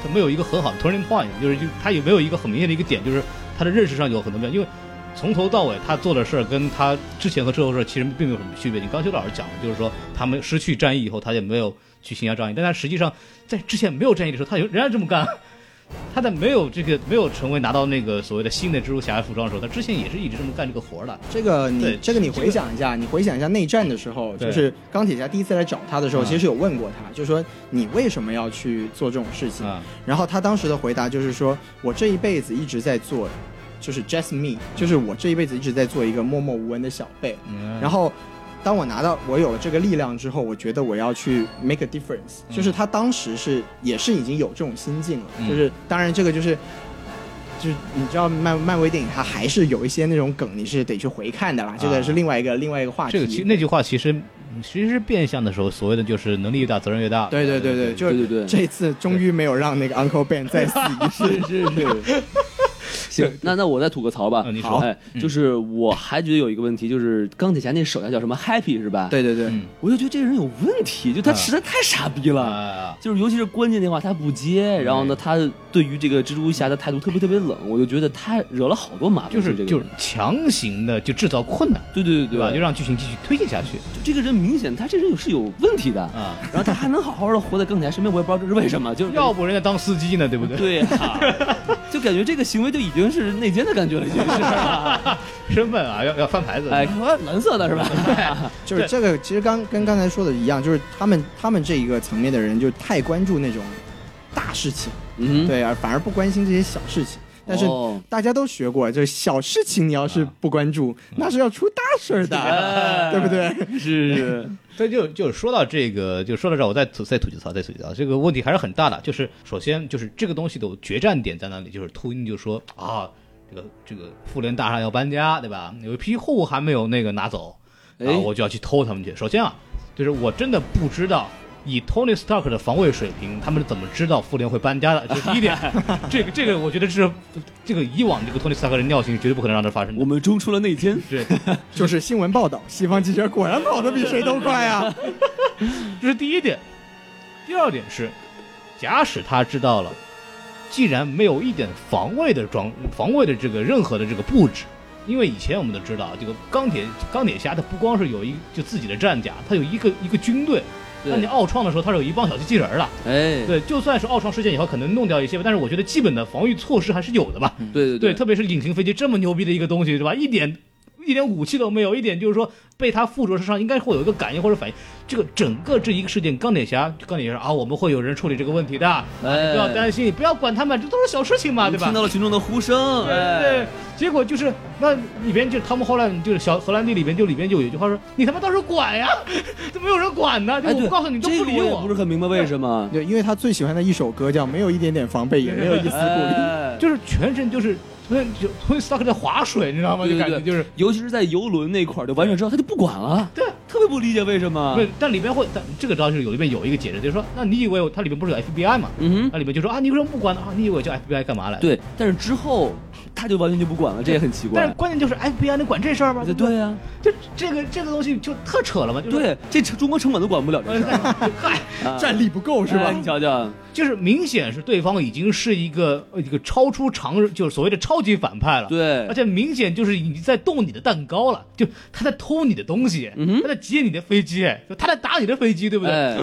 [SPEAKER 4] 他没有一个很好的 turning point，就是就他有没有一个很明显的一个点，就是他的认识上有很多变，因为从头到尾他做的事儿跟他之前和之后的事儿其实并没有什么区别。你刚薛老师讲的就是说他们失去战役以后，他也没有去行侠仗义，但他实际上在之前没有战役的时候，他有仍然这么干。他在没有这个没有成为拿到那个所谓的新的蜘蛛侠服装的时候，他之前也是一直这么干这个活儿的。
[SPEAKER 2] 这个
[SPEAKER 4] 对
[SPEAKER 2] 你这个你回想一下，你回想一下内战的时候，
[SPEAKER 4] 对
[SPEAKER 2] 就是钢铁侠第一次来找他的时候，
[SPEAKER 4] 嗯
[SPEAKER 2] 其实有问过他，就说你为什么要去做这种事情？
[SPEAKER 4] 啊、
[SPEAKER 2] 然后他当时的回答就是说，我这一辈子一直在做，就是 just me，就是我这一辈子一直在做一个默默无闻的小辈。
[SPEAKER 4] 嗯
[SPEAKER 2] 然后，当我拿到我有了这个力量之后，我觉得我要去 make a difference，、就是他当时是也是已经有这种心境了，
[SPEAKER 4] 嗯
[SPEAKER 2] 就是当然这个就是。就是你知道漫漫威电影，它还是有一些那种梗，你是得去回看的啦。这个是另外一个另外一个话题。
[SPEAKER 4] 这个其那句话其实嗯其实是变相的时候，所谓的就是能力越大责任越大。
[SPEAKER 2] 对对对对，就
[SPEAKER 5] 对对对
[SPEAKER 2] 这次终于没有让那个 Uncle Ben 再死一次。
[SPEAKER 5] 是是是。行，那那我再吐个槽吧
[SPEAKER 2] 啊
[SPEAKER 4] 嗯你。说
[SPEAKER 5] 好，哎，就是我还觉得有一个问题，就是钢铁侠那手下叫什么 Happy 是吧？，
[SPEAKER 2] 对对对，
[SPEAKER 5] 我就觉得这个人有问题，就他
[SPEAKER 4] 啊
[SPEAKER 5] 实在太傻逼了。
[SPEAKER 4] 啊，
[SPEAKER 5] 就是尤其是关键电话他不接，然后呢，他对于这个蜘蛛侠的态度特别特别冷，我就觉得他惹了好多麻烦。
[SPEAKER 4] 就是
[SPEAKER 5] 这个人
[SPEAKER 4] 就是强行的就制造困难，
[SPEAKER 5] 对对对
[SPEAKER 4] 对吧？就让剧情继续推进下去
[SPEAKER 5] 这个人明显他这人是有问题的，
[SPEAKER 4] 啊，
[SPEAKER 5] 然后他还能好好的活在钢铁侠身边，我也不知道这是为什么，就是
[SPEAKER 4] 要不人家当司机呢，对不对？
[SPEAKER 5] 对啊，就感觉这个行为就已经是内奸的感觉了，已经 是、
[SPEAKER 4] 身份啊，要要翻牌子。
[SPEAKER 5] 哎，我蓝色的是吧？
[SPEAKER 2] 就是这个，其实刚跟刚才说的一样，就是他们他们这一个层面的人，就太关注那种大事情，
[SPEAKER 5] 嗯，
[SPEAKER 2] 对，而反而不关心这些小事情。但是
[SPEAKER 5] 哦
[SPEAKER 2] 大家都学过，就是小事情你要是不关注，那是要出大事儿的， 对不对？
[SPEAKER 5] 是是，
[SPEAKER 4] 对，就就是说到这个，就说到这儿，我再吐再吐几槽，再吐几槽，这个问题还是很大的。就是首先就是这个东西的决战点在哪里？就是秃鹰就说啊，这个这个复联大厦要搬家，对吧？有一批货物还没有那个拿走，然后我就要去偷他们去。首先啊，就是我真的不知道。以 Tony Stark 的防卫水平，他们是怎么知道复联会搬家的？这是第一点， 这个这个我觉得是这个以往这个 Tony Stark 的尿性绝对不可能让它发生 的。
[SPEAKER 5] 我们中出了内奸，
[SPEAKER 4] 对，
[SPEAKER 2] 就是新闻报道，西方记者果然跑得比谁都快啊！
[SPEAKER 4] 这是第一点。第二点是，假使他知道了，既然没有一点防卫的装防卫的这个任何的这个布置，因为以前我们都知道，这个钢铁钢铁侠他不光是有一就自己的战甲，他有一个一个军队。
[SPEAKER 5] 对
[SPEAKER 4] 那你奥创的时候，他是有一帮小机器人儿的。
[SPEAKER 5] 哎，
[SPEAKER 4] 对，就算是奥创事件以后可能弄掉一些吧，但是我觉得基本的防御措施还是有的吧。
[SPEAKER 5] 对
[SPEAKER 4] 嗯对，
[SPEAKER 5] 对
[SPEAKER 4] 特别是隐形飞机这么牛逼的一个东西，对吧？一点一点武器都没有，一点就是说被它附着身上，应该会有一个感应或者反应。这个整个这一个事件，钢铁侠，钢铁侠说啊，我们会有人处理这个问题的，啊
[SPEAKER 5] 哎
[SPEAKER 4] 你不要担心，你不要管他们，这都是小事情嘛，对吧
[SPEAKER 5] 听？到了群众的呼声，
[SPEAKER 4] 对对
[SPEAKER 5] 哎，，
[SPEAKER 4] 结果就是那里边就他们后来就是小荷兰弟里边就里边就有一句话说，你他妈到时候管呀， 怎么有人管呢？就
[SPEAKER 5] 哎，对，
[SPEAKER 4] 我告诉你都
[SPEAKER 5] 这
[SPEAKER 4] 不
[SPEAKER 5] 个
[SPEAKER 4] 理
[SPEAKER 5] 我也不是很明白为什 么，
[SPEAKER 2] 对，因为他最喜欢的一首歌叫《没有一点点防 备，也没有一丝顾虑》。
[SPEAKER 5] 哎
[SPEAKER 4] 就是全身就是吞就吞 Stark 在划水，你知道吗？就
[SPEAKER 5] 对
[SPEAKER 4] 感觉
[SPEAKER 5] 对，
[SPEAKER 4] 就是。
[SPEAKER 5] 尤其是在游轮那块儿，就完事之后他就不管了，
[SPEAKER 4] 对，
[SPEAKER 5] 特别不理解为什么
[SPEAKER 4] 不，是，但里边会，但这个招就是有里边有一个解释，就是说，那你以为我它里边不是有 FBI 嘛？
[SPEAKER 5] 嗯哼，
[SPEAKER 4] 那里边就说啊，你为什么不管呢？啊，你以为我叫 FBI 干嘛来？。
[SPEAKER 5] 对，但是之后他就完全就不管了，这也很奇
[SPEAKER 4] 但是
[SPEAKER 5] 怪，
[SPEAKER 4] 关键就是 FBI 能管这事儿吗？
[SPEAKER 5] 对呀、
[SPEAKER 4] 就这个这个东西就特扯了嘛，就是。
[SPEAKER 5] 对，这中国城管都管不了这
[SPEAKER 4] 呃
[SPEAKER 5] 事儿，
[SPEAKER 4] 嗨，
[SPEAKER 5] 啊
[SPEAKER 2] 战力不够是吧
[SPEAKER 5] 哎？你瞧瞧，
[SPEAKER 4] 就是明显是对方已经是一个呃一个超出常人，就是所谓的超级反派了。
[SPEAKER 5] 对
[SPEAKER 4] 而且明显就是已经在动你的蛋糕了，就他在偷你的东西，
[SPEAKER 5] 嗯哼
[SPEAKER 4] 他在劫你的飞机，就他在打你的飞机，对不对？
[SPEAKER 5] 哎，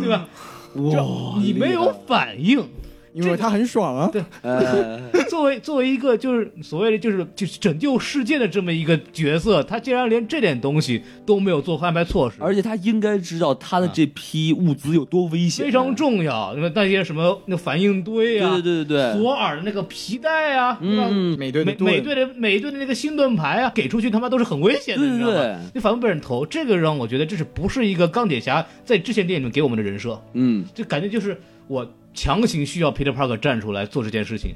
[SPEAKER 4] 对吧？
[SPEAKER 5] 哇，
[SPEAKER 4] 你没有反应，
[SPEAKER 2] 因为他很爽啊。
[SPEAKER 5] 呃，
[SPEAKER 4] 作为作为一个就是所谓的就是就是拯救世界的这么一个角色，他竟然连这点东西都没有做安排措施，
[SPEAKER 5] 而且他应该知道他的这批物资有多危险，
[SPEAKER 4] 非常，重要。那么那些什么那反应堆
[SPEAKER 5] 对
[SPEAKER 4] 啊，
[SPEAKER 5] 对对对对，
[SPEAKER 4] 索尔的那个皮带啊，对吧
[SPEAKER 5] 嗯，嗯
[SPEAKER 2] 美队的
[SPEAKER 4] 美
[SPEAKER 2] 盾
[SPEAKER 4] 美队的美队的那个新盾牌啊，给出去他妈都是很危险
[SPEAKER 5] 嗯
[SPEAKER 4] 的，
[SPEAKER 5] 对
[SPEAKER 4] 你知道
[SPEAKER 5] 对
[SPEAKER 4] 吗？你反复被人投，这个让我觉得这是不是一个钢铁侠在之前电影里面给我们的人设？
[SPEAKER 5] 嗯，
[SPEAKER 4] 就感觉就是我强行需要 Peter Parker 站出来做这件事情，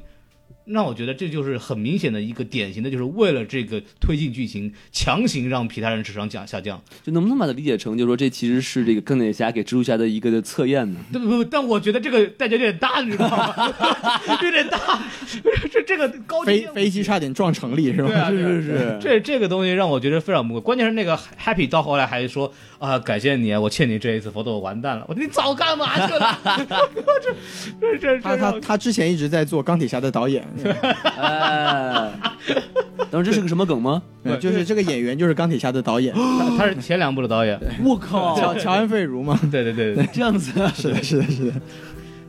[SPEAKER 4] 那我觉得这就是很明显的一个典型的，就是为了这个推进剧情，强行让皮太人智商降下降。
[SPEAKER 5] 就能不能把它理解成，就是说这其实是这个钢铁侠给蜘蛛侠的一个的测验呢？
[SPEAKER 4] 对不不，但我觉得这个代价有点大，你知道吗？有点大，这这个高级
[SPEAKER 2] 飞飞机差点撞城里是吧？
[SPEAKER 4] 对啊对啊
[SPEAKER 2] 是是
[SPEAKER 5] 是
[SPEAKER 2] 是，
[SPEAKER 4] 这这个东西让我觉得非常不过，关键是那个 Happy 到后来还说啊、感谢你，我欠你这一次，否则我完蛋了。我说你早干嘛去了？这这这
[SPEAKER 2] 他
[SPEAKER 4] 这让
[SPEAKER 2] 他
[SPEAKER 4] 我，
[SPEAKER 2] 他之前一直在做钢铁侠的导演，是吧
[SPEAKER 5] 哎， 当时这是个什么梗吗？
[SPEAKER 2] 对就是这个演员就是钢铁侠的导演，
[SPEAKER 4] 他他是前两部的导演，
[SPEAKER 5] 我靠
[SPEAKER 2] 乔乔安·费如嘛。
[SPEAKER 4] 对对对对
[SPEAKER 5] 这样子，啊
[SPEAKER 2] 是的，是的，是的，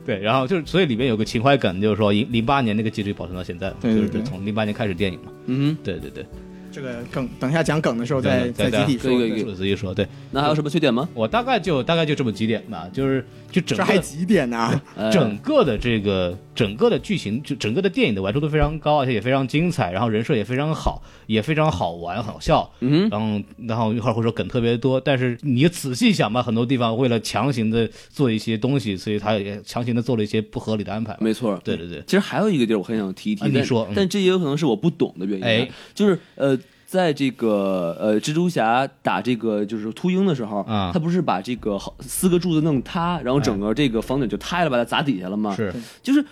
[SPEAKER 4] 对，然后就是所以里面有个情怀梗，就是说零零八年那个记忆保存到现在嘛，
[SPEAKER 2] 对对
[SPEAKER 4] 就是
[SPEAKER 2] 对
[SPEAKER 4] 从零八年开始电影嘛，
[SPEAKER 5] 嗯，
[SPEAKER 4] 对对对，
[SPEAKER 2] 这个梗，等一下讲梗的时候再
[SPEAKER 4] 对
[SPEAKER 2] 再
[SPEAKER 4] 对
[SPEAKER 2] 集体
[SPEAKER 5] 对
[SPEAKER 2] 说。
[SPEAKER 5] 对对
[SPEAKER 4] 说自己说，对
[SPEAKER 5] 那还有什么缺点吗？
[SPEAKER 4] 我大概就大概就这么几点吧，就是就
[SPEAKER 2] 这
[SPEAKER 4] 整个
[SPEAKER 2] 还几点啊呢、
[SPEAKER 5] 哎
[SPEAKER 4] 整个的这个整个的剧情，就整个的电影的完成度非常高，而且也非常精彩，然后人设也非常好，也非常好玩好笑，
[SPEAKER 5] 嗯
[SPEAKER 4] 然后然后一会儿会说梗特别多，但是你仔细想吧，很多地方为了强行的做一些东西，所以他也强行的做了一些不合理的安排。
[SPEAKER 5] 没错，
[SPEAKER 4] 对对对，
[SPEAKER 5] 其实还有一个地儿我很想提一提，
[SPEAKER 4] 啊你
[SPEAKER 5] 但
[SPEAKER 4] 说嗯
[SPEAKER 5] 但这也有可能是我不懂的原因啊，
[SPEAKER 4] 哎
[SPEAKER 5] 就是呃。在这个呃，蜘蛛侠打这个就是秃鹰的时候，
[SPEAKER 4] 啊
[SPEAKER 5] 他不是把这个好四个柱子弄塌，然后整个这个房顶就塌了，把它砸底下了吗？，
[SPEAKER 4] 是
[SPEAKER 5] 就是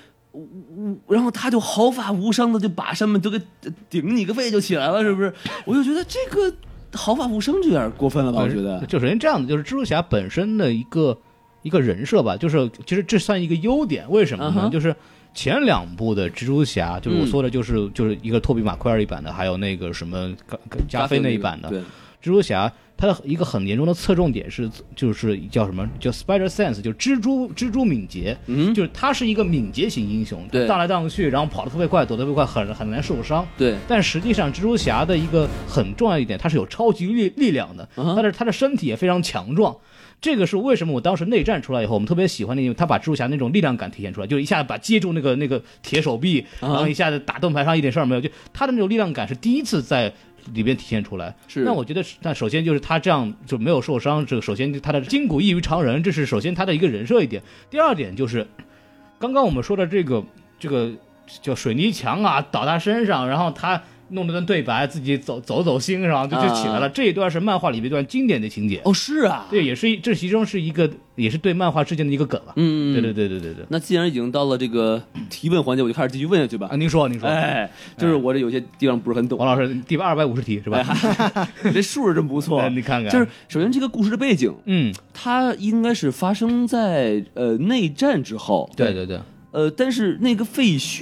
[SPEAKER 5] 然后他就毫发无伤的就把上面都给顶你个肺就起来了，是不 是？我就觉得这个毫发无伤就有点过分了吧？啊我觉得，
[SPEAKER 4] 就首先这样的，呃就是蜘蛛侠本身的一个一个人设吧，就是其实这算一个优点，为什么呢
[SPEAKER 5] 嗯哼
[SPEAKER 4] 就是前两部的蜘蛛侠，就是我
[SPEAKER 5] 嗯
[SPEAKER 4] 说的，就是、就是一个托比马奎尔一版的，还有那个什么加加菲那一版的，
[SPEAKER 5] 对，
[SPEAKER 4] 蜘蛛侠它的一个很严重的侧重点是，就是叫什么叫 Spider Sense，就是蜘蛛蜘蛛敏捷，
[SPEAKER 5] 嗯，
[SPEAKER 4] 就是他是一个敏捷型英雄，
[SPEAKER 5] 对
[SPEAKER 4] 荡来荡去，然后跑得特别快，躲得特别快，很很难受伤。
[SPEAKER 5] 对，
[SPEAKER 4] 但实际上，蜘蛛侠的一个很重要一点，他是有超级力力量的，
[SPEAKER 5] 嗯哼
[SPEAKER 4] 但是他的身体也非常强壮。这个是为什么我当时内战出来以后，我们特别喜欢的，因为他把蜘蛛侠那种力量感体现出来，就是一下子把接住那个那个铁手臂，
[SPEAKER 5] 啊
[SPEAKER 4] 然后一下子打盾牌上一点事儿没有，就他的那种力量感是第一次在里边体现出来。
[SPEAKER 5] 是
[SPEAKER 4] 那我觉得是，那首先就是他这样就没有受伤，这个首先他的筋骨异于常人，这是首先他的一个人设一点。第二点就是，刚刚我们说的这个这个叫水泥墙啊，倒他身上，然后他弄了段对白，自己走走走心，然后就就起来了。
[SPEAKER 5] 啊
[SPEAKER 4] 这一段是漫画里面一段经典的情节，
[SPEAKER 5] 哦，是啊，
[SPEAKER 4] 对，也是这其中是一个也是对漫画致敬的一个梗吧。
[SPEAKER 5] 嗯，
[SPEAKER 4] 对对。对对对对。
[SPEAKER 5] 那既然已经到了这个提问环节，我就开始继续问下去吧
[SPEAKER 4] 啊，。您说您说，
[SPEAKER 5] 哎，就是我这有些地方不是很懂
[SPEAKER 4] 王，老师第二百五十题是吧？
[SPEAKER 5] 你这数是真不错
[SPEAKER 4] 哎。 你看看，
[SPEAKER 5] 就是首先这个故事的背景，
[SPEAKER 4] 嗯，
[SPEAKER 5] 它应该是发生在呃内战之后，
[SPEAKER 4] 对对对，
[SPEAKER 5] 呃，但是那个废墟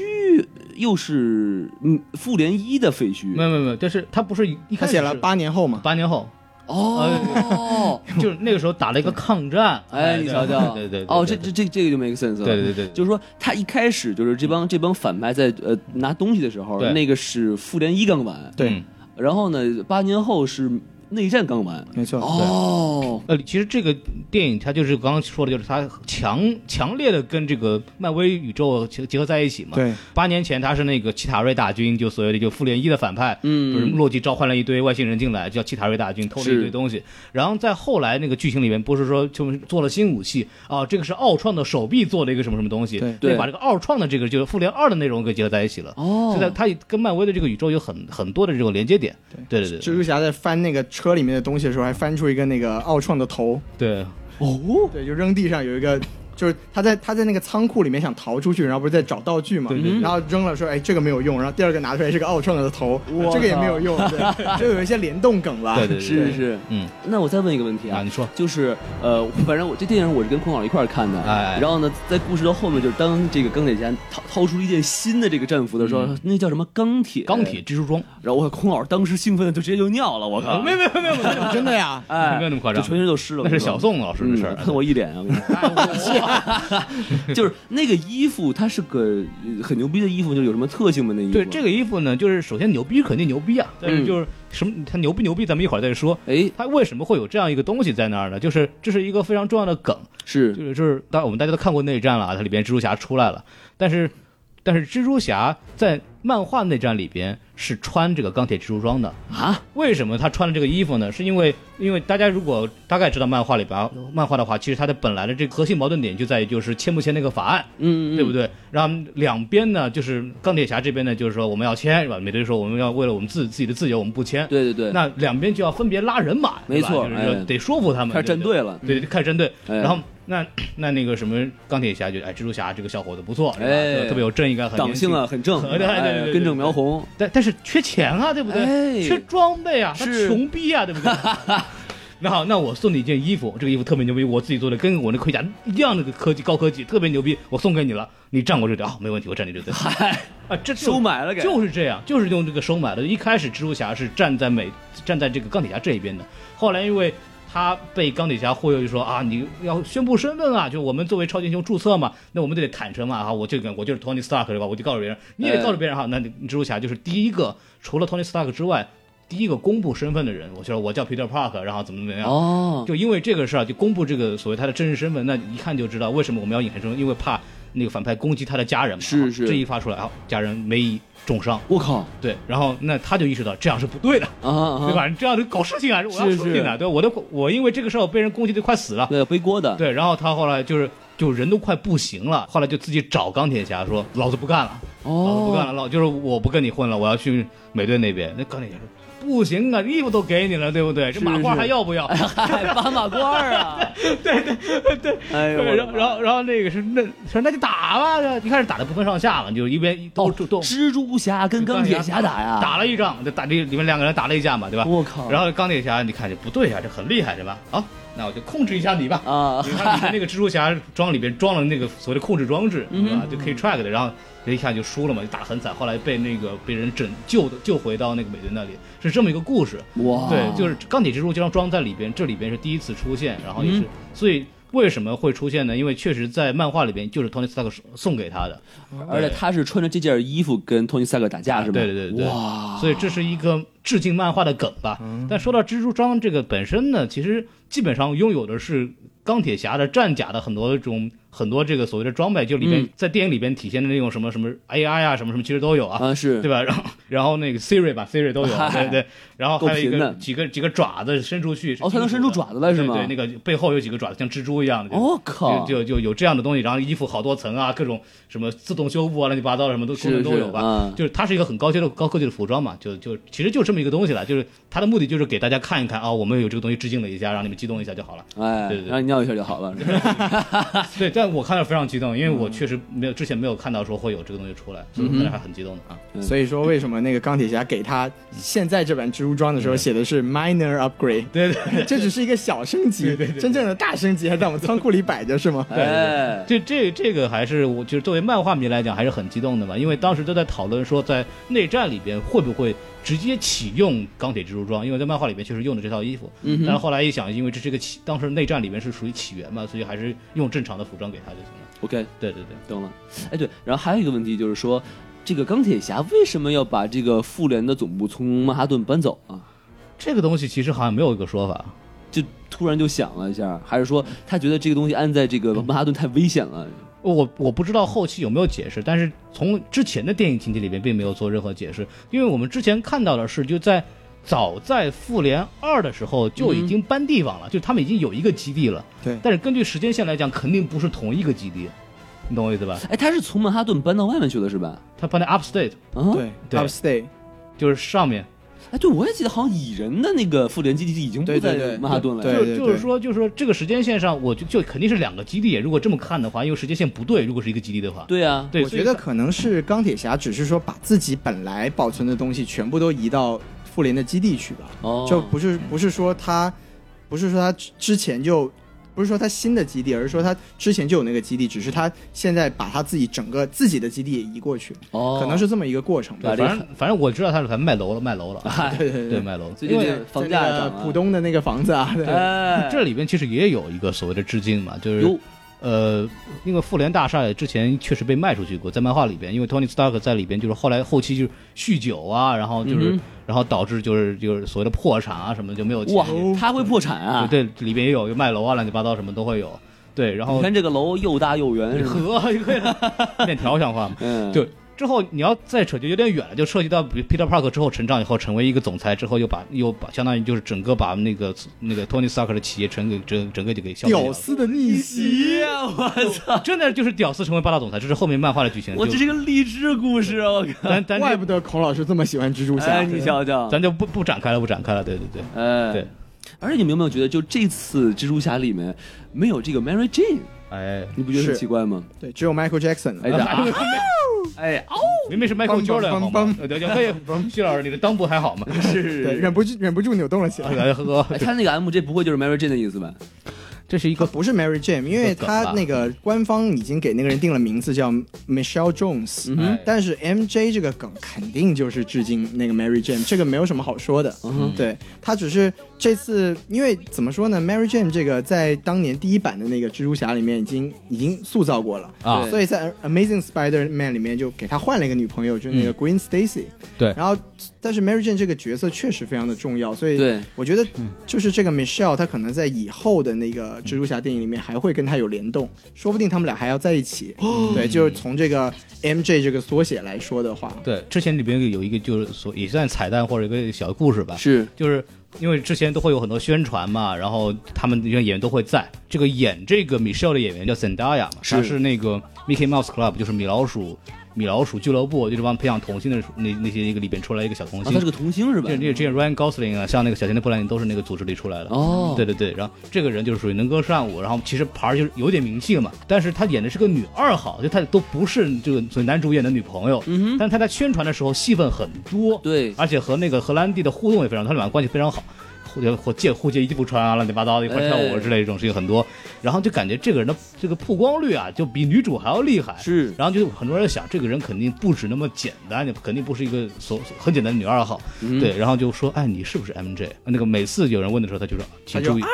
[SPEAKER 5] 又是嗯复联一的废墟
[SPEAKER 4] 没有没有没有，但是他不是一一
[SPEAKER 2] 他
[SPEAKER 4] 开始
[SPEAKER 2] 写了
[SPEAKER 4] 是
[SPEAKER 2] 八年后嘛，
[SPEAKER 4] 八年后，
[SPEAKER 5] 哦，
[SPEAKER 4] 就是那个时候打了一个抗战，
[SPEAKER 5] 哎，
[SPEAKER 4] 对
[SPEAKER 5] 你瞧瞧，
[SPEAKER 4] 对对对，
[SPEAKER 5] 哦，这
[SPEAKER 4] 对
[SPEAKER 5] 这这这个就 make sense 了，
[SPEAKER 4] 对对对对对
[SPEAKER 5] 就是说他一开始就是这帮这帮反派在呃拿东西的时候，
[SPEAKER 4] 对
[SPEAKER 5] 那个是复联一刚完，
[SPEAKER 2] 对
[SPEAKER 4] 嗯
[SPEAKER 5] 然后呢八年后是内战刚完，
[SPEAKER 2] 没错。
[SPEAKER 5] 哦，
[SPEAKER 4] 呃，其实这个电影它就是刚刚说的，就是它强强烈的跟这个漫威宇宙结结合在一起嘛。，
[SPEAKER 2] 对，
[SPEAKER 4] 八年前他是那个奇塔瑞大军，就所谓的就复联一的反派，
[SPEAKER 5] 嗯
[SPEAKER 4] 就是洛基召唤了一堆外星人进来，叫奇塔瑞大军，偷了一
[SPEAKER 5] 是
[SPEAKER 4] 堆东西。然后在后来那个剧情里面，不是说就是做了新武器啊，这个是奥创的手臂做的一个什么什么东西，
[SPEAKER 2] 对
[SPEAKER 4] 对，
[SPEAKER 5] 对
[SPEAKER 4] 把这个奥创的这个就是复联二的内容给结合在一起了。
[SPEAKER 5] 哦
[SPEAKER 4] 现在它跟漫威的这个宇宙有很很多的这种连接点。对对对
[SPEAKER 2] 蜘蛛侠在翻那个车里面的东西的时候，还翻出一个那个奥创的头，
[SPEAKER 4] 对
[SPEAKER 5] 哦，
[SPEAKER 2] 对，就扔地上有一个，就是他在他在那个仓库里面想逃出去，然后不是在找道具嘛，
[SPEAKER 4] 对对对
[SPEAKER 2] 然后扔了说，哎，这个没有用，然后第二个拿出来是个奥创的头
[SPEAKER 5] 我，
[SPEAKER 2] 这个也
[SPEAKER 5] 靠
[SPEAKER 2] 没有用， 对，就有一些联动梗了。
[SPEAKER 4] 对对对，
[SPEAKER 5] 啊是
[SPEAKER 4] 对
[SPEAKER 5] 是是，
[SPEAKER 4] 嗯
[SPEAKER 5] 那我再问一个问题
[SPEAKER 4] 啊，
[SPEAKER 5] 啊
[SPEAKER 4] 你，说
[SPEAKER 5] 就是呃，反正我这电影我是跟空老一块儿看的，
[SPEAKER 4] 哎
[SPEAKER 5] 然后呢，在故事的后面，就是当这个钢铁侠掏掏出一件新的这个战服的时候，那叫什么钢铁？
[SPEAKER 4] 嗯钢铁。蜘蛛装，
[SPEAKER 5] 然后我空老当时兴奋的就直接就尿了，我靠！
[SPEAKER 4] 没有没有没有没有，
[SPEAKER 2] 真的呀，
[SPEAKER 5] 哎，
[SPEAKER 4] 没有那么夸张
[SPEAKER 5] 就全身都湿了。
[SPEAKER 4] 那是
[SPEAKER 5] 我跟你说
[SPEAKER 4] 小宋哎老师的事儿
[SPEAKER 5] 嗯。 喷我一脸啊！我跟你说 就是那个衣服，它是个呃很牛逼的衣服，就是有什么特性吗？那衣服？
[SPEAKER 4] 对这
[SPEAKER 5] 个，
[SPEAKER 4] 个衣服呢，就是首先牛逼肯定牛逼啊，但是就是什么它牛不牛逼，咱们一会儿再说。
[SPEAKER 5] 哎，
[SPEAKER 4] 它为什么会有这样一个东西在那儿呢？就是这是一个非常重要的梗，
[SPEAKER 5] 是
[SPEAKER 4] 就是就是当然我们大家都看过内战了啊，它里边蜘蛛侠出来了，但是但是蜘蛛侠在漫画内战里边是穿这个钢铁蜘蛛装的。
[SPEAKER 5] 啊，
[SPEAKER 4] 为什么他穿了这个衣服呢？是因为因为大家如果大概知道漫画里边啊漫画的话，其实它的本来的这个核心矛盾点就在于就是签不签那个法案，
[SPEAKER 5] 嗯，嗯
[SPEAKER 4] 对不？对？然后两边呢，就是钢铁侠这边呢，就是说我们要签，是吧？美队说我们要为了我们自自己的自由，我们不签。
[SPEAKER 5] 对对对，
[SPEAKER 4] 那两边就要分别拉人马，
[SPEAKER 5] 没
[SPEAKER 4] 对吧
[SPEAKER 5] 错
[SPEAKER 4] 就是
[SPEAKER 5] 哎
[SPEAKER 4] 说得说服他们，
[SPEAKER 5] 开始站
[SPEAKER 4] 对不对
[SPEAKER 5] 队了。
[SPEAKER 4] 对，开始针对。
[SPEAKER 5] 哎
[SPEAKER 4] 然后那那那个什么钢铁侠就哎，蜘蛛侠这个小伙子不错，是吧
[SPEAKER 5] 哎
[SPEAKER 4] 特别有正义感，很
[SPEAKER 5] 党
[SPEAKER 4] 年轻
[SPEAKER 5] 性啊，，很正，
[SPEAKER 4] 对对对对
[SPEAKER 5] 哎
[SPEAKER 4] 对
[SPEAKER 5] 根正苗红，
[SPEAKER 4] 但但是缺钱啊，对不对？
[SPEAKER 5] 哎
[SPEAKER 4] 缺装备啊，他
[SPEAKER 5] 是
[SPEAKER 4] 穷逼啊，对不对？那好，那我送你一件衣服，这个衣服特别牛逼，我自己做的，跟我那盔甲一样的科技高科技，特别牛逼，我送给你了，你站我这里啊，没问题，我站你这里。
[SPEAKER 5] 嗨，
[SPEAKER 4] 啊，这就
[SPEAKER 5] 收买了给
[SPEAKER 4] 就是这样，就是用这个收买的。一开始蜘蛛侠是站在美站在这个钢铁侠这一边的，后来因为他被钢铁侠忽悠，就说啊，你要宣布身份啊，就我们作为超级英雄注册嘛，那我们就得坦诚嘛啊，我这个我就是 Tony Stark 对吧？我就告诉别人，你也得告诉别人哈、那你蜘蛛侠就是第一个除了 Tony Stark 之外第一个公布身份的人，我就说我叫 Peter Park，然后怎么怎么样。
[SPEAKER 5] 哦，
[SPEAKER 4] 就因为这个事儿，就公布这个所谓他的真实身份，那一看就知道为什么我们要隐含身份，因为怕那个反派攻击他的家人嘛。
[SPEAKER 5] 是是
[SPEAKER 4] 这一发出来啊，家人没重伤，
[SPEAKER 5] 我靠
[SPEAKER 4] 对，然后那他就意识到这样是不对的，
[SPEAKER 5] 啊啊，
[SPEAKER 4] 对吧？你这样就搞事情啊，我要
[SPEAKER 5] 是
[SPEAKER 4] 出去
[SPEAKER 5] 是
[SPEAKER 4] 呢，对吧，我都我因为这个事儿我被人攻击的快死了，
[SPEAKER 5] 对，背锅的，
[SPEAKER 4] 对，然后他后来就是就人都快不行了，后来就自己找钢铁侠说：“老子不干了，老子不干
[SPEAKER 5] 哦，
[SPEAKER 4] 了，老就是我不跟你混了，我要去美队那边。”那钢铁侠说。不行啊，衣服都给你了，对不对？这
[SPEAKER 5] 是
[SPEAKER 4] 马褂
[SPEAKER 5] 是
[SPEAKER 4] 还要不 要？
[SPEAKER 5] 嗨，八哎马褂 啊，对对对，哎呦，
[SPEAKER 4] 对，然后然
[SPEAKER 5] 后
[SPEAKER 4] 后然后那个是那说那就打吧，一开始打的不分上下嘛，就一边都
[SPEAKER 5] 哦，
[SPEAKER 4] 都都
[SPEAKER 5] 蜘蛛侠跟钢铁侠打呀，
[SPEAKER 4] 打了一仗，就打这里面两个人打了一架嘛，对吧？
[SPEAKER 5] 我靠，
[SPEAKER 4] 然后钢铁侠，你看这不对呀、这很厉害，对吧？啊，那我就控制一下你吧。
[SPEAKER 5] 啊，
[SPEAKER 4] 你看你们那个蜘蛛侠装里边装了那个所谓的控制装置，
[SPEAKER 5] 嗯
[SPEAKER 4] 对吧？就可以 track 的，然后一看就输了嘛，就打得很惨。后来被那个被人拯救的，救回到那个美队那里，是这么一个故事。
[SPEAKER 5] 哇，
[SPEAKER 4] 对，就是钢铁蜘蛛就装装在里边，这里边是第一次出现，然后也是、所以。为什么会出现呢？因为确实在漫画里边就是 Tony Stark 送给他的，
[SPEAKER 5] 而且他是穿着这件衣服跟托尼·斯塔克打架是吧？
[SPEAKER 4] 对对对对
[SPEAKER 5] 哇，
[SPEAKER 4] 所以这是一个致敬漫画的梗吧。但说到蜘蛛装这个本身呢，其实基本上拥有的是钢铁侠的战甲的很多种很多这个所谓的装备，就里面、
[SPEAKER 5] 嗯
[SPEAKER 4] 在电影里边体现的那种什么什么 AI 啊，什么什么其实都有啊。
[SPEAKER 5] 啊是
[SPEAKER 4] 对吧？然后，然后那个 Siri 吧，Siri 都有，
[SPEAKER 5] 嗨
[SPEAKER 4] 对对。然后还有一
[SPEAKER 5] 够贫
[SPEAKER 4] 个
[SPEAKER 5] 的
[SPEAKER 4] 几个几个爪子伸出去，是
[SPEAKER 5] 哦它能伸出爪子来是吗
[SPEAKER 4] 对对，那个背后有几个爪子，像蜘蛛一样的。就是
[SPEAKER 5] 我哦靠，
[SPEAKER 4] 就就就有这样的东西，然后衣服好多层啊，各种什么自动修复啊，乱七八糟的什么都功能
[SPEAKER 5] 是
[SPEAKER 4] 都有吧。嗯
[SPEAKER 5] 是啊
[SPEAKER 4] 就是它是一个很高阶的高科技的服装嘛，就就其实就这么一个东西了，就是它的目的就是给大家看一看啊、我们有这个东西致敬了一下，让你们激动一下就好了。
[SPEAKER 5] 哎
[SPEAKER 4] 对对，对
[SPEAKER 5] 让你尿一下就好了， 啊
[SPEAKER 4] 对，但我看到非常激动，因为
[SPEAKER 5] 嗯
[SPEAKER 4] 我确实没有之前没有看到说会有这个东西出来，所以我看着还很激动的啊。
[SPEAKER 3] 所以说，为什么那个钢铁侠给他现在这版蜘蛛装的时候写的是 minor upgrade？
[SPEAKER 4] 对对对
[SPEAKER 3] 这只是一个小升级，真正的大升级还在我们仓库里摆着，是吗？
[SPEAKER 5] 哎，
[SPEAKER 4] 这这这个还是我就是作为漫画迷来讲还是很激动的嘛，因为当时都在讨论说在内战里边会不会直接启用钢铁蜘蛛装，因为在漫画里边确实用的这套衣服，嗯，但是后来一想，因为这是一个起，当时内战里边是属于起源嘛，所以还是用正常的服装给他就行了。
[SPEAKER 5] ，OK，
[SPEAKER 4] 对对对，
[SPEAKER 5] 懂了。哎，对，然后还有一个问题就是说，这个钢铁侠为什么要把这个复联的总部从曼哈顿搬走啊？
[SPEAKER 4] 这个东西其实好像没有一个说法，
[SPEAKER 5] 就突然就想了一下，还是说他觉得这个东西安在这个曼哈顿太危险了？
[SPEAKER 4] 我我不知道后期有没有解释，但是从之前的电影情节里面并没有做任何解释，因为我们之前看到的是就在早在复联二的时候就已经搬地方了，就他们已经有一个基地了。
[SPEAKER 3] 对
[SPEAKER 4] 但是根据时间线来讲，肯定不是同一个基地，你懂我意思吧？
[SPEAKER 5] 哎，他是从曼哈顿搬到外面去了是吧？
[SPEAKER 4] 他搬在 Upstate，
[SPEAKER 5] 啊，，
[SPEAKER 3] 对
[SPEAKER 4] 对
[SPEAKER 3] ，upstate，
[SPEAKER 4] 就是上面。
[SPEAKER 5] 哎，对，我也记得好像蚁人的那个复联基地已经不
[SPEAKER 3] 对对
[SPEAKER 5] 在
[SPEAKER 3] 对
[SPEAKER 5] 曼哈顿了，
[SPEAKER 3] 对
[SPEAKER 4] 就就是说，就是说，这个时间线上，我就就肯定是两个基地。如果这么看的话，因为时间线不对，如果是一个基地的话，
[SPEAKER 5] 对啊，
[SPEAKER 4] 对，
[SPEAKER 3] 我
[SPEAKER 4] 所以
[SPEAKER 3] 觉得可能是钢铁侠只是说把自己本来保存的东西全部都移到复联的基地去吧，
[SPEAKER 5] 哦，
[SPEAKER 3] 就不是不是说他，不是说他之之前就。不是说他新的基地，而是说他之前就有那个基地，只是他现在把他自己整个自己的基地也移过去，
[SPEAKER 5] 哦，
[SPEAKER 3] 可能是这么一个过程吧
[SPEAKER 5] 把
[SPEAKER 4] 反。
[SPEAKER 5] 这个
[SPEAKER 4] 正反正我知道他是反正卖楼了，卖楼了，
[SPEAKER 3] 对对
[SPEAKER 4] 对，，卖楼了。
[SPEAKER 5] 最近这
[SPEAKER 3] 在
[SPEAKER 5] 房价
[SPEAKER 3] 那
[SPEAKER 5] 涨
[SPEAKER 3] 个
[SPEAKER 5] 了，
[SPEAKER 3] 浦东的那个房 子啊，对
[SPEAKER 5] 哎，
[SPEAKER 4] 这里边其实也有一个所谓的致敬嘛，就是
[SPEAKER 5] 哟，
[SPEAKER 4] 呃，因为复联大厦之前确实被卖出去过，在漫画里边，因为 Tony Stark 在里边就是后来后期就是酗酒啊，然后就是、
[SPEAKER 5] 嗯哼
[SPEAKER 4] 然后导致就是就是所谓的破产啊什么就没有钱。
[SPEAKER 5] 哇，他会破产啊！
[SPEAKER 4] 对，对里边也有有卖楼啊，乱七八糟什么都会有。对，然后
[SPEAKER 5] 你看这个楼又大又圆，是吧
[SPEAKER 4] 和面条像话吗？
[SPEAKER 5] 嗯，
[SPEAKER 4] 就之后你要再扯就有点远了，就涉及到比 Peter Park 之后成长以后成为一个总裁之后，又把又把相当于就是整个把那个那个 Tony Stark 的企业整个整整个就给消灭掉
[SPEAKER 2] 屌
[SPEAKER 4] 了。
[SPEAKER 2] 丝的逆袭，
[SPEAKER 5] 哎我操！
[SPEAKER 4] 真的就是屌丝成为霸道总裁，这是后面漫画的剧情。
[SPEAKER 5] 我
[SPEAKER 4] 就
[SPEAKER 5] 这是个励志故事，啊我靠！
[SPEAKER 4] 咱咱
[SPEAKER 2] 怪
[SPEAKER 4] 这
[SPEAKER 2] 不得孔老师这么喜欢蜘蛛侠。
[SPEAKER 5] 哎，你瞧瞧，
[SPEAKER 4] 咱就不不展开了，不展开了。对对对，
[SPEAKER 5] 哎，
[SPEAKER 4] 对。
[SPEAKER 5] 而且你们有没有觉得，就这次蜘蛛侠里面没有这个 Mary Jane，
[SPEAKER 4] 哎，
[SPEAKER 5] 你不觉得很
[SPEAKER 2] 是
[SPEAKER 5] 奇怪吗？
[SPEAKER 2] 对，只有 Michael Jackson 了
[SPEAKER 5] 哎，啊哎呀，
[SPEAKER 4] 明明是 Michael
[SPEAKER 2] 梆梆
[SPEAKER 4] Jordan 好吗
[SPEAKER 2] 梆？
[SPEAKER 4] 对对对，徐老师，你的裆部还好吗？
[SPEAKER 2] 对，
[SPEAKER 5] 是。
[SPEAKER 2] 忍不住忍不住扭动了 起来。
[SPEAKER 4] 哎呵，
[SPEAKER 5] 哎，他那个 MJ 不会就是 Mary Jane 的意思吧？
[SPEAKER 4] 这是一
[SPEAKER 2] 他
[SPEAKER 4] 个
[SPEAKER 2] 不是 Mary Jane，因为
[SPEAKER 4] 啊
[SPEAKER 2] 他那个官方已经给那个人定了名字叫 Michelle Jones，、
[SPEAKER 4] 嗯
[SPEAKER 2] 嗯
[SPEAKER 4] 哼
[SPEAKER 2] 但是 MJ 这个梗肯定就是致敬那个 Mary Jane，这个没有什么好说的。
[SPEAKER 4] 嗯
[SPEAKER 2] 对他只是这次，因为怎么说呢，Mary Jane 这个在当年第一版的那个蜘蛛侠里面已经已经塑造过了。
[SPEAKER 4] 啊，
[SPEAKER 2] 所以在 Amazing Spider-Man 里面就给他换了一个女朋友，就是那个 Green Stacy、
[SPEAKER 4] 对
[SPEAKER 2] 然后但是 Mary Jane 这个角色确实非常的重要，所以
[SPEAKER 5] 对
[SPEAKER 2] 我觉得就是这个 Michelle 她可能在以后的那个蜘蛛侠电影里面还会跟她有联动，说不定他们俩还要在一起。对，就是从这个 MJ 这个缩写来说的话，
[SPEAKER 4] 对，之前里边有一个就是所也算彩蛋或者一个小故事吧，
[SPEAKER 5] 是
[SPEAKER 4] 就是因为之前都会有很多宣传嘛，然后他们演员都会在。这个演这个 Michelle 的演员叫 Zendaya 嘛，
[SPEAKER 5] 是
[SPEAKER 4] 他是那个 Mickey Mouse Club，就是米老鼠米老鼠俱乐部，就这帮培养童星的那那些一个里边出来一个小童
[SPEAKER 5] 啊，
[SPEAKER 4] 星。
[SPEAKER 5] 他是个童星是吧
[SPEAKER 4] 这？这这 Ryan Gosling 啊，像那个小甜甜布兰妮都是那个组织里出来的。
[SPEAKER 5] 哦，
[SPEAKER 4] 对对对，然后这个人就是属于能歌善舞，然后其实牌儿就是有点名气嘛，但是他演的是个女二号，就他都不是这个所谓男主演的女朋友，嗯、但是他在宣传的时候戏份很多，
[SPEAKER 5] 对
[SPEAKER 4] 而且和那个荷兰弟的互动也非常，他俩关系非常好。互互借互借衣服穿啊，乱七八糟一块跳舞之类的这种事情很多，然后就感觉这个人的这个曝光率啊，就比女主还要厉害。
[SPEAKER 5] 是
[SPEAKER 4] 然后就很多人想，这个人肯定不止那么简单，就肯定不是一个所所很简单的女二号。对，然后就说，哎，你是不是 MJ？那个每次有人问的时候，他就说，请注意，哎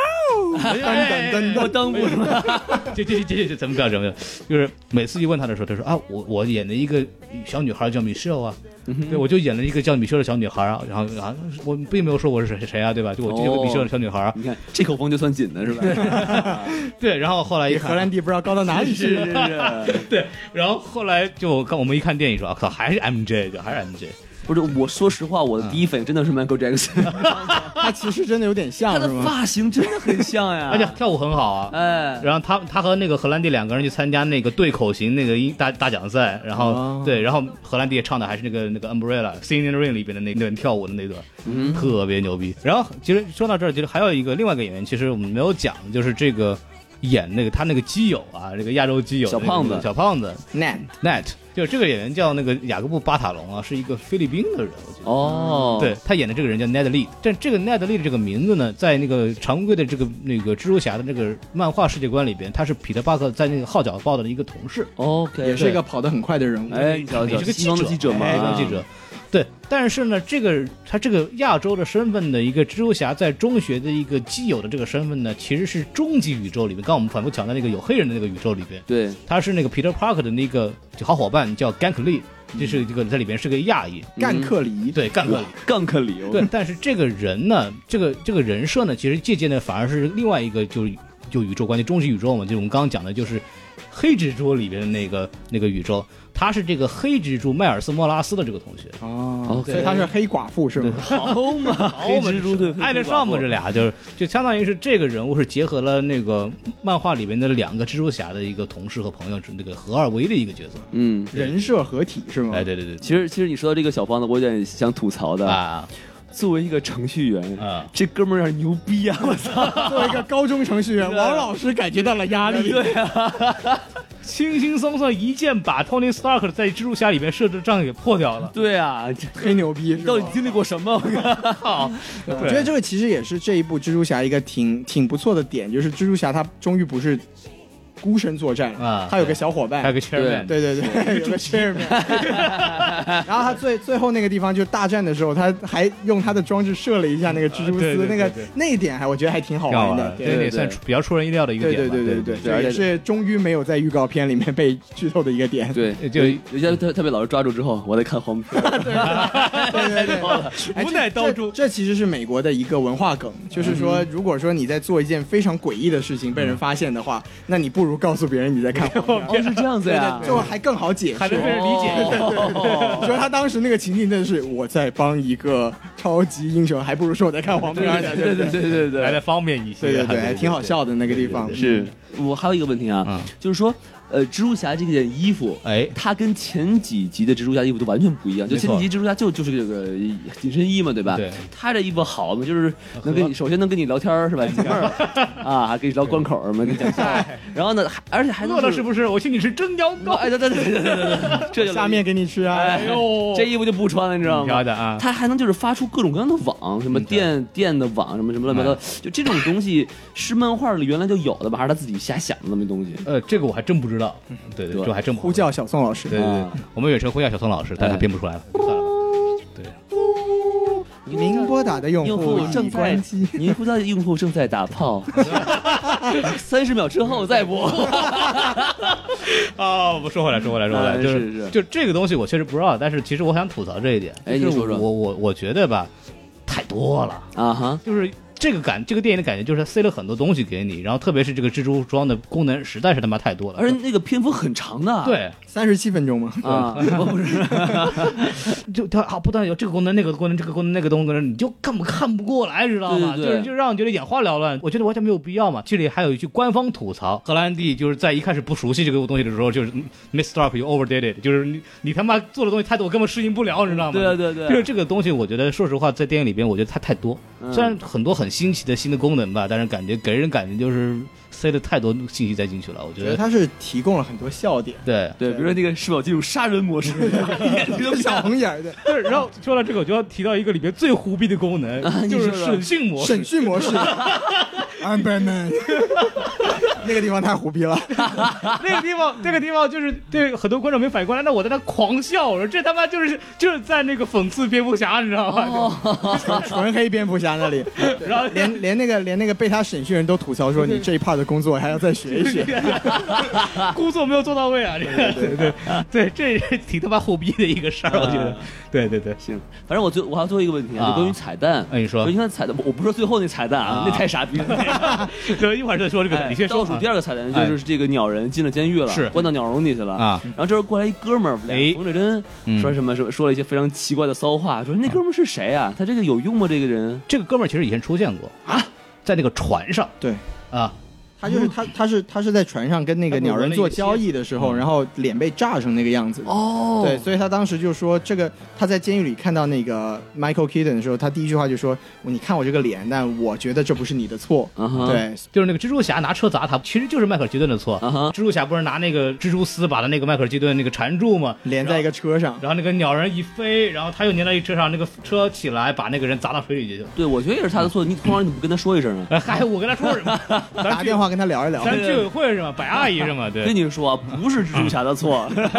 [SPEAKER 2] 噔噔噔
[SPEAKER 5] 我
[SPEAKER 2] 噔，
[SPEAKER 5] 当不是吧？
[SPEAKER 4] 这这这这咱们不要这么，就是每次一问他的时候，他说啊，我我演的一个小女孩叫 Michelle 啊，
[SPEAKER 2] 嗯
[SPEAKER 4] 对，我就演了一个叫 Michelle 的小女孩啊，然后然后我并没有说我是谁谁啊，对吧？就我就有个
[SPEAKER 5] 哦
[SPEAKER 4] Michelle 的小女孩啊，
[SPEAKER 5] 你看这口风就算紧的是吧？
[SPEAKER 4] 对，然后后来一
[SPEAKER 2] 比
[SPEAKER 4] 看
[SPEAKER 2] 哎荷兰弟不知道高到哪里去。
[SPEAKER 4] 对，然后后来就看我们一看电影说，啊靠，还是 MJ，就还是 MJ，
[SPEAKER 5] 不是，我说实话，我的第一反应真的是 Michael Jackson，
[SPEAKER 2] 他其实真的有点
[SPEAKER 5] 他
[SPEAKER 2] 像，是
[SPEAKER 5] 的
[SPEAKER 2] 吗？
[SPEAKER 5] 发型真的很像呀，
[SPEAKER 4] 而且跳舞很好啊，
[SPEAKER 5] 哎，
[SPEAKER 4] 然后他他和那个荷兰弟两个人去参加那个对口型那个音大大奖赛，然后、
[SPEAKER 2] 哦
[SPEAKER 4] 对，然后荷兰弟也唱的还是那个那个 Umbrella Singing in the Rain 里边的那那段跳舞的那段，
[SPEAKER 5] 嗯
[SPEAKER 4] 特别牛逼。然后其实说到这儿，其实还有一个另外一个演员，其实我们没有讲，就是这个演那个他那个基友啊，这个亚洲基友
[SPEAKER 5] 小胖子
[SPEAKER 4] 那个小胖子
[SPEAKER 2] 那
[SPEAKER 4] Net，就是这个演员叫那个雅各布巴塔隆啊，是一个菲律宾的人，我记得。
[SPEAKER 5] 哦，
[SPEAKER 4] 对他演的这个人叫 Ned Lee，但这个 Ned Lee 这个名字呢，在那个常规的这个那个蜘蛛侠的那个漫画世界观里边，他是彼得巴克在那个号角报的一个同事，
[SPEAKER 5] ，OK，
[SPEAKER 2] 也是一个跑得很快的人物。
[SPEAKER 5] 哎，你瞧
[SPEAKER 4] 也
[SPEAKER 5] 瞧，
[SPEAKER 4] 是个
[SPEAKER 5] 西方的记者嘛，
[SPEAKER 4] 哎西方记者。对，但是呢，这个他这个亚洲的身份的一个蜘蛛侠在中学的一个基友的这个身份呢，其实是终极宇宙里面，刚刚我们反复强调那个有黑人的那个宇宙里边，
[SPEAKER 5] 对，
[SPEAKER 4] 他是那个 Peter Parker 的那个好伙伴叫 Gank Lee，就是这个在里边是个亚裔，
[SPEAKER 2] 干克里，
[SPEAKER 4] 对，干克里。
[SPEAKER 5] 杠克里，
[SPEAKER 4] 对，但是这个人呢，这个这个人设呢，其实借鉴的反而是另外一个就是就宇宙观，就终极宇宙嘛，就我们刚刚讲的就是黑蜘蛛里边的那个那个宇宙，他是这个黑蜘蛛迈尔斯莫拉斯的这个同学。
[SPEAKER 2] 哦，
[SPEAKER 5] OK
[SPEAKER 2] 所以他是黑寡妇是吗？
[SPEAKER 5] 好嘛， 黑蜘蛛嗯对，
[SPEAKER 4] 爱得上吗？这
[SPEAKER 5] 里，
[SPEAKER 4] 俩就是就相当于是这个人物是结合了那个漫画里面的两个蜘蛛侠的一个同事和朋友，是那个合二为一的一个角色。
[SPEAKER 5] 嗯。
[SPEAKER 2] 人设合体是吗？
[SPEAKER 4] 哎，对对对，
[SPEAKER 5] 其实，其实你说到这个小胖子，我有点想吐槽的。
[SPEAKER 4] 啊
[SPEAKER 5] 作为一个程序员，
[SPEAKER 2] 嗯
[SPEAKER 4] 啊，
[SPEAKER 5] 这哥们儿有点牛逼啊！我操，
[SPEAKER 2] 作为一个高中程序员，王老师感觉到了压力。对，
[SPEAKER 5] 啊
[SPEAKER 4] 轻轻松松一剑把 Tony Stark 在蜘蛛侠里面设置的障给破掉了。
[SPEAKER 5] 对啊，这
[SPEAKER 2] 黑牛逼是吧
[SPEAKER 5] 到底经历过 什么？我靠！
[SPEAKER 2] 我觉得这个其实也是这一部蜘蛛侠一个挺挺不错的点，就是蜘蛛侠他终于不是孤身作战了，
[SPEAKER 4] 啊
[SPEAKER 2] 他有个小伙
[SPEAKER 4] 还有
[SPEAKER 2] 伴。
[SPEAKER 4] 个 Chairman，
[SPEAKER 2] 对对 对，有个 chairman，然后他最最后那个地方就是大战的时候，他还用他的装置射了一下那个蜘蛛丝，
[SPEAKER 4] 啊对对对
[SPEAKER 2] 那个
[SPEAKER 4] 对对
[SPEAKER 2] 那一点还我觉得还挺好
[SPEAKER 4] 挺好
[SPEAKER 2] 玩
[SPEAKER 4] 玩
[SPEAKER 2] 的
[SPEAKER 4] 的，，
[SPEAKER 2] 对
[SPEAKER 4] 啊这
[SPEAKER 5] 对
[SPEAKER 4] 也算
[SPEAKER 5] 对
[SPEAKER 4] 出比较出人意料的一个
[SPEAKER 2] 对对
[SPEAKER 4] 点吧。
[SPEAKER 2] 对对
[SPEAKER 4] 对
[SPEAKER 2] 对，
[SPEAKER 5] 而
[SPEAKER 2] 这
[SPEAKER 5] 且
[SPEAKER 2] 也是终于没有在预告片里面被剧透的一个点，
[SPEAKER 5] 对，
[SPEAKER 4] 就
[SPEAKER 5] 人家他他被老师抓住之后，我在看黄片。
[SPEAKER 2] 对对对，哎
[SPEAKER 4] 无奈刀中
[SPEAKER 2] 这这这其实是美国的一嗯嗯个文化梗，就是说，如果说你在做一件非常诡异的事情被人发现的话，那你不如告诉别人你在 看黄片儿。
[SPEAKER 5] 哦，是这样子呀，
[SPEAKER 2] 就啊嗯还更好解释，
[SPEAKER 4] 还能被人理解。
[SPEAKER 2] 哦你说他当时那个情境真的是我在帮一个超级英雄，还不如说我在看黄片儿呢，对
[SPEAKER 5] 对
[SPEAKER 2] 不对？
[SPEAKER 5] 对对对
[SPEAKER 4] 来
[SPEAKER 5] 对，
[SPEAKER 4] 的方便一些，啊
[SPEAKER 2] 对对对，
[SPEAKER 4] 还
[SPEAKER 2] 还挺好。笑的那个地方。
[SPEAKER 5] 是我还有一个问题啊
[SPEAKER 4] 嗯，
[SPEAKER 5] 就是说，呃，蜘蛛侠这件衣服，
[SPEAKER 4] 哎，
[SPEAKER 5] 它跟前几集的蜘蛛侠衣服都完全不一样。就
[SPEAKER 4] 没错
[SPEAKER 5] 前几集蜘蛛侠就就是这个紧身衣嘛，对吧？
[SPEAKER 4] 对
[SPEAKER 5] 他这衣服好嘛，就是能跟你首先能跟你聊天儿是 吧？姐妹儿啊，还跟你聊关口儿嘛，跟你讲笑话。然后呢，还而且还能
[SPEAKER 4] 哎饿了是不是？我请你吃蒸羊羔。
[SPEAKER 5] 哎，对对对对对对 对，这就
[SPEAKER 2] 下面给你吃啊，
[SPEAKER 5] 哎
[SPEAKER 4] 呦
[SPEAKER 5] 这衣服就不穿了，你知道
[SPEAKER 4] 挺好
[SPEAKER 5] 吗？
[SPEAKER 4] 的啊，
[SPEAKER 5] 它还能就是发出各种各样的网，
[SPEAKER 4] 嗯
[SPEAKER 5] 什么电电的网，什么什么乱七八糟，
[SPEAKER 4] 哎
[SPEAKER 5] 就这种东西是漫画里原来就有的吧，还是他自己瞎想的那么东西？
[SPEAKER 4] 呃，这个我还真不知道。对对，
[SPEAKER 5] 对
[SPEAKER 4] 这还真不
[SPEAKER 2] 嗯
[SPEAKER 4] 好
[SPEAKER 2] 呼叫哎小宋老师。
[SPEAKER 4] 对对对
[SPEAKER 5] 啊，
[SPEAKER 4] 我们远程呼叫小宋老师，但他编不出来了，算了吧。 对，
[SPEAKER 2] 您拨打的用
[SPEAKER 5] 用
[SPEAKER 2] 户
[SPEAKER 5] 户
[SPEAKER 2] 已
[SPEAKER 5] 正在
[SPEAKER 2] 关机，
[SPEAKER 5] 您呼叫用户正在打 炮，三十秒之后再播。
[SPEAKER 4] 啊，我们说回来，说回来，说回来，
[SPEAKER 5] 哎
[SPEAKER 4] 就是
[SPEAKER 5] 是
[SPEAKER 4] 就这个东西我确实不知道，但是其实我想吐槽这一点。
[SPEAKER 5] 哎
[SPEAKER 4] 就是
[SPEAKER 5] 你说说
[SPEAKER 4] 我我我觉得吧，太多了。
[SPEAKER 5] 啊哈，
[SPEAKER 4] 就是这个感，这个电影的感觉就是它塞了很多东西给你，然后特别是这个蜘蛛装的功能实在是他妈太多了，
[SPEAKER 5] 而且那个篇幅很长的，
[SPEAKER 4] 对，
[SPEAKER 2] 三十七分钟嘛。
[SPEAKER 5] 啊，我不是，
[SPEAKER 4] 就它啊不断有这个功能那个功能这个功能那个功能，你就根本看不过来，知道吗？
[SPEAKER 5] 对对对
[SPEAKER 4] 就是就让你觉得眼花缭乱，我觉得完全没有必要嘛。这里还有一句官方吐槽，荷兰弟就是在一开始不熟悉这个东西的时候，就是嗯 messed up，you overdid it，就是你你他妈做的东西太多，我根本适应不了，你知道吗？
[SPEAKER 5] 对啊对对，
[SPEAKER 4] 就是这个东西，我觉得说实话，在电影里边，我觉得它太多。
[SPEAKER 5] 嗯
[SPEAKER 4] 虽然很多很新奇的新的功能吧，但是感觉给人感觉就是塞了太多信息在进去了。我觉
[SPEAKER 2] 我觉得
[SPEAKER 4] 得
[SPEAKER 2] 他是提供了很多笑 点，
[SPEAKER 4] 对。
[SPEAKER 5] 对，比如说那个是否进入杀人模式，一眼睛都不
[SPEAKER 2] 小
[SPEAKER 5] 像。
[SPEAKER 2] 红眼儿的
[SPEAKER 4] 对，然后说到这个，我就要提到一个里边最胡逼的 功能，就是审讯模
[SPEAKER 2] 审。讯模式。I'm Batman，那个地方太胡逼了。
[SPEAKER 4] 那个地方，这个地方就是对很多观众没反应过来，那我在那狂笑，我说这他妈就是就是在那个讽刺蝙蝠侠，你知道吗？
[SPEAKER 5] 哦
[SPEAKER 2] 纯黑蝙蝠侠那里，
[SPEAKER 4] 然后
[SPEAKER 2] 连连那个连那个被他审讯人都吐槽说，你这一 part 的工作还要再学一学。
[SPEAKER 4] 工作没有做到位啊！这个对对对，这是挺他妈胡逼的一个事儿，我觉得。对对对，
[SPEAKER 5] 行，反正我最我还有最后一个问题啊，
[SPEAKER 4] 啊
[SPEAKER 5] 就关于彩蛋。
[SPEAKER 4] 哎你说
[SPEAKER 5] 就你看彩蛋，我我不说最后那彩蛋啊
[SPEAKER 4] 啊，
[SPEAKER 5] 那太傻逼 了。
[SPEAKER 4] 等一会儿再说这个，
[SPEAKER 5] 哎
[SPEAKER 4] 你先说啊哎
[SPEAKER 5] 倒数第二个彩蛋就是这个鸟人进了监狱了，
[SPEAKER 4] 是
[SPEAKER 5] 关到鸟笼里去了
[SPEAKER 4] 啊。
[SPEAKER 5] 然后这时候过来一哥们儿，
[SPEAKER 4] 哎
[SPEAKER 5] 俩冯志珍
[SPEAKER 4] 嗯
[SPEAKER 5] 说什么什么，说了一些非常奇怪的骚话，说那哥们儿是谁啊？他这个有用吗？这个人
[SPEAKER 4] 这个哥们儿其实以前出现过啊，在那个船上。
[SPEAKER 2] 对
[SPEAKER 4] 啊，
[SPEAKER 2] 他就是他，他是他是在船上跟那个鸟人做交易的时候，然后脸被炸成那个样子。
[SPEAKER 5] 哦
[SPEAKER 2] 对，所以他当时就说，这个他在监狱里看到那个 Michael Keaton 的时候，他第一句话就说：“你看我这个脸，但我觉得这不是你的错。
[SPEAKER 5] 嗯哼
[SPEAKER 2] 对，
[SPEAKER 4] 就是那个蜘蛛侠拿车砸他，其实就是迈克尔基顿的错。
[SPEAKER 5] 啊哈
[SPEAKER 4] 蜘蛛侠不是拿那个蜘蛛丝把他那个迈克尔基顿那个缠住吗？
[SPEAKER 2] 连在一个车上，
[SPEAKER 4] 然后那个鸟人一飞，然后他又粘到一车上，那个车起来把那个人砸到水里去了。
[SPEAKER 5] 对，我觉得也是他的错。你通常你怎么不跟他说一声啊？
[SPEAKER 4] 哎嗨，我跟他说 什么？咱
[SPEAKER 2] 打
[SPEAKER 4] 居
[SPEAKER 2] 电话跟他聊一聊。
[SPEAKER 4] 咱居委会是吗？白阿姨是吗？
[SPEAKER 5] 跟
[SPEAKER 4] 对。
[SPEAKER 5] 你说啊，不是蜘蛛侠的错，嗯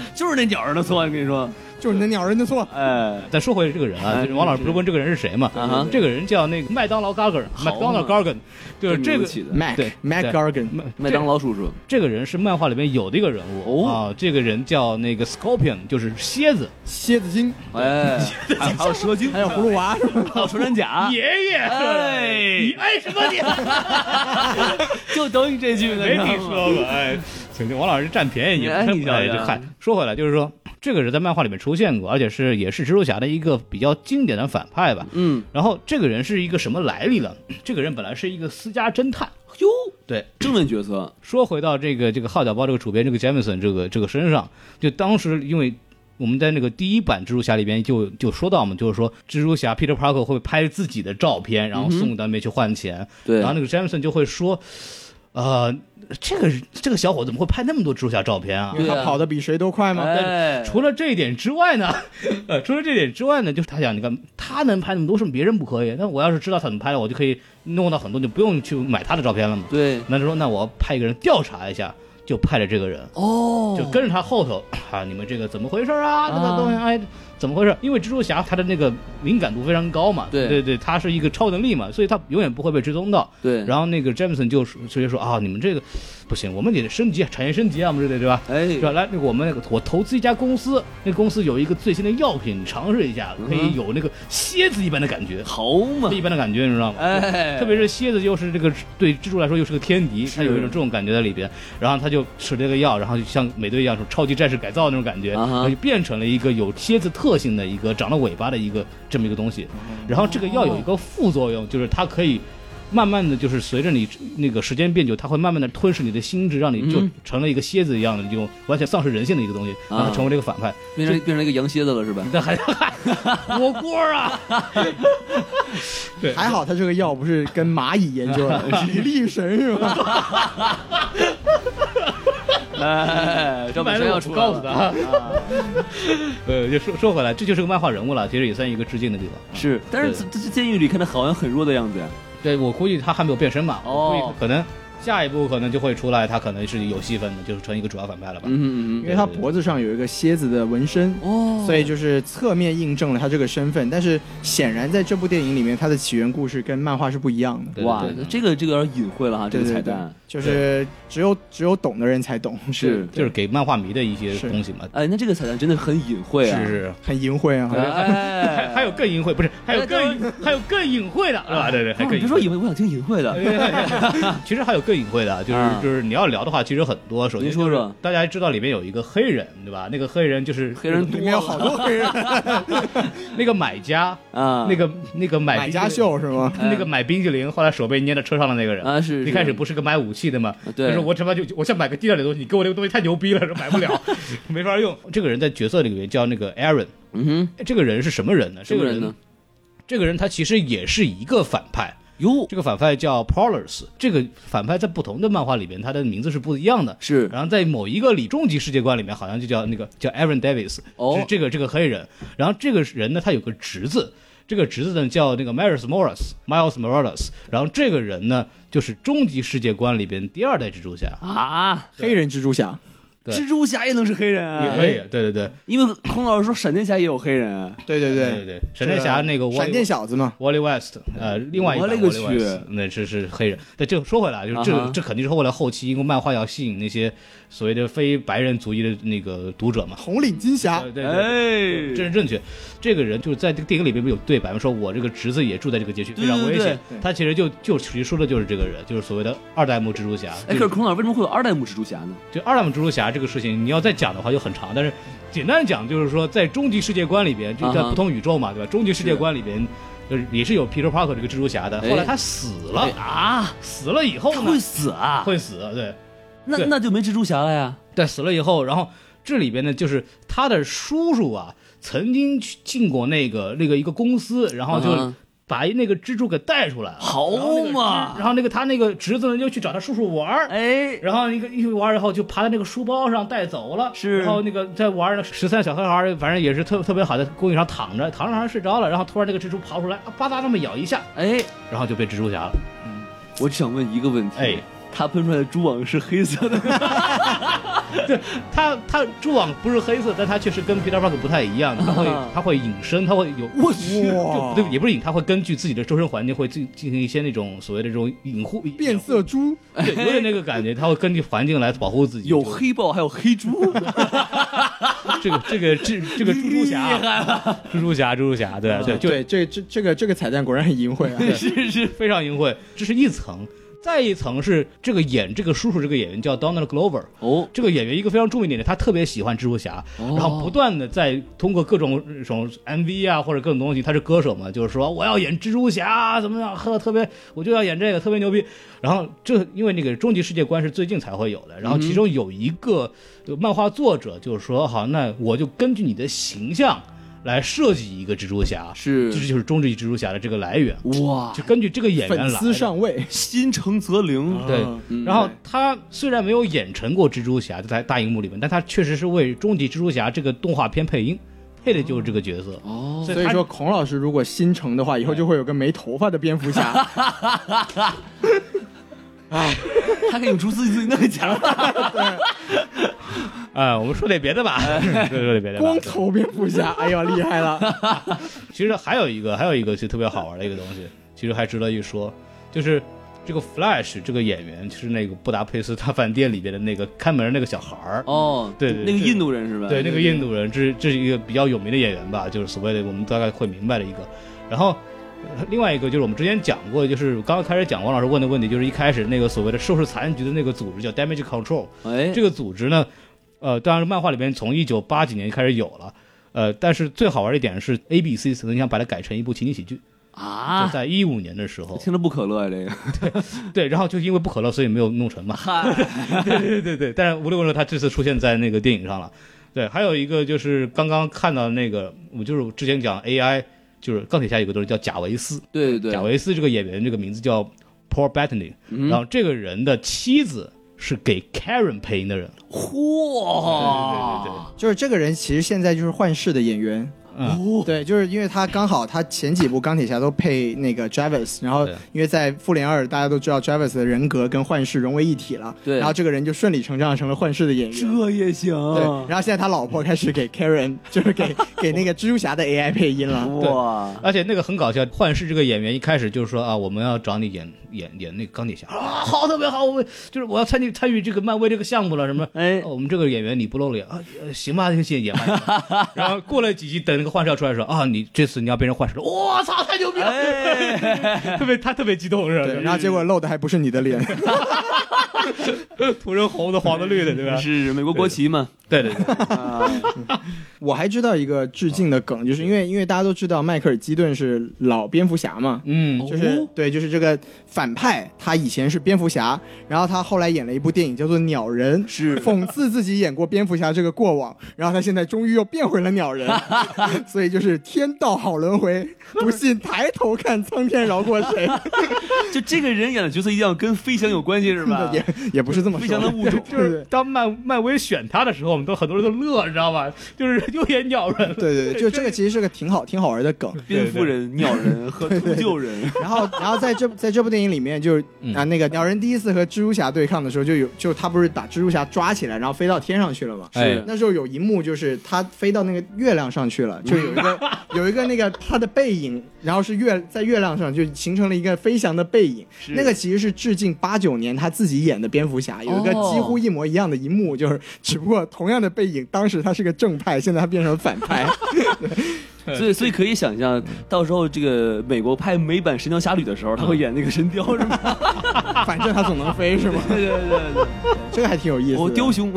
[SPEAKER 5] 就是那鸟人的错。我跟你说，
[SPEAKER 2] 就是你的鸟人的错。
[SPEAKER 5] 哎，
[SPEAKER 4] 再说回这个人啊，
[SPEAKER 5] 哎
[SPEAKER 4] 就是王老师不是问这个人是谁嘛
[SPEAKER 5] 啊哈？
[SPEAKER 4] 这个人叫那个麦当劳 Gargan，麦当劳 Gargan，就是这
[SPEAKER 5] 嗯名
[SPEAKER 4] 个
[SPEAKER 5] 字起的
[SPEAKER 2] Mac
[SPEAKER 4] 对
[SPEAKER 2] Mac
[SPEAKER 4] 对
[SPEAKER 2] Gargan，
[SPEAKER 5] 麦当劳叔叔
[SPEAKER 4] 这个人是漫画里面有的一个人物、
[SPEAKER 5] 哦
[SPEAKER 4] 啊，这个人叫那个 Scorpion，就是蝎子、
[SPEAKER 2] 蝎子精，
[SPEAKER 5] 哎，还有蛇精，还有葫芦 娃，还有穿山甲，
[SPEAKER 4] 爷爷。
[SPEAKER 5] 啊哎
[SPEAKER 4] 你爱什么你？
[SPEAKER 5] 就等你这句呢，
[SPEAKER 4] 没
[SPEAKER 5] 知道吗
[SPEAKER 4] 听 说过哎，请王老师占便宜你，
[SPEAKER 5] 哎你瞧瞧
[SPEAKER 4] 哎，这嗨，说回来就是说，这个人在漫画里面出现过，而且是也是蜘蛛侠的一个比较经典的反派吧。
[SPEAKER 5] 嗯，
[SPEAKER 4] 然后这个人是一个什么来历呢？这个人本来是一个私家侦探，
[SPEAKER 5] 哟，
[SPEAKER 4] 对，
[SPEAKER 5] 正面角色，
[SPEAKER 4] 说回到这个这个号角报这个主编这个 Jameson 这个这个身上，就当时因为我们在那个第一版蜘蛛侠里边就就说到嘛，就是说蜘蛛侠 Peter Parker 会拍自己的照片，
[SPEAKER 5] 嗯
[SPEAKER 4] 然后送到那边去换钱，
[SPEAKER 5] 对
[SPEAKER 4] 然后那个 Jameson 就会说，呃，这个这个小伙怎么会拍那么多蜘蛛侠照片啊
[SPEAKER 2] 因？为
[SPEAKER 5] 对
[SPEAKER 2] 他
[SPEAKER 5] 啊
[SPEAKER 2] 跑得比谁都快吗？
[SPEAKER 5] 哎，
[SPEAKER 4] 除了这一点之外呢， 呃，除了这一点之外呢，就是他想，你看他能拍那么多，为什么别人不可以？那我要是知道他怎么拍的，我就可以弄到很多，就不用去买他的照片了嘛。
[SPEAKER 5] 对，
[SPEAKER 4] 那就说那我要派一个人调查一下，就派了这个人，
[SPEAKER 5] 哦
[SPEAKER 4] 就跟着他后头啊，你们这个怎么回事啊？这个东西哎，怎么回事？因为蜘蛛侠他的那个敏感度非常高嘛，
[SPEAKER 5] 对
[SPEAKER 4] 对对，他是一个超能力嘛，所以他永远不会被追踪到。
[SPEAKER 5] 对，
[SPEAKER 4] 然后那个詹姆森就直接说啊，你们这个不行，我们得升级，产业升级啊，我们这得对吧？
[SPEAKER 5] 哎，
[SPEAKER 4] 对吧？来，那个我们那个我投资一家公司，那公司有一个最新的药品，你尝试一下，可以有那个蝎子一般的感觉，
[SPEAKER 5] 好嘛，
[SPEAKER 4] 一般的感觉，你知道吗？
[SPEAKER 5] 哎，
[SPEAKER 4] 特别是蝎子又是这个对蜘蛛来说又是个天敌，它有一种这种感觉在里边。然后他就吃这个药，然后就像美队一样，说超级战士改造那种感觉，
[SPEAKER 5] 啊哈
[SPEAKER 4] 然后就变成了一个有蝎子特性的一个长了尾巴的一个这么一个东
[SPEAKER 5] 哦
[SPEAKER 4] 西。然后这个药有一个副作用，就是它可以。慢慢的就是随着你那个时间变久，它会慢慢的吞噬你的心智，让你就
[SPEAKER 5] 嗯啊
[SPEAKER 4] 成了一个蝎子一样的这种完全丧失人性的一个东西，然后成为这个反派。
[SPEAKER 5] 变成变成一个羊蝎子了是吧？
[SPEAKER 4] 那还 火锅啊，
[SPEAKER 3] 还好他这个药不是 跟蚂蚁研究的， 是力神是吧？
[SPEAKER 5] 哎，赵本
[SPEAKER 4] 买
[SPEAKER 5] 山
[SPEAKER 4] 了
[SPEAKER 5] 要
[SPEAKER 4] 我
[SPEAKER 5] 出
[SPEAKER 4] 不
[SPEAKER 5] 来
[SPEAKER 4] 告诉
[SPEAKER 5] 了，啊
[SPEAKER 4] 他。 呃，就说说回来，这就是个漫画人物了，其实也算一个致敬的地方。
[SPEAKER 5] 是，但是
[SPEAKER 4] 对
[SPEAKER 5] 这这监狱里看他好像很弱的样子呀。
[SPEAKER 4] 对我估计他还没有变身吧，
[SPEAKER 5] 哦
[SPEAKER 4] 我估计可能下一步可能就会出来，他可能是有戏份的，就是成一个主要反派了吧。
[SPEAKER 5] 嗯嗯
[SPEAKER 3] 因为他脖子上有一个蝎子的纹身。
[SPEAKER 5] 嗯，哦，
[SPEAKER 3] 所以就是侧面印证了他这个身份，但是显然在这部电影里面，他的起源故事跟漫画是不一样的。
[SPEAKER 4] 对
[SPEAKER 5] 哇
[SPEAKER 4] 对对，
[SPEAKER 5] 这个这个有点隐晦了哈，这
[SPEAKER 3] 对
[SPEAKER 5] 个
[SPEAKER 3] 对
[SPEAKER 5] 彩
[SPEAKER 3] 对
[SPEAKER 5] 蛋，
[SPEAKER 3] 就是只有只有懂的人才懂，
[SPEAKER 5] 是
[SPEAKER 4] 就是给漫画迷的一些
[SPEAKER 3] 是
[SPEAKER 4] 东西嘛。
[SPEAKER 5] 哎，那这个彩蛋真的很隐晦啊。
[SPEAKER 4] 是是，
[SPEAKER 3] 很淫秽啊。
[SPEAKER 5] 哎
[SPEAKER 4] 还，还有更隐晦，不是还有更隐还有更隐晦的，是吧？对对，还哎
[SPEAKER 5] 不
[SPEAKER 4] 更
[SPEAKER 5] 是，
[SPEAKER 4] 隐
[SPEAKER 5] 别说
[SPEAKER 4] 晦
[SPEAKER 5] 隐晦，我想听隐晦的。
[SPEAKER 4] 其实还有更隐晦的，就是、
[SPEAKER 5] 啊
[SPEAKER 4] 就是你要聊的话，其实有很多。首先
[SPEAKER 5] 您说
[SPEAKER 4] 就是
[SPEAKER 5] 说
[SPEAKER 4] 大家知道里面有一个黑人，对吧？那个黑人就是
[SPEAKER 5] 黑人多啊
[SPEAKER 3] 里面有好多黑 人，
[SPEAKER 4] 那个买家，
[SPEAKER 5] 啊，哎
[SPEAKER 4] 那个那个买
[SPEAKER 3] 买
[SPEAKER 4] 冰
[SPEAKER 3] 家
[SPEAKER 4] 淇淋
[SPEAKER 3] 秀是吗？
[SPEAKER 4] 那个买冰激凌，后来手被捏在车上的那个人
[SPEAKER 5] 啊是是啊
[SPEAKER 4] 一开始不是个买武器的嘛？
[SPEAKER 5] 对
[SPEAKER 4] 他说我他妈就我想买个地上的东西，你给我这个东西太牛逼了，说买 不了，没法用。这个人在角色里面叫那个 Aaron，
[SPEAKER 5] 嗯哼，
[SPEAKER 4] 哎这个人是什么人呢？
[SPEAKER 5] 什
[SPEAKER 4] 这
[SPEAKER 5] 么
[SPEAKER 4] 个
[SPEAKER 5] 人呢？？
[SPEAKER 4] 这个人他其实也是一个反派。
[SPEAKER 5] 哟，
[SPEAKER 4] 这个反派叫 Polars，这个反派在不同的漫画里边，他的名字是不一样的。
[SPEAKER 5] 是
[SPEAKER 4] 然后在某一个李重吉世界观里面，好像就叫那个叫 Aaron Davis，
[SPEAKER 5] 哦
[SPEAKER 4] 是这个这个黑人。然后这个人呢，他有个侄子，这个侄子呢叫那个 Miles Morales，Miles Morales。然后这个人呢，就是终极世界观里边第二代蜘蛛侠，
[SPEAKER 5] 啊，
[SPEAKER 3] 黑人蜘蛛侠，
[SPEAKER 4] 对
[SPEAKER 5] 蜘蛛侠也能是黑人
[SPEAKER 4] 也
[SPEAKER 5] 啊？
[SPEAKER 4] 可以，对对对
[SPEAKER 5] 因为孔老师说闪电侠也有黑人啊。
[SPEAKER 3] 对对
[SPEAKER 4] 对对，闪电侠那个
[SPEAKER 3] 闪电小子嘛，
[SPEAKER 4] Wally West，呃，另外一
[SPEAKER 5] 我
[SPEAKER 4] 版
[SPEAKER 5] 勒个
[SPEAKER 4] Wally
[SPEAKER 5] 嗯去
[SPEAKER 4] West，那这是黑人。但就说回来，就是这、
[SPEAKER 5] 啊哈
[SPEAKER 4] 这肯定是后来后期，因为漫画要吸引那些所谓的非白人族裔的那个读者嘛。
[SPEAKER 3] 红领巾侠
[SPEAKER 4] 呃，对对对
[SPEAKER 5] 哎，
[SPEAKER 4] 这是正确。这个人就是在这个电影里边不是有对白吗？说我这个侄子也住在这个街区，
[SPEAKER 5] 对
[SPEAKER 4] 非常危
[SPEAKER 5] 对
[SPEAKER 4] 险。他其实就就其实说的就是这个人，就是所谓的二代目蜘蛛侠。
[SPEAKER 5] 哎，可是孔老师为什么会有二代目蜘蛛侠呢？
[SPEAKER 4] 就二代目蜘蛛侠这个事情，你要再讲的话就很长，但是简单讲就是说，在终极世界观里边，就在
[SPEAKER 5] 啊哈
[SPEAKER 4] 不同宇宙嘛，对吧？终极世界观里边。就是也是有 Peter Parker 这个蜘蛛侠的，
[SPEAKER 5] 哎
[SPEAKER 4] 后来他死了，
[SPEAKER 5] 啊，
[SPEAKER 4] 死了以后
[SPEAKER 5] 他
[SPEAKER 4] 呢
[SPEAKER 5] 会死啊？
[SPEAKER 4] 会死，对，
[SPEAKER 5] 那
[SPEAKER 4] 对
[SPEAKER 5] 那就没蜘蛛侠了呀？
[SPEAKER 4] 但死了以后，然后这里边呢，就是他的叔叔啊，曾经去进过那个那个一个公司，然后就
[SPEAKER 5] 嗯
[SPEAKER 4] 把那个蜘蛛给带出来了，
[SPEAKER 5] 好
[SPEAKER 4] 然后那个
[SPEAKER 5] 嘛
[SPEAKER 4] 蜘然后那个他那个侄子呢，就去找他叔叔玩儿，
[SPEAKER 5] 哎，
[SPEAKER 4] 然后一个一玩儿以后就爬到那个书包上带走了，
[SPEAKER 5] 是
[SPEAKER 4] 然后那个在玩儿呢，十三小黑孩儿反正也是特特别好，在公寓上躺着，躺着躺着睡着了，然后突然那个蜘蛛刨出来，啊吧嗒那么咬一下，
[SPEAKER 5] 哎，
[SPEAKER 4] 然后就变蜘蛛侠了，
[SPEAKER 5] 我只想问一个问题，
[SPEAKER 4] 哎，
[SPEAKER 5] 他喷出来的蛛网是黑色的吗？
[SPEAKER 4] 它它蛛网不是黑色，但它确实跟 Peter Parker 不太一样，它会它会隐身，它会有
[SPEAKER 5] 我去，
[SPEAKER 4] 就
[SPEAKER 3] 哇
[SPEAKER 4] 不对，也不是隐，它会根据自己的周身环境会进进行一些那种所谓的这种隐护
[SPEAKER 3] 变色，猪，
[SPEAKER 4] 对，有点那个感觉，它会根据环境来保护自己。
[SPEAKER 5] 有
[SPEAKER 4] 就
[SPEAKER 5] 黑豹，还有黑猪，
[SPEAKER 4] 这个这个这这个蜘蛛侠，蜘蛛侠，蜘蛛侠，对对，就
[SPEAKER 3] 对，这这这个这个彩蛋果然很淫秽 啊。
[SPEAKER 4] 是是非常淫秽，这是一层。再一层是这个演这个叔叔这个演员叫 Donald Glover，
[SPEAKER 5] 哦，
[SPEAKER 4] 这个演员一个非常著名的点，他特别喜欢蜘蛛侠，
[SPEAKER 5] 哦
[SPEAKER 4] 然后不断的在通过各种这种 MV 啊或者各种东西，他是歌手嘛，就是说我要演蜘蛛侠怎么样，呵，特别我就要演这个特别牛逼。然后这因为那个终极世界观是最近才会有的，
[SPEAKER 5] 嗯
[SPEAKER 4] 然后其中有一个呃漫画作者就是说，好，那我就根据你的形象来设计一个蜘蛛侠，
[SPEAKER 5] 是
[SPEAKER 4] 这就是终极蜘蛛侠的这个来源，
[SPEAKER 5] 哇，
[SPEAKER 4] 就根据这个演员
[SPEAKER 3] 啊粉
[SPEAKER 4] 来
[SPEAKER 3] 丝
[SPEAKER 4] 的。
[SPEAKER 3] 上位，
[SPEAKER 5] 心诚则灵，
[SPEAKER 4] 对，
[SPEAKER 5] 嗯
[SPEAKER 4] 然后他虽然没有演成过蜘蛛侠，就在大荧幕里面，但他确实是为《终极蜘蛛侠》这个动画片配音，配的就是这个角色。
[SPEAKER 5] 哦，
[SPEAKER 4] 所
[SPEAKER 3] 所以
[SPEAKER 4] 他
[SPEAKER 3] 说孔老师如果心诚的话，以后就会有个没头发的蝙蝠侠。
[SPEAKER 5] 他可以用蛛丝自己弄假发，
[SPEAKER 4] 啊，我们说点别 的吧，说点别的吧。
[SPEAKER 2] 光头蝙蝠侠，哎呀，厉害了！
[SPEAKER 4] 其实还有一个，还有一个其实特别好玩的一个东 西，其实还值得一说，就是这个 Flash 这个演员，就是那个布达佩斯大饭店里边的那个看门那个小孩儿。
[SPEAKER 5] 哦，
[SPEAKER 4] 对对
[SPEAKER 5] 那个
[SPEAKER 4] 对
[SPEAKER 5] 印度人是吧？
[SPEAKER 4] 对，那个印度人，这这是一个比较有名的演员吧，就是所谓的我们大概会明白的一个。然后呃另外一个就是我们之前讲过，就是刚刚开始讲王老师问的问题，就是一开始那个所谓的收拾残局的那个组织叫 Damage Control，
[SPEAKER 5] 哎，
[SPEAKER 4] 这个组织呢，呃，当然漫画里边从一九八几年开始有了。呃，但是最好玩的一点是，A B C 曾经想把它改成一部情景喜剧，就
[SPEAKER 5] 啊，
[SPEAKER 4] 在一五年的时候，
[SPEAKER 5] 听着不可乐呀，这个。
[SPEAKER 4] 对，然后就因为不可乐，所以没有弄成嘛。
[SPEAKER 5] 嗨，
[SPEAKER 4] 对对 对对，但是无论如何，他这次出现在那个电影上了。对，还有一个就是刚刚看到那个，我就是之前讲 AI，就是钢铁侠有个东西叫贾维斯，
[SPEAKER 5] 对对
[SPEAKER 4] 贾
[SPEAKER 5] 对，
[SPEAKER 4] 维斯这个演员这个名字叫 Paul Bettany，、然后这个人的妻子是给 Karen 配音的人，
[SPEAKER 5] 嚯，哦
[SPEAKER 4] 对对对
[SPEAKER 2] 就是这个人，其实现在就是幻视的演员。
[SPEAKER 3] 哦
[SPEAKER 2] 啊
[SPEAKER 4] 嗯
[SPEAKER 2] 对，就是因为他刚好他前几部钢铁侠都配那个 Jarvis，然后
[SPEAKER 4] 对
[SPEAKER 2] 因为在复联二大家都知道 Jarvis 的人格跟幻视融为一体了，
[SPEAKER 5] 对
[SPEAKER 2] 然后这个人就顺理成章成了幻视的演员。
[SPEAKER 5] 这也行，
[SPEAKER 2] 对，然后现在他老婆开始给 Karen，就是 给给那个蜘蛛侠的 AI 配音了。
[SPEAKER 5] 哇，
[SPEAKER 4] 而且那个很搞笑，幻视这个演员一开始就是说啊，我们要找你演演演那个钢铁侠啊，好特别好，我就是我要参与参与这个漫威这个项目了什么。
[SPEAKER 5] 哎
[SPEAKER 4] 哦我们这个演员你不露脸啊，呃行吧，就演演吧。 然后过了几集，等那个幻视要出来的时候啊，你这次你要变成幻视了，我操，太牛逼了！
[SPEAKER 5] 哎
[SPEAKER 4] 特别他特别激动是吧？
[SPEAKER 2] 对，然后结果露的还不是你的脸，
[SPEAKER 4] 涂成红的、黄的、绿的，对 吧？
[SPEAKER 5] 是美国国旗嘛？
[SPEAKER 4] 对对对，
[SPEAKER 2] 我还知道一个致敬的梗，就是因为因为大家都知道迈克尔基顿是老蝙蝠侠嘛，
[SPEAKER 4] 嗯，
[SPEAKER 2] 就是、
[SPEAKER 5] 哦
[SPEAKER 2] 对，就是这个反派，他以前是蝙蝠侠，然后他后来演了一部电影叫做《鸟人》，是 讽刺自己演过蝙蝠侠这个过往，然后他现在终于又变回了鸟 人，所以就是天道好轮回，不信抬头看苍天饶过 谁，
[SPEAKER 5] 就这个人演的角色一定要跟飞翔有关系是 吧？
[SPEAKER 2] 也也不是这么
[SPEAKER 5] 飞
[SPEAKER 2] 说，
[SPEAKER 5] 翔的物种
[SPEAKER 2] 对
[SPEAKER 4] 当漫漫威选他的时候，我们都很多人都乐，你知道吧？就是又演鸟人了。
[SPEAKER 2] 对对对，就这个其实是个挺好挺好玩的梗。
[SPEAKER 5] 蝙蝠人、鸟人和秃鹫人，
[SPEAKER 2] 然后，然后在这在这部电影里面就是，
[SPEAKER 4] 嗯
[SPEAKER 2] 啊，那个鸟人第一次和蜘蛛侠对抗的时候，就有就他不是把蜘蛛侠抓起来，然后飞到天上去了嘛？
[SPEAKER 4] 哎
[SPEAKER 2] 那时候有一幕就是他飞到那个月亮上去了，就有一个有一个那个他的背影，然后是月在月亮上就形成了一个飞翔的背影。那个其实是致敬八九年他自己演的蝙蝠侠，有一个
[SPEAKER 5] 哦
[SPEAKER 2] 几乎一模一样的一幕，就是只不过同样的背影，当时他是个正派，现在他变成了反派。
[SPEAKER 5] 所以所以可以想
[SPEAKER 4] 嗯
[SPEAKER 5] 象，到时候这个美国拍美版《神雕侠侣》的时候，他会演那个神雕 是吗？
[SPEAKER 2] 反正他总能飞是吗？
[SPEAKER 5] 对对对对，
[SPEAKER 2] 这个还挺有意思的。
[SPEAKER 5] 我雕兄，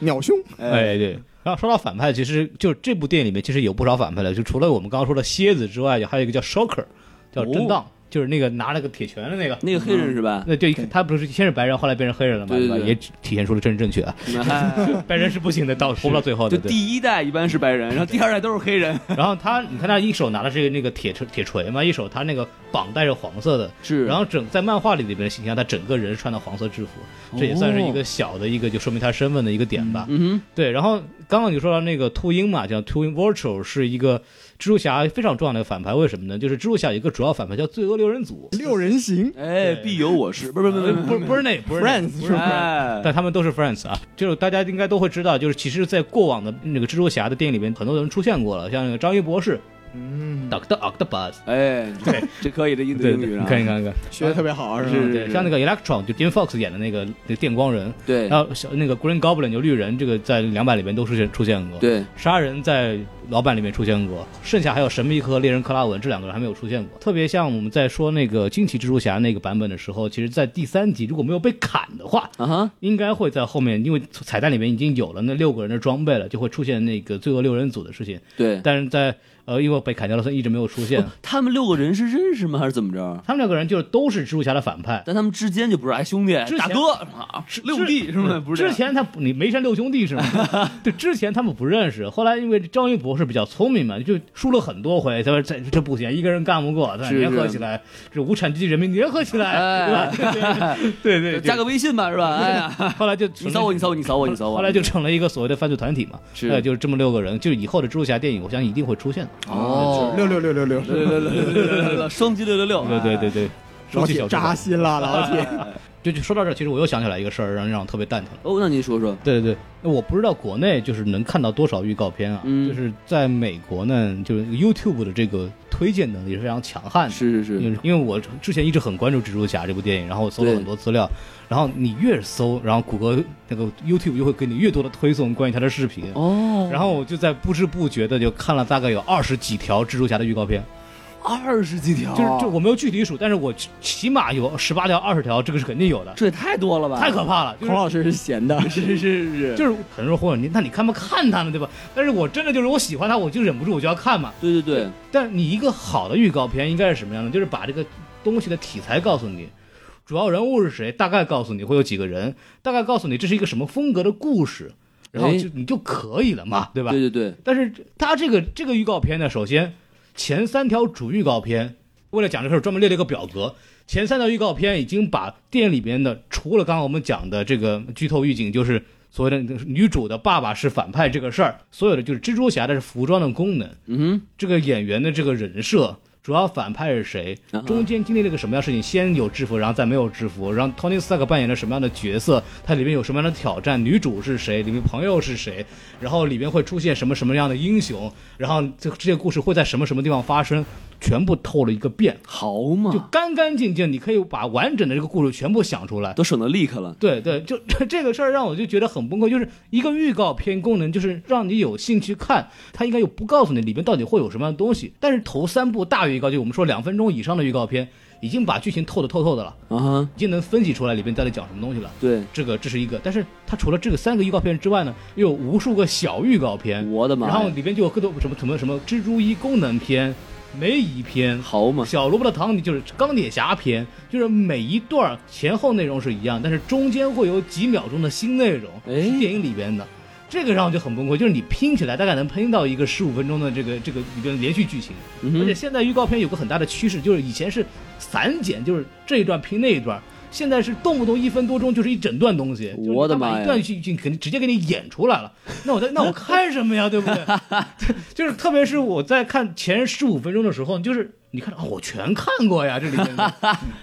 [SPEAKER 2] 鸟兄，
[SPEAKER 4] 哎，对。然后说到反派，其实就这部电影里面其实有不少反派的，就除了我们刚刚说的蝎子之外，还有一个叫 Shocker，叫
[SPEAKER 5] 哦
[SPEAKER 4] 震荡，就是那个拿了个铁拳的那个。
[SPEAKER 5] 那个黑人是 吧？
[SPEAKER 4] 那对，他不是先是白人，后来变成黑人了嘛，
[SPEAKER 5] 对对
[SPEAKER 4] 吧？
[SPEAKER 5] 对
[SPEAKER 4] 也体现出了政治正确啊，
[SPEAKER 5] 哎
[SPEAKER 4] 白人是不行的，到活不到最后
[SPEAKER 5] 就
[SPEAKER 4] 的。哦对。
[SPEAKER 5] 第一代一般是白人，然后第二代都是黑人，
[SPEAKER 4] 然后他，你看他一手拿的是那个铁锤铁锤嘛，一手他那个绑 带是黄色的，
[SPEAKER 5] 是
[SPEAKER 4] 然后整在漫画里里边的形象，他整个人穿的黄色制服，这也算是
[SPEAKER 5] 哦
[SPEAKER 4] 一个小的一个就说明他身份的一个点吧。
[SPEAKER 5] 嗯
[SPEAKER 4] 对，然后刚刚你说到那个秃鹰嘛，叫秃鹰 Vulture 是一个蜘蛛侠非常重要的反派，为什么呢？就是蜘蛛侠有一个主要反派叫罪恶六人组，
[SPEAKER 2] 六人行。
[SPEAKER 5] 哼，哎，必有我师，不是不是
[SPEAKER 4] 呃
[SPEAKER 5] 不是
[SPEAKER 4] 不是不是那不是那
[SPEAKER 2] Friends
[SPEAKER 4] 不
[SPEAKER 2] 是
[SPEAKER 4] 是
[SPEAKER 2] 吧
[SPEAKER 5] 哎，
[SPEAKER 4] 但他们都是 friends 啊，就是大家应该都会知道，就是其实，在过往的那个蜘蛛侠的电影里面，很多人出现过了，像那个章鱼博士
[SPEAKER 2] 嗯，
[SPEAKER 4] ，Doctor Octopus，
[SPEAKER 5] 哎，
[SPEAKER 4] 对，
[SPEAKER 5] 这可以的英英语
[SPEAKER 4] 你
[SPEAKER 5] 啊，
[SPEAKER 4] 看一看，你看，嗯
[SPEAKER 2] 学的特别好，是吧？
[SPEAKER 5] 是
[SPEAKER 4] 对，像那个 Electron 就 Jim Fox 演的那个那个电光人，
[SPEAKER 5] 对
[SPEAKER 4] 然后小那个 Green Goblin 就绿人，这个在两版里面都出现出现过，，
[SPEAKER 5] 对，
[SPEAKER 4] 杀人在老版里面出现过，剩下还有神秘客和猎人克拉文这两个人还没有出现过。特别像我们在说那个惊奇蜘蛛侠那个版本的时候，其实，在第三集如果没有被砍的话，
[SPEAKER 5] 啊哈，
[SPEAKER 4] 应该会在后面，因为彩蛋里面已经有了那六个人的装备了，就会出现那个罪恶六人组的事情。
[SPEAKER 5] 对，
[SPEAKER 4] 但是在呃，因为被砍掉了，所以一直没有出现。
[SPEAKER 5] 他们六个人是认识吗？还是怎么着？
[SPEAKER 4] 他们两个人就是都是蜘蛛侠的反派，
[SPEAKER 5] 但他们之间就不是哎兄弟
[SPEAKER 4] 之前
[SPEAKER 5] 大哥啊六弟是吗？不是这
[SPEAKER 4] 之
[SPEAKER 5] 样
[SPEAKER 4] 前他不你梅山六兄弟是吗？对，之前他们不认识，后来因为张一博士比较聪明嘛，就输了很多回，他说这这不行，一个人干不过，他
[SPEAKER 5] 是
[SPEAKER 4] 联合
[SPEAKER 5] 是
[SPEAKER 4] 起来，这无产阶级人民联合起来，
[SPEAKER 5] 哎
[SPEAKER 4] 对吧？ 对对对
[SPEAKER 5] 加
[SPEAKER 4] 对
[SPEAKER 5] 个微信吧是吧？哎呀，
[SPEAKER 4] 后来就
[SPEAKER 5] 你扫我，你扫我，你扫我，你扫我，
[SPEAKER 4] 后来就成了一个所谓的犯罪团体嘛，
[SPEAKER 5] 是
[SPEAKER 4] 呃，就是这么六个人，就是以后的蜘蛛侠电影，我相信一定会出现的。
[SPEAKER 5] 哦
[SPEAKER 2] 六六六六六，
[SPEAKER 5] 六六六六六六六，双击六六六，
[SPEAKER 4] 对对对对，
[SPEAKER 2] 老
[SPEAKER 4] 双击
[SPEAKER 2] 铁
[SPEAKER 4] 小
[SPEAKER 2] 扎
[SPEAKER 4] 猪
[SPEAKER 2] 心了，老铁。
[SPEAKER 4] 就就说到这儿，其实我又想起来一个事儿，让让我特别蛋疼。
[SPEAKER 5] 哦，那您说说，
[SPEAKER 4] 对对对，我不知道国内就是能看到多少预告片啊，
[SPEAKER 5] 嗯
[SPEAKER 4] 就是在美国呢，就是 YouTube 的这个推荐能力是非常强悍的。
[SPEAKER 5] 是是是，
[SPEAKER 4] 因为因为我之前一直很关注《蜘蛛侠》这部电影，然后我搜了
[SPEAKER 5] 对
[SPEAKER 4] 很多资料，然后你越搜，然后谷歌那个 YouTube 就会给你越多的推送关于他的视频，
[SPEAKER 5] 哦，
[SPEAKER 4] 然后我就在不知不觉的就看了大概有二十几条蜘蛛侠的预告片，
[SPEAKER 5] 二十几条，
[SPEAKER 4] 就是就我没有具体数，但是我起起码有十八条、二十条，这个是肯定有的，
[SPEAKER 5] 这也太多了吧？
[SPEAKER 4] 太可怕了，就是
[SPEAKER 2] 孔老师是闲的，
[SPEAKER 5] 是是是是，
[SPEAKER 4] 就是很多人会问你，那你看不看他呢，对吧？但是我真的就是我喜欢他，我就忍不住我就要看嘛。
[SPEAKER 5] 对对对，
[SPEAKER 4] 但你一个好的预告片应该是什么样的？就是把这个东西的题材告诉你，主要人物是谁，大概告诉你会有几个人，大概告诉你这是一个什么风格的故事，然后就你就可以了嘛，对吧？
[SPEAKER 5] 对对对，
[SPEAKER 4] 但是他这个这个预告片呢，首先前三条主预告片，为了讲这事儿专门列了一个表格。前三条预告片已经把店里边的，除了刚刚我们讲的这个剧透预警，就是所谓的女主的爸爸是反派这个事儿，所有的就是蜘蛛侠的是服装的功能，
[SPEAKER 5] 嗯
[SPEAKER 4] 这个演员的这个人设，主要反派是谁
[SPEAKER 5] 嗯，哼
[SPEAKER 4] 中间经历了个什么样的事情，先有制服，然后再没有制服，然后 Tony Stark 扮演了什么样的角色，它里面有什么样的挑战，女主是谁，里面朋友是谁，然后里面会出现什么什么样的英雄，然后这这些故事会在什么什么地方发生，全部透了一个遍，
[SPEAKER 5] 哼，好
[SPEAKER 4] 就
[SPEAKER 5] 嘛，
[SPEAKER 4] 干干净净，你可以把完整的这个故事全部想出来。
[SPEAKER 5] 都省得 leak 了，
[SPEAKER 4] 对对，就 这个事儿让我就觉得很崩溃，就是一个预告片功能，就是让你有兴趣看，它应该又不告诉你里面到底会有什么样的东西。但是头三部大预告，就我们说两分钟以上的预告片，已经把剧情透的透透的了，
[SPEAKER 5] 啊哈，
[SPEAKER 4] 已经能分析出来里面到底讲什么东西了。
[SPEAKER 5] 对，
[SPEAKER 4] 这个这是一个，但是它除了这个三个预告片之外呢，又有无数个小预告片，
[SPEAKER 5] 我的妈呀，
[SPEAKER 4] 然后里边就有各种什么什么什么蜘蛛衣功能片、梅姨篇、
[SPEAKER 5] 好嘛，
[SPEAKER 4] 小萝卜的糖，就是钢铁侠篇，就是每一段儿前后内容是一样，但是中间会有几秒钟的新内容，
[SPEAKER 5] 哎
[SPEAKER 4] 是电影里边的。这个让我就很崩溃，就是你拼起来大概能拼到一个十五分钟的这个这个里边连续剧情，
[SPEAKER 5] 嗯哼
[SPEAKER 4] 而且现在预告片有个很大的趋势，就是以前是散剪，就是这一段拼那一段，现在是动不动一分多钟就是一整段东西，就是
[SPEAKER 5] 我的
[SPEAKER 4] 他把
[SPEAKER 5] 妈呀
[SPEAKER 4] 一段剧情肯定直接给你演出来了，那我在那我看什么呀，对不对？ 就是特别是我在看前十五分钟的时候，就是你看啊、我全看过呀，这里面的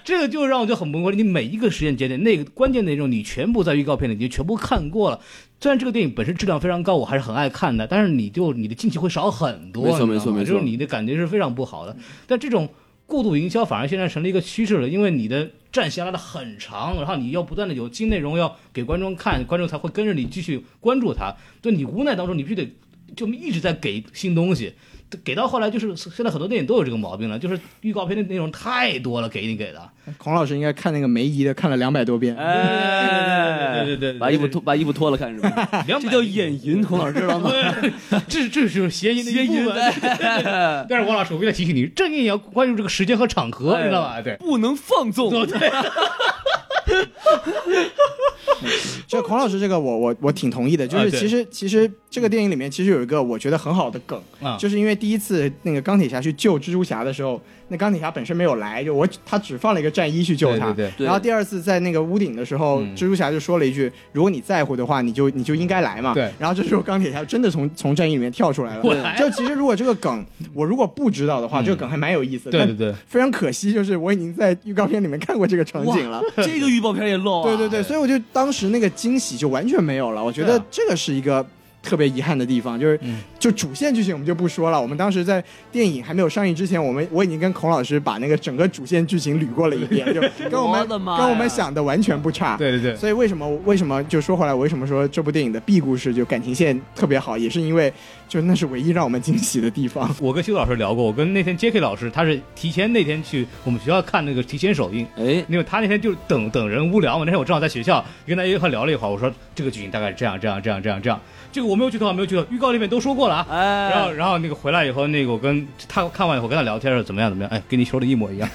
[SPEAKER 4] 这个就让我就很崩溃。你每一个时间节点，那个关键内容你全部在预告片里你就全部看过了。虽然这个电影本身质量非常高，我还是很爱看的，但是你就你的进气会少很多，
[SPEAKER 5] 没错
[SPEAKER 4] 你知道
[SPEAKER 5] 没错
[SPEAKER 4] 吗
[SPEAKER 5] 没错
[SPEAKER 4] 就是你的感觉是非常不好的。但这种过度营销反而现在成了一个趋势了，因为你的战线拉得很长，然后你要不断的有新内容要给观众看，观众才会跟着你继续关注它。就你无奈当中，你必须得就一直在给新东西，给到后来就是现在很多电影都有这个毛病了，就是预告片的内容太多了，给你给的。
[SPEAKER 2] 孔老师应该看那个梅姨的看了两百多遍。
[SPEAKER 5] 哎，
[SPEAKER 4] 对对对对对对
[SPEAKER 5] 把衣服脱，把衣服脱了看是吧？
[SPEAKER 4] 两
[SPEAKER 5] 这
[SPEAKER 4] 百
[SPEAKER 5] 叫眼淫， 孔老师知道吗？
[SPEAKER 4] 这这是谐音的一部分。
[SPEAKER 5] 哎
[SPEAKER 4] 但是王老师，我为了提醒你，正音也要关注这个时间和场合，
[SPEAKER 5] 哎
[SPEAKER 4] 你知道吧？对。哦
[SPEAKER 5] 不能放纵，
[SPEAKER 4] 对，
[SPEAKER 2] 就孔老师这个我，我我挺同意的。就
[SPEAKER 4] 啊
[SPEAKER 2] 是
[SPEAKER 4] 对
[SPEAKER 2] 其实、其实这个电影里面其实有一个我觉得很好的梗，
[SPEAKER 4] 啊
[SPEAKER 2] 就是因为第一次那个钢铁侠去救蜘蛛侠的时候，那钢铁侠本身没有来，就我他只放了一个战衣去救他。
[SPEAKER 4] 对对嗯
[SPEAKER 5] 对
[SPEAKER 2] 然后第二次在那个屋顶的时候，蜘蛛侠就说了一句：“如果你在乎的话，你就你就应该来嘛。”
[SPEAKER 4] 对
[SPEAKER 2] 然后这时候钢铁侠真的从从战衣里面跳出来了。
[SPEAKER 4] 我来
[SPEAKER 2] 就其实如果这个梗我如果不知道的话，这个梗还蛮有意思的。
[SPEAKER 4] 对
[SPEAKER 2] 但
[SPEAKER 4] 对对
[SPEAKER 2] 非常可惜，就是我已经在预告片里面看过这个场
[SPEAKER 5] 哇
[SPEAKER 2] 景了。，
[SPEAKER 5] 这个预告片也漏啊，
[SPEAKER 2] 对对对，所以我就当时那个惊喜就完全没有了。我觉
[SPEAKER 4] 对
[SPEAKER 2] 得
[SPEAKER 4] 啊
[SPEAKER 2] 这个是一个特别遗憾的地方，就是、就主线剧情我们就不说了。我们当时在电影还没有上映之前，我们我已经跟孔老师把那个整个主线剧情捋过了一遍，就跟我
[SPEAKER 5] 我
[SPEAKER 2] 们
[SPEAKER 5] 的妈呀
[SPEAKER 2] 跟我们想的完全不差。
[SPEAKER 4] 对对对，
[SPEAKER 2] 所以为什么为什么就说回来，我为什么说这部电影的 B 故事就感情线特别好，也是因为就那是唯一让我们惊喜的地 方。
[SPEAKER 4] 我跟修老师聊过，我跟那天 J.K. 老师，他是提前那天去我们学校看那个提前首映，
[SPEAKER 5] 哎，
[SPEAKER 4] 因为他那天就是等等人无聊嘛，那天我正好在学校跟他一块聊了一会儿，我说这个剧情大概是这样这样这样这样这样，这个我没有剧透啊，没有剧透，预告里面都说过了啊。
[SPEAKER 5] 哎，
[SPEAKER 4] 然后，然后那个回来以后，那个我跟他看完以后跟他聊天说怎么样怎么样，哎，跟你说的一模一样。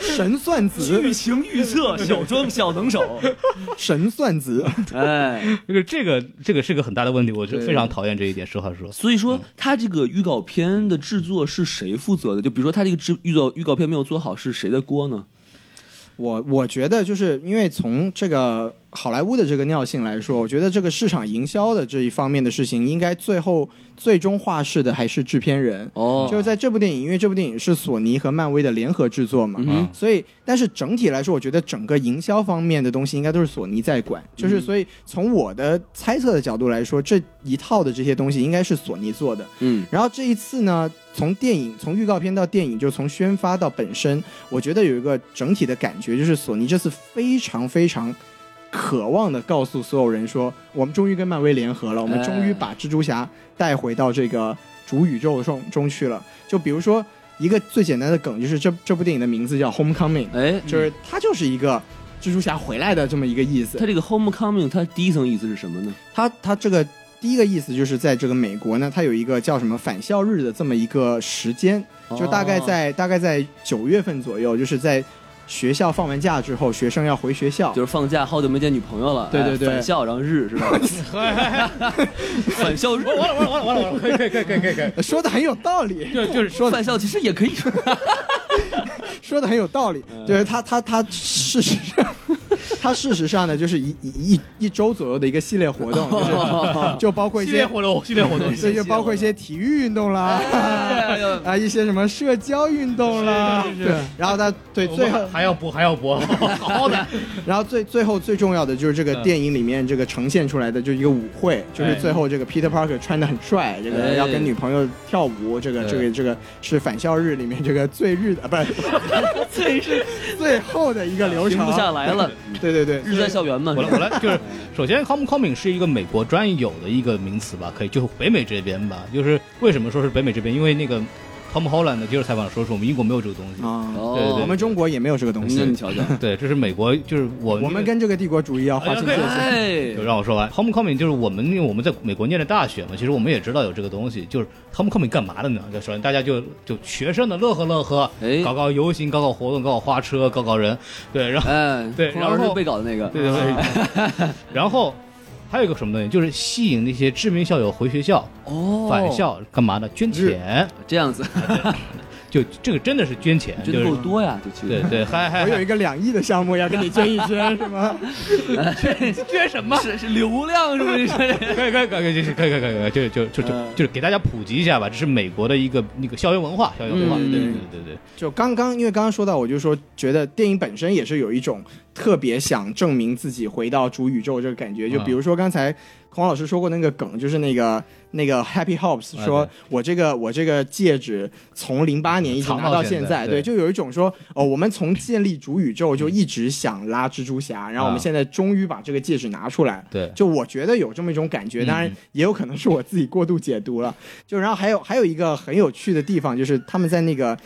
[SPEAKER 2] 神算
[SPEAKER 5] 剧
[SPEAKER 2] 子，
[SPEAKER 5] 情预测，小庄小能手，
[SPEAKER 2] 神算子，
[SPEAKER 5] 哎，
[SPEAKER 4] 这个这个这个是个很大的问题，我是
[SPEAKER 2] 对
[SPEAKER 4] 非常讨厌这一点，实话说。
[SPEAKER 5] 所以说他这个预告片的制作是谁负责的？就比如说他这个制预告预告片没有做好，是谁的锅呢？
[SPEAKER 2] 我我觉得就是因为从这个好莱坞的这个尿性来说，我觉得这个市场营销的这一方面的事情，应该最后最终画事的还是制片人。
[SPEAKER 5] 哦
[SPEAKER 2] 就是在这部电影，因为这部电影是索尼和漫威的联合制作嘛，
[SPEAKER 5] 嗯哼
[SPEAKER 2] 所以但是整体来说，我觉得整个营销方面的东西应该都是索尼在管。
[SPEAKER 5] 嗯
[SPEAKER 2] 就是所以从我的猜测的角度来说，这一套的这些东西应该是索尼做的。
[SPEAKER 5] 嗯
[SPEAKER 2] 然后这一次呢，从电影从预告片到电影，就从宣发到本身，我觉得有一个整体的感觉，就是索尼这次非常非常。渴望的告诉所有人说，我们终于跟漫威联合了，我们终于把蜘蛛侠带回到这个主宇宙中中去了。就比如说一个最简单的梗，就是这这部电影的名字叫《Homecoming》，
[SPEAKER 5] 哎，
[SPEAKER 2] 就是它就是一个蜘蛛侠回来的这么一个意思。
[SPEAKER 5] 他这个 homecoming，它第一层意思是什么呢？
[SPEAKER 2] 它它这个第一个意思就是在这个美国呢，它有一个叫什么返校日的这么一个时间，就大
[SPEAKER 4] 哦
[SPEAKER 2] 概在、大概在九月份左右，就是在学校放完假之后，学生要回学校。
[SPEAKER 5] 就是放假，好久没见女朋友了，
[SPEAKER 2] 对
[SPEAKER 5] 哎
[SPEAKER 2] 对对
[SPEAKER 5] 返校，然后日是吧？ 返校日，
[SPEAKER 4] 完了完了完了完了完了，可以可以可以可以可以 可以，
[SPEAKER 2] 呃说的很有道理，
[SPEAKER 4] 就就是
[SPEAKER 2] 说的
[SPEAKER 5] 返校其实也可以，
[SPEAKER 2] 说的很有道理，
[SPEAKER 4] 嗯
[SPEAKER 2] 就是他他他事实上，他事实上呢，就是一一一一周左右的一个系列活动，就是就包括一
[SPEAKER 4] 哦系列
[SPEAKER 2] 些，
[SPEAKER 4] 活动系列活动，哎
[SPEAKER 2] 所以就包括一些体育运动啦， 啊一些什么社交运动啦，对，然后他对
[SPEAKER 4] 我
[SPEAKER 2] 最后
[SPEAKER 4] 们还要播还要 播，好好的，
[SPEAKER 2] 然后最最后最重要的就是这个
[SPEAKER 5] 嗯
[SPEAKER 2] 电影里面这个呈现出来的就是一个舞会，就是最后这个 Peter Parker 穿的很帅，这
[SPEAKER 5] 哎
[SPEAKER 2] 个要跟女朋友跳舞，这个这个这个是返校日里面这个最日的，啊不是
[SPEAKER 5] 最是
[SPEAKER 2] 最后的一个流
[SPEAKER 5] 停
[SPEAKER 2] 程
[SPEAKER 5] 不。下来 了，
[SPEAKER 2] 对对对，
[SPEAKER 5] 日在校园嘛，
[SPEAKER 4] 我
[SPEAKER 5] 是
[SPEAKER 4] 来
[SPEAKER 5] 吧
[SPEAKER 4] 我来，就是首先 homecoming 是一个美国专有的一个名词吧，可以就是北美这边吧，就是为什么说是北美这边，因为那个 Tom Holland 的接受采访说是我们英国没有这个东西，
[SPEAKER 2] 啊，
[SPEAKER 4] 对对
[SPEAKER 5] 哦
[SPEAKER 2] 我们中国也没有这个东
[SPEAKER 5] 那你
[SPEAKER 2] 西，
[SPEAKER 5] 瞧瞧，
[SPEAKER 4] 对，这是美国就是我们
[SPEAKER 2] 我们跟这个帝国主义要划清界限。
[SPEAKER 5] 哎
[SPEAKER 4] 就，让我说完，homecoming 就是我们因为我们在美国念的大学嘛，其实我们也知道有这个东西，就是 homecoming 干嘛的呢？就首先大家就就学生的乐呵乐呵，
[SPEAKER 5] 哎
[SPEAKER 4] 搞搞游行，搞搞活动，搞搞花车，搞搞人，对，然后
[SPEAKER 5] 哎，
[SPEAKER 4] 对
[SPEAKER 5] 孔
[SPEAKER 4] 然
[SPEAKER 5] 老师
[SPEAKER 4] 后
[SPEAKER 5] 被搞的那个，
[SPEAKER 4] 对对对， 然后还有一个什么东西，就是吸引那些知名校友回学校
[SPEAKER 5] 哦，
[SPEAKER 4] 返校干嘛的？捐钱，
[SPEAKER 5] 这样子，
[SPEAKER 4] 就这个真的是捐钱，哎就
[SPEAKER 5] 人
[SPEAKER 4] 是
[SPEAKER 5] 够多哎呀，这去，
[SPEAKER 4] 对对，还还
[SPEAKER 2] 我有
[SPEAKER 4] 还
[SPEAKER 2] 一个两亿的项目要跟你捐一捐，是吗？
[SPEAKER 4] 捐什么？
[SPEAKER 5] 是是流量是不是？
[SPEAKER 4] 可以可以可以可以可以可以可以，就就就就就是给大家普及一下吧，这是美国的一个那个校园文化，校园文化，对对对对
[SPEAKER 2] 就刚刚，因为刚刚说到，我就说觉得电影本身也是有一种特别想证明自己回到主宇宙这个感
[SPEAKER 4] 啊
[SPEAKER 2] 觉。就比如说刚才孔老师说过那个梗，就是那个那个 Happy Hops
[SPEAKER 4] 哎
[SPEAKER 2] 说
[SPEAKER 4] 对，
[SPEAKER 2] 我这个我这个戒指从零八年一直
[SPEAKER 4] 嗯藏
[SPEAKER 2] 拿
[SPEAKER 4] 到
[SPEAKER 2] 到
[SPEAKER 4] 现
[SPEAKER 2] 现
[SPEAKER 4] 在
[SPEAKER 2] 在，
[SPEAKER 4] 对
[SPEAKER 2] 对，就有一种说，哦，我们从建立主宇宙就一直想拉蜘蛛侠，然后我们
[SPEAKER 4] 啊
[SPEAKER 2] 现在终于把这个戒指拿出来了。
[SPEAKER 4] 对，嗯
[SPEAKER 2] 就我觉得有这么一种感觉，当然也有可能是我自己过度解读了。就然后还有还有一个很有趣的地方，就是他们在那个。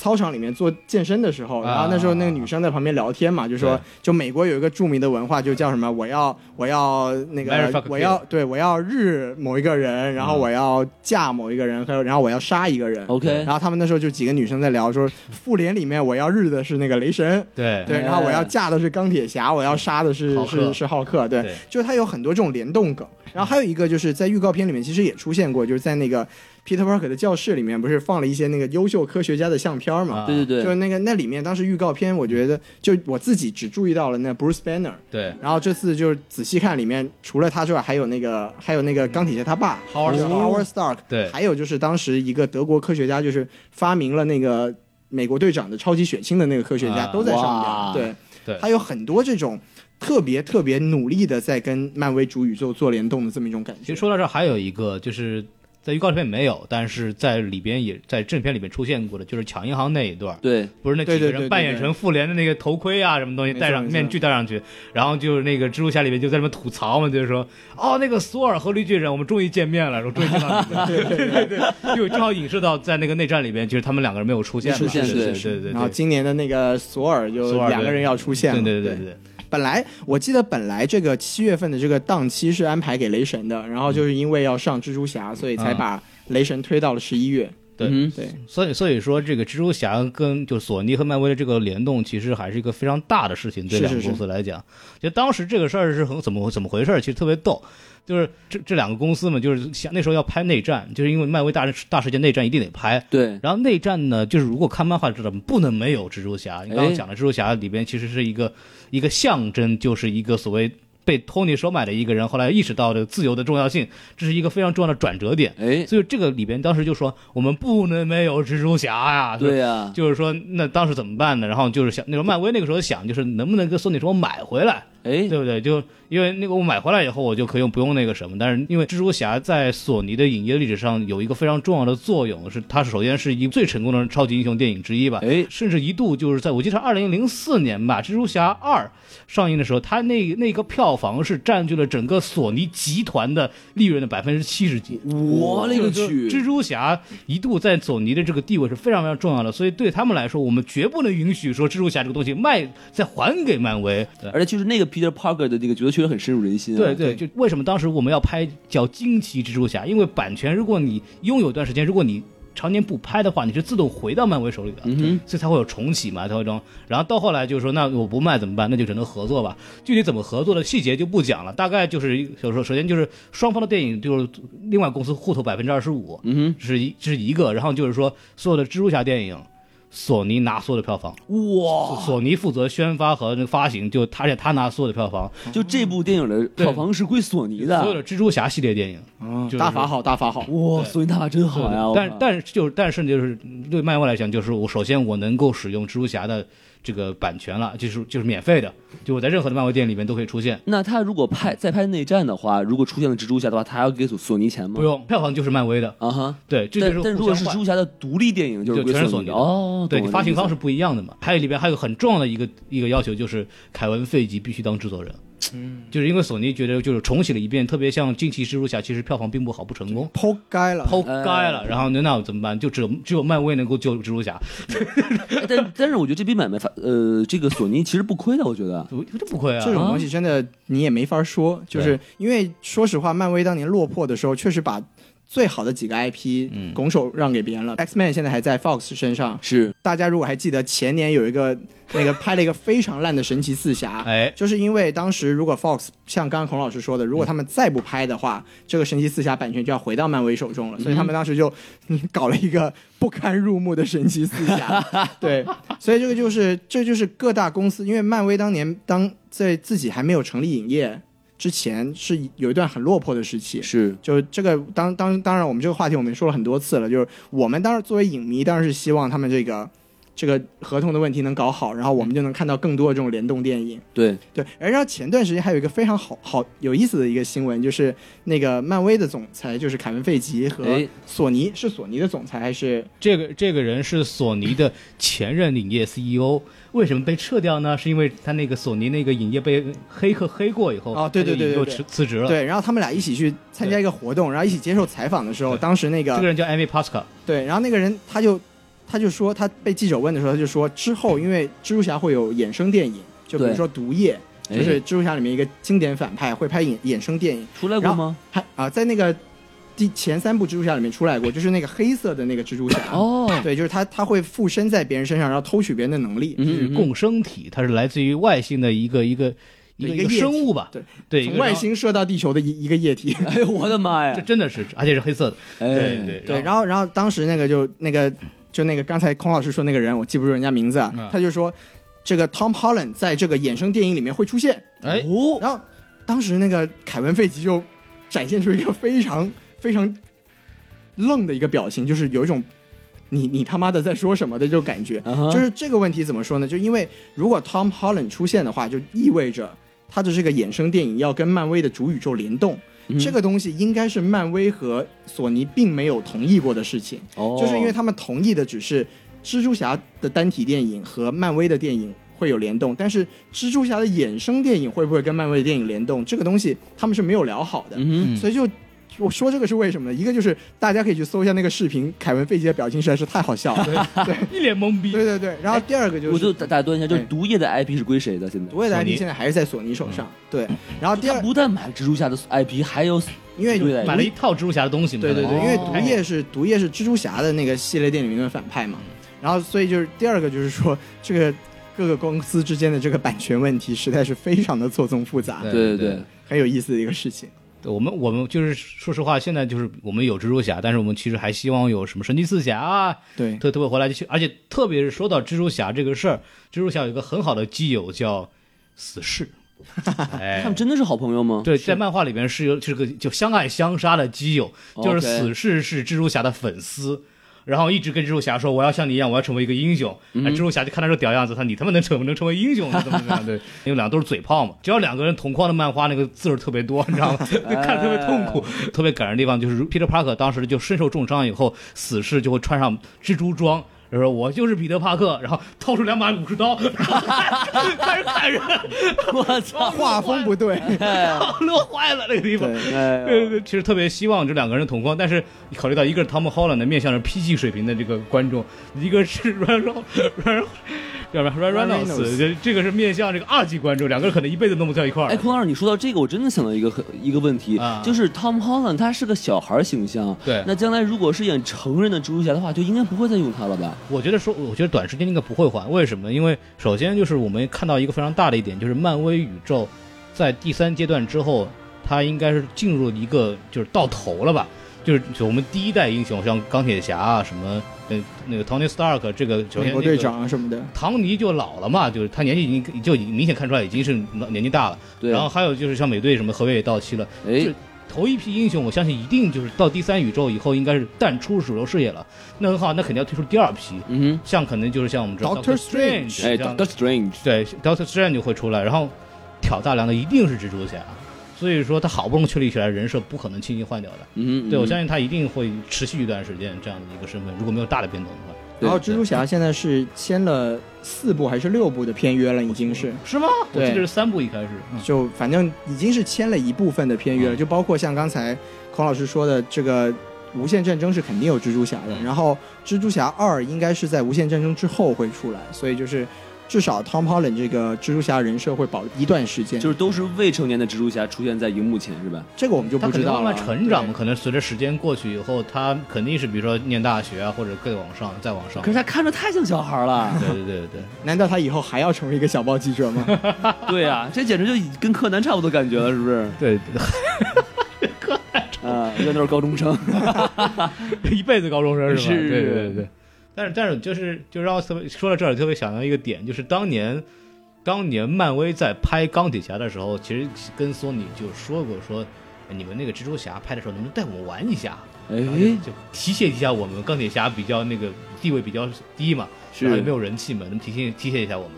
[SPEAKER 2] 操场里面做健身的时候，
[SPEAKER 4] 啊
[SPEAKER 2] 然后那时候那个女生在旁边聊天嘛，就说
[SPEAKER 4] 对
[SPEAKER 2] 就美国有一个著名的文化，就叫什么我要我要那个
[SPEAKER 4] Marry, fuck, 嗯
[SPEAKER 2] 我要对我要日某一个人，然后我要嫁某一个人，还有然后我要杀一个
[SPEAKER 4] 哦
[SPEAKER 2] 人。
[SPEAKER 5] OK
[SPEAKER 2] 然后他们那时候就几个女生在聊，说复联里面我要日的是那个雷神，
[SPEAKER 4] 对
[SPEAKER 2] 对，然后我要嫁的是钢铁侠，我要杀的是
[SPEAKER 4] 浩克
[SPEAKER 2] 是是浩克，对，
[SPEAKER 4] 对
[SPEAKER 2] 就是它有很多这种联动梗。然后还有一个就是在预告片里面其实也出现过，就是在那个 Peter Parker 的教室里面不是放了一些那个优秀科学家的相片嘛？
[SPEAKER 4] 对
[SPEAKER 5] 对对
[SPEAKER 2] 就是
[SPEAKER 5] 对，
[SPEAKER 2] 那个那里面当时预告片，我觉得就我自己只注意到了那 Bruce Banner，
[SPEAKER 4] 对
[SPEAKER 2] 然后这次就是仔细看里面除了他之外，还有那个还有那个钢铁侠他爸
[SPEAKER 4] Howard
[SPEAKER 2] 就是
[SPEAKER 4] Stark
[SPEAKER 2] Howard Stark，
[SPEAKER 4] 对
[SPEAKER 2] 还有就是当时一个德国科学家就是发明了那个美国队长的超级血清的那个科学家
[SPEAKER 4] 啊
[SPEAKER 2] 都在
[SPEAKER 5] 哇
[SPEAKER 2] 上面，对。
[SPEAKER 4] 对
[SPEAKER 2] 他有很多这种特别特别努力的在跟漫威主宇宙做联动的这么一种感觉。
[SPEAKER 4] 其实说到这儿还有一个就是。在预告片没有，但是在里边也在正片里面出现过的，就是抢银行那一段，
[SPEAKER 5] 对，
[SPEAKER 4] 不是那几
[SPEAKER 2] 对
[SPEAKER 4] 个
[SPEAKER 2] 对
[SPEAKER 4] 人
[SPEAKER 2] 对
[SPEAKER 4] 扮
[SPEAKER 2] 对
[SPEAKER 4] 演
[SPEAKER 2] 对
[SPEAKER 4] 成复联的那个头盔啊，什么东西
[SPEAKER 2] 没错
[SPEAKER 4] 戴上
[SPEAKER 2] 没错
[SPEAKER 4] 面具戴上去，然后就是那个蜘蛛侠里面就在那边吐槽嘛，就是说哦，那个索尔和绿巨人，我们终于见面了，我终于见到你 们，对对对，就正好影射到在那个内战里边，就是他们两个人没有出现嘛，
[SPEAKER 5] 没出现
[SPEAKER 4] 对
[SPEAKER 5] 对
[SPEAKER 4] 对
[SPEAKER 5] 是
[SPEAKER 4] 对对
[SPEAKER 2] 然后
[SPEAKER 4] 对，
[SPEAKER 2] 今年的那个索尔就
[SPEAKER 4] 索尔对
[SPEAKER 2] 两个人要出现了，
[SPEAKER 4] 对对对对对，
[SPEAKER 2] 本来我记得本来这个七月份的这个档期是安排给雷神的，然后就是因为要上蜘蛛侠，所以才把雷神推到了十一月。
[SPEAKER 4] 对
[SPEAKER 5] 嗯
[SPEAKER 2] 对，
[SPEAKER 4] 所以所以说这个蜘蛛侠跟就索尼和漫威的这个联动，其实还是一个非常大的事情，对
[SPEAKER 2] 是
[SPEAKER 4] 两个
[SPEAKER 2] 是
[SPEAKER 4] 公司来讲。就当时这个事儿是很怎么怎么回事儿，其实特别逗。就是这这两个公司嘛，就是想那时候要拍内战，就是因为漫威大大事件内战一定得拍，
[SPEAKER 5] 对，
[SPEAKER 4] 然后内战呢，就是如果看漫画知道，不能没有蜘蛛侠。你刚
[SPEAKER 2] 哎
[SPEAKER 4] 刚讲的蜘蛛侠里边其实是一个一个象征，就是一个所谓被托尼收买的一个人，后来意识到这个自由的重要性，这是一个非常重要的转折点。
[SPEAKER 5] 哎，
[SPEAKER 4] 所以这个里边当时就说，我们不能没有蜘蛛侠呀、
[SPEAKER 5] 对啊呀、
[SPEAKER 4] 就是说，那当时怎么办呢？然后就是想，那时候漫威那个时候想，就是能不能跟索尼说买回来，
[SPEAKER 5] 哎，
[SPEAKER 4] 对不对？就因为那个我买回来以后，我就可以用不用那个什么。但是因为蜘蛛侠在索尼的影业历史上有一个非常重要的作用，是它首先是一最成功的超级英雄电影之一吧。
[SPEAKER 5] 哎
[SPEAKER 4] 甚至一度就是在我记得二零零四年吧，《蜘蛛侠二》上映的时候，它那那个票房是占据了整个索尼集团的利润的百分之七十几。
[SPEAKER 5] 我勒个
[SPEAKER 4] 就是说蜘
[SPEAKER 5] 去！
[SPEAKER 4] 蛛侠一度在索尼的这个地位是非常非常重要的，所以对他们来说，我们绝不能允许说蜘蛛侠这个东西卖再还给漫威。对
[SPEAKER 5] 而且就是那个 Peter Parker 的那个角色确实很深入人心、啊。
[SPEAKER 4] 对对，就为什么当时我们要拍叫《惊奇蜘蛛侠》？因为版权，如果你拥有一段时间，如果你常年不拍的话，你是自动回到漫威手里的，
[SPEAKER 5] 嗯
[SPEAKER 4] 所以才会有重启嘛，才会中。然后到后来就是说，那我不卖怎么办？那就只能合作吧。具体怎么合作的细节就不讲了，大概就是就是说，首先就是双方的电影就是另外公司互投百分之二十五，
[SPEAKER 5] 嗯
[SPEAKER 4] 是一这是一个，然后就是说所有的蜘蛛侠电影。索尼拿所有的票房，
[SPEAKER 5] 哼，哇！
[SPEAKER 4] 索尼负责宣发和那个发行，就他而且他拿所有的票房，
[SPEAKER 5] 就这部电影的票房是归索尼的
[SPEAKER 4] 所有，的蜘蛛侠系列电影，
[SPEAKER 2] 嗯
[SPEAKER 4] 就是
[SPEAKER 2] 大法好，大法好，
[SPEAKER 5] 哇！索尼大法真好哎呀！我靠
[SPEAKER 4] 但但是就是但是就是对漫威来讲，就是我首先我能够使用蜘蛛侠的这个版权了，就是就是免费的，就我在任何的漫威店里面都可以出现，
[SPEAKER 5] 那他如果拍再拍内战的话，如果出现了蜘蛛侠的话，他还要给索索尼钱吗？
[SPEAKER 4] 不用票房就是漫威的，
[SPEAKER 5] 啊哈。
[SPEAKER 4] 对，这就
[SPEAKER 5] 但
[SPEAKER 4] 是
[SPEAKER 5] 但
[SPEAKER 4] 互
[SPEAKER 5] 如果是
[SPEAKER 4] 相
[SPEAKER 5] 蜘
[SPEAKER 4] 换
[SPEAKER 5] 蛛侠的独立电影，就是
[SPEAKER 4] 就
[SPEAKER 5] 归
[SPEAKER 4] 全是
[SPEAKER 5] 索
[SPEAKER 4] 索
[SPEAKER 5] 尼的
[SPEAKER 4] 尼的
[SPEAKER 5] 哦。
[SPEAKER 4] 对
[SPEAKER 5] 懂了
[SPEAKER 4] 发行方式
[SPEAKER 5] 这
[SPEAKER 4] 不一样的嘛。还有里边还有很重要的一个一个要求，就是凯文·费吉必须当制作人。嗯，就是因为索尼觉得就是重启了一遍，特别像《惊奇蜘蛛侠》，其实票房并不好，不成功，
[SPEAKER 2] 剖开了，
[SPEAKER 4] 抛开
[SPEAKER 2] 哎
[SPEAKER 4] 了。然后那那怎么办？就只有只有漫威能够救蜘蛛侠，
[SPEAKER 5] 意思哎 但但是我觉得这笔买卖，呃，这个索尼其实不亏的，我觉得。
[SPEAKER 4] 我这不亏啊。
[SPEAKER 2] 这种东西真的你也没法说，就是因为说实话，漫威当年落魄的时候，确实把最好的几个 IP 拱手让给别人了。X Man 现在还在 Fox 身上，
[SPEAKER 5] 是
[SPEAKER 2] 大家如果还记得前年有一个那个拍了一个非常烂的神奇四侠，
[SPEAKER 4] 哎，
[SPEAKER 2] 就是因为当时如果 Fox 像刚刚孔老师说的，如果他们再不拍的话，这个神奇四侠版权就要回到漫威手中了，所以他们当时就、 嗯、搞了一个不堪入目的神奇四侠。对，所以这个就是这就是各大公司，因为漫威当年当在自己还没有成立影业之前，是有一段很落魄的时期。
[SPEAKER 5] 是，
[SPEAKER 2] 就是这个当当当然，我们这个话题我们也说了很多次了。就是我们当然作为影迷，当然是希望他们这个这个合同的问题能搞好，然后我们就能看到更多的这种联动电影。
[SPEAKER 5] 对，
[SPEAKER 2] 对，然后前段时间还有一个非常好好有意思的一个新闻，就是那个漫威的总裁就是凯文·费吉和
[SPEAKER 5] 哎
[SPEAKER 2] 索尼、是索尼的总裁还是
[SPEAKER 4] 这个这个人是索尼的前任影业 CEO，为 E 什么被撤掉呢？是因为他那个索尼那个影业被黑客黑过以后，
[SPEAKER 2] 哦对对对对
[SPEAKER 4] 他就
[SPEAKER 2] 对
[SPEAKER 4] 辞辞职了。
[SPEAKER 2] 对，然后他们俩一起去参加一个活动，然后一起接受采访的时候，
[SPEAKER 4] 对
[SPEAKER 2] 当时那个
[SPEAKER 4] 这个人叫 Amy Pascal，
[SPEAKER 2] 对，然后那个人他就他就说他被记者问的时候，他就说之后因为蜘蛛侠会有衍生电影，就比如
[SPEAKER 5] 对
[SPEAKER 2] 说毒液，
[SPEAKER 5] 哎
[SPEAKER 2] 就是蜘蛛侠里面一个经典反派会拍衍衍生电影，
[SPEAKER 5] 出来过吗？
[SPEAKER 2] 还啊、在那个第前三部蜘蛛侠里面出来过，就是那个黑色的那个蜘蛛侠。
[SPEAKER 5] 哦，
[SPEAKER 4] 啊
[SPEAKER 2] 对，就是他，他会附身在别人身上，然后偷取别人的能力，
[SPEAKER 5] 嗯，嗯嗯
[SPEAKER 4] 共生体，它是来自于外星的一个一个一个
[SPEAKER 2] 一个液体
[SPEAKER 4] 生物吧？
[SPEAKER 2] 对
[SPEAKER 4] 对，一
[SPEAKER 2] 从
[SPEAKER 4] 个
[SPEAKER 2] 外。星射到地球的一一个液体。
[SPEAKER 5] 哎呦我的妈
[SPEAKER 4] 然后这
[SPEAKER 5] 呀！
[SPEAKER 4] 真的是，而且是黑色的。
[SPEAKER 5] 哎
[SPEAKER 4] 对对
[SPEAKER 2] 对，然后然后当时那个就那个就那个刚才孔老师说那个人，我记不住人家名字啊，
[SPEAKER 4] 嗯
[SPEAKER 2] 他就说这个 Tom Holland 在这个衍生电影里面会出现，
[SPEAKER 4] 哎，
[SPEAKER 5] 哦，
[SPEAKER 2] 然后当时那个凯文·费奇就展现出一个非常非常愣的一个表情，就是有一种你你他妈的在说什么的这种感觉。
[SPEAKER 5] 啊哈
[SPEAKER 2] 就是这个问题怎么说呢？就因为如果 Tom Holland 出现的话，就意味着他的这个衍生电影要跟漫威的主宇宙联动。这个东西应该是漫威和索尼并没有同意过的事情，
[SPEAKER 5] 哦
[SPEAKER 2] 就是因为他们同意的只是蜘蛛侠的单体电影和漫威的电影会有联动，但是蜘蛛侠的衍生电影会不会跟漫威的电影联动，这个东西他们是没有聊好的，
[SPEAKER 5] 嗯哼
[SPEAKER 2] 所以就我说这个是为什么呢？一个就是大家可以去搜一下那个视频，凯文·费奇的表情实在是太好笑了。对
[SPEAKER 4] 一脸懵逼。
[SPEAKER 2] 对对对，然后第二个就是，
[SPEAKER 5] 我就打打断一下，就是
[SPEAKER 2] 哎
[SPEAKER 5] 毒液的 IP 是归谁的？现在
[SPEAKER 2] 我也的
[SPEAKER 4] 索尼
[SPEAKER 2] IP 现在还是在索尼手上。
[SPEAKER 5] 嗯
[SPEAKER 2] 对，然后第
[SPEAKER 5] 他
[SPEAKER 2] 二，
[SPEAKER 5] 不但买了蜘蛛侠的 IP，还有
[SPEAKER 2] 因为
[SPEAKER 5] 对的
[SPEAKER 4] 买了一套蜘蛛侠的东西嘛，
[SPEAKER 2] 对对对，因为
[SPEAKER 4] 哦
[SPEAKER 2] 毒液是毒液是蜘蛛侠的那个系列电影里面的反派嘛，然后所以就是第二个就是说这个各个公司之间的这个版权问题实在是非常的错综复杂，
[SPEAKER 5] 对对
[SPEAKER 4] 对
[SPEAKER 5] 对，
[SPEAKER 2] 很有意思的一个事情。
[SPEAKER 4] 对我们我们就是说实话，现在就是我们有蜘蛛侠，但是我们其实还希望有什么神奇四侠啊，
[SPEAKER 2] 对，
[SPEAKER 4] 特特别回来就去，而且特别是说到蜘蛛侠这个事儿，蜘蛛侠有一个很好的基友叫死侍，哎
[SPEAKER 5] 他们，真的是好朋友吗？
[SPEAKER 4] 对，在漫画里边是有是个就相爱相杀的基友，就是死侍是蜘蛛侠的粉丝。然后一直跟蜘蛛侠说：“我要像你一样，我要成为一个英雄。哎，蜘蛛侠就看他这屌样子，他你他妈能成能成为英雄呢？怎么怎么样？对，因为两个都是嘴炮嘛。只要两个人同框的漫画，那个字儿特别多，你知道吗？ 就看着特别痛苦，特别感人的地方就是 Peter Parker 当时就身受重伤以后，死侍就会穿上蜘蛛装。然后说我就是彼得·帕克，然后掏出两把武士刀， 然后开始砍人，
[SPEAKER 5] 我 操！
[SPEAKER 2] 画风不对，
[SPEAKER 4] 乐坏了那个地方。
[SPEAKER 2] 对
[SPEAKER 5] 哎
[SPEAKER 4] 对对
[SPEAKER 5] 呦，
[SPEAKER 4] 对，其实特别希望这两个人同框，但是考虑到一个是 Tom Holland 的面向着 PG 水平的这个观众，一个是 Ryan Reynolds- Ryan 叫什么 Ryan
[SPEAKER 2] Ryan
[SPEAKER 4] Reynolds，
[SPEAKER 2] Reynolds
[SPEAKER 4] 这这个是面向这个二级观众，两个人可能一辈子弄不到一块儿
[SPEAKER 5] 哎，
[SPEAKER 4] 来。
[SPEAKER 5] 坤二，你说到这个，我真的想到一个很一个问题
[SPEAKER 4] 啊，
[SPEAKER 5] 就是 Tom Holland 他是个小孩形象，
[SPEAKER 4] 对
[SPEAKER 5] 那将来如果是演成人的蜘蛛侠的话，就应该不会再用他了吧？
[SPEAKER 4] 我觉得说，我觉得短时间应该不会还，为什么呢？因为首先就是我们看到一个非常大的一点，就是漫威宇宙在第三阶段之后，它应该是进入一个就是到头了吧。就是我们第一代英雄，像钢铁侠啊，什么呃那个 Tony Stark 这个，首先
[SPEAKER 2] 美国
[SPEAKER 4] 那个
[SPEAKER 2] 队长啊什么的，
[SPEAKER 4] 唐尼就老了嘛，就是他年纪已经就已经明显看出来已经是年纪大了。
[SPEAKER 5] 对，
[SPEAKER 4] 然后还有就是像美队什么合约也到期了，
[SPEAKER 5] 哎
[SPEAKER 4] 是，头一批英雄我相信一定就是到第三宇宙以后应该是淡出主流视野了。那很好，那肯定要推出第二批，
[SPEAKER 5] 嗯
[SPEAKER 4] 像可能就是像我们知道
[SPEAKER 2] Doctor
[SPEAKER 4] Strange，
[SPEAKER 5] 哼，哎
[SPEAKER 4] 像
[SPEAKER 5] ，Doctor Strange，
[SPEAKER 4] 对 Doctor Strange 就会出来，然后挑大梁的一定是蜘蛛侠。啊所以说他好不容易确立起来人设，不可能轻易换掉的。
[SPEAKER 5] 嗯哼，
[SPEAKER 4] 对，
[SPEAKER 5] 嗯
[SPEAKER 4] 我相信他一定会持续一段时间这样的一个身份，如果没有大的变动的话，
[SPEAKER 5] 对
[SPEAKER 2] 然后蜘蛛侠现在是签了四部还是六部的片约了，已经是。
[SPEAKER 4] 是吗？我记
[SPEAKER 2] 对
[SPEAKER 4] 得是三部一开始，嗯
[SPEAKER 2] 就反正已经是签了一部分的片约了，就包括像刚才孔老师说的这个《无限战争》是肯定有蜘蛛侠
[SPEAKER 4] 嗯
[SPEAKER 2] 的，然后《蜘蛛侠二》应该是在《无限战争》之后会出来，所以就是至少 Tom Holland 这个蜘蛛侠人设会保一段时间，
[SPEAKER 5] 就是都是未成年的蜘蛛侠出现在荧幕前是吧？
[SPEAKER 2] 这个我们就
[SPEAKER 4] 他
[SPEAKER 2] 不
[SPEAKER 4] 肯
[SPEAKER 2] 知
[SPEAKER 4] 定
[SPEAKER 2] 道
[SPEAKER 4] 慢
[SPEAKER 2] 了。
[SPEAKER 4] 慢成长嘛，
[SPEAKER 2] 对
[SPEAKER 4] 可能随着时间过去以后，他肯定是比如说念大学啊，或者更往上，再往上。
[SPEAKER 5] 可是他看着太像小孩了，
[SPEAKER 4] 对对对对
[SPEAKER 2] 难道他以后还要成为一个小报记者 吗？
[SPEAKER 5] 对呀，这简直就已跟柯南差不多感觉了，是不 是？
[SPEAKER 4] 对
[SPEAKER 5] 啊，原来都是高中生，
[SPEAKER 4] 对，一辈子高中生是吧？
[SPEAKER 5] 是
[SPEAKER 4] 对对对对。但是但是就是就让我特别说到这儿，特别想到一个点，就是当年当年漫威在拍钢铁侠的时候，其实跟索尼就说过说。哎你们那个蜘蛛侠拍的时候，能不能带我们玩一下？然 后就
[SPEAKER 5] 哎，
[SPEAKER 4] 就提携一下我们钢铁侠比较那个地位比较低嘛，然后也没
[SPEAKER 5] 是，
[SPEAKER 4] 有人气嘛，能提携提携一下我们。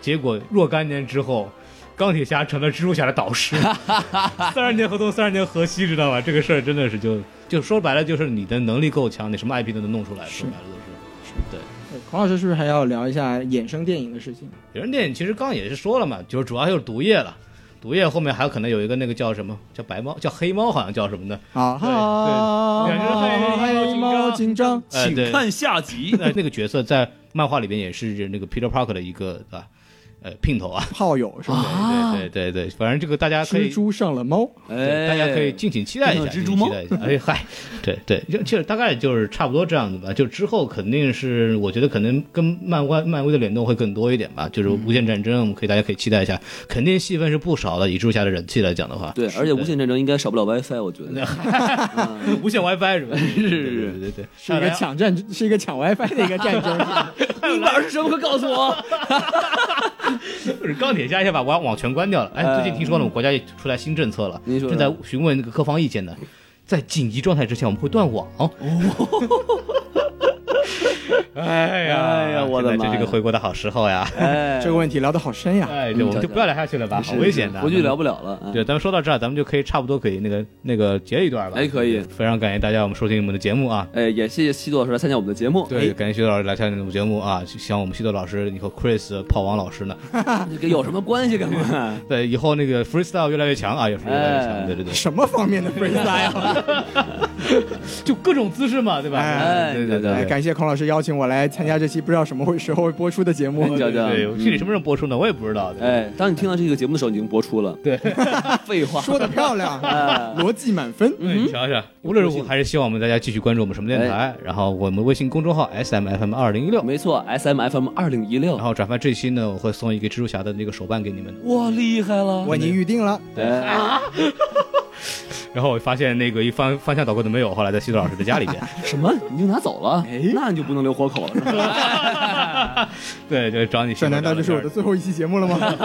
[SPEAKER 4] 结果若干年之后，钢铁侠成了蜘蛛侠的导师，三十年河东，三十年河西，知道吧？这个事儿真的是就就说白了，就是你的能力够强，你什么 IP 都能弄出来，说白了就是。对，
[SPEAKER 2] 孔老师是不是还要聊一下衍生电影的事情？
[SPEAKER 4] 有人电影其实刚刚也是说了嘛，就是主要就是毒液了。毒液后面还有可能有一个那个叫什么叫白猫叫黑猫好像叫什么的，
[SPEAKER 2] 啊
[SPEAKER 4] 对对两只黑
[SPEAKER 2] 黑猫
[SPEAKER 4] 猫
[SPEAKER 2] 警
[SPEAKER 4] 警
[SPEAKER 2] 长，
[SPEAKER 4] 呃对
[SPEAKER 5] 下集。
[SPEAKER 4] 呃那那个角色在漫画里边也是那个 Peter Parker 的一个对吧？呃，姘头啊，
[SPEAKER 2] 炮友是吧？
[SPEAKER 5] 啊
[SPEAKER 4] 对对对对，反正这个大家可以
[SPEAKER 2] 蜘蛛上了猫，
[SPEAKER 4] 对，
[SPEAKER 5] 哎，
[SPEAKER 4] 大家可以敬请期待一下，
[SPEAKER 5] 看看蜘
[SPEAKER 4] 敬
[SPEAKER 5] 蛛
[SPEAKER 4] 请
[SPEAKER 5] 猫
[SPEAKER 4] 期待一下。哎嗨，对对，就其实大概就是差不多这样子吧。就之后肯定是，我觉得可能跟漫威漫威的联动会更多一点吧。就是无限战争，我们可以大家可以期待一下，肯定戏份是不少的。以蜘蛛侠的人气来讲的话，
[SPEAKER 5] 对，而且无限战争应该少不了 WiFi，我觉 得。
[SPEAKER 4] 无限 WiFi 是吧？是是，对对对，
[SPEAKER 2] 是一个抢占，是一个抢 WiFi 的一个战争。
[SPEAKER 5] 密码是什么？快告诉 我！
[SPEAKER 4] 就是钢铁侠先把网网全关掉了。哎，最近听说了，我们国家也出来新政策了，
[SPEAKER 5] 您说
[SPEAKER 4] 正在询问那个各方意
[SPEAKER 5] 哦
[SPEAKER 4] 见呢。在紧急状态之前，我们会断网。 哎呀，
[SPEAKER 5] 哎呀我的
[SPEAKER 4] 现在
[SPEAKER 5] 妈
[SPEAKER 4] 这
[SPEAKER 5] 呀
[SPEAKER 4] 是个回国的好时候呀！
[SPEAKER 5] 哎
[SPEAKER 2] 这个问题聊得好深呀。
[SPEAKER 4] 哎，这我们就不要聊下去了吧，好危险的。嗯
[SPEAKER 5] 回去聊不了了。哎
[SPEAKER 4] 啊对，咱们说到这儿，咱们就可以差不多可以那个那个截一段吧。
[SPEAKER 5] 哎可以
[SPEAKER 4] 非常感谢大家我们收听我们的节目啊。
[SPEAKER 5] 哎，也谢谢西多老师来参加我们的节目。
[SPEAKER 4] 对，感谢徐豆老师来参加我们节目啊！希望我们徐豆老师以后 Chris 炮王老师呢，
[SPEAKER 5] 哎，这个有什么关系干嘛？
[SPEAKER 4] 对，以后那个 freestyle 越来越强啊，也是越来越强，
[SPEAKER 5] 哎
[SPEAKER 4] 对对对，
[SPEAKER 2] 什么方面的 freestyle？
[SPEAKER 4] 就各种姿势嘛，对吧？
[SPEAKER 2] 哎
[SPEAKER 4] 对对
[SPEAKER 2] 哎，
[SPEAKER 4] 对。
[SPEAKER 2] 感谢孔老师邀请我来参加这期不知道什么会时候会播出的节目。
[SPEAKER 5] 对对
[SPEAKER 4] 对，具体什么时候播出呢？我也不知道。 对
[SPEAKER 5] 哎，当你听到这个节目的时候，已经播出了。对， 废 话。
[SPEAKER 2] 说的漂亮，逻辑满分。
[SPEAKER 4] 你瞧瞧，嗯无论如何还哎是希望我们大家继续关注我们什么电台，然后我们微信公众号 S M F M 二零一六，
[SPEAKER 5] 没错，S M F M 二零一六
[SPEAKER 4] 然，后转发这期呢，我会送一个蜘蛛侠的那个手办给你们。
[SPEAKER 5] 哇，厉害了！
[SPEAKER 2] 我已经预定了，
[SPEAKER 5] 哎，
[SPEAKER 4] 然后我发现那个一翻翻箱倒柜都没有，后来在西多老师的家里 边。
[SPEAKER 5] 什么？你就拿走了？那你就不能留活口了是吧。
[SPEAKER 4] 对，就找你。
[SPEAKER 2] 这难道就是我的？最后一期节目了吗？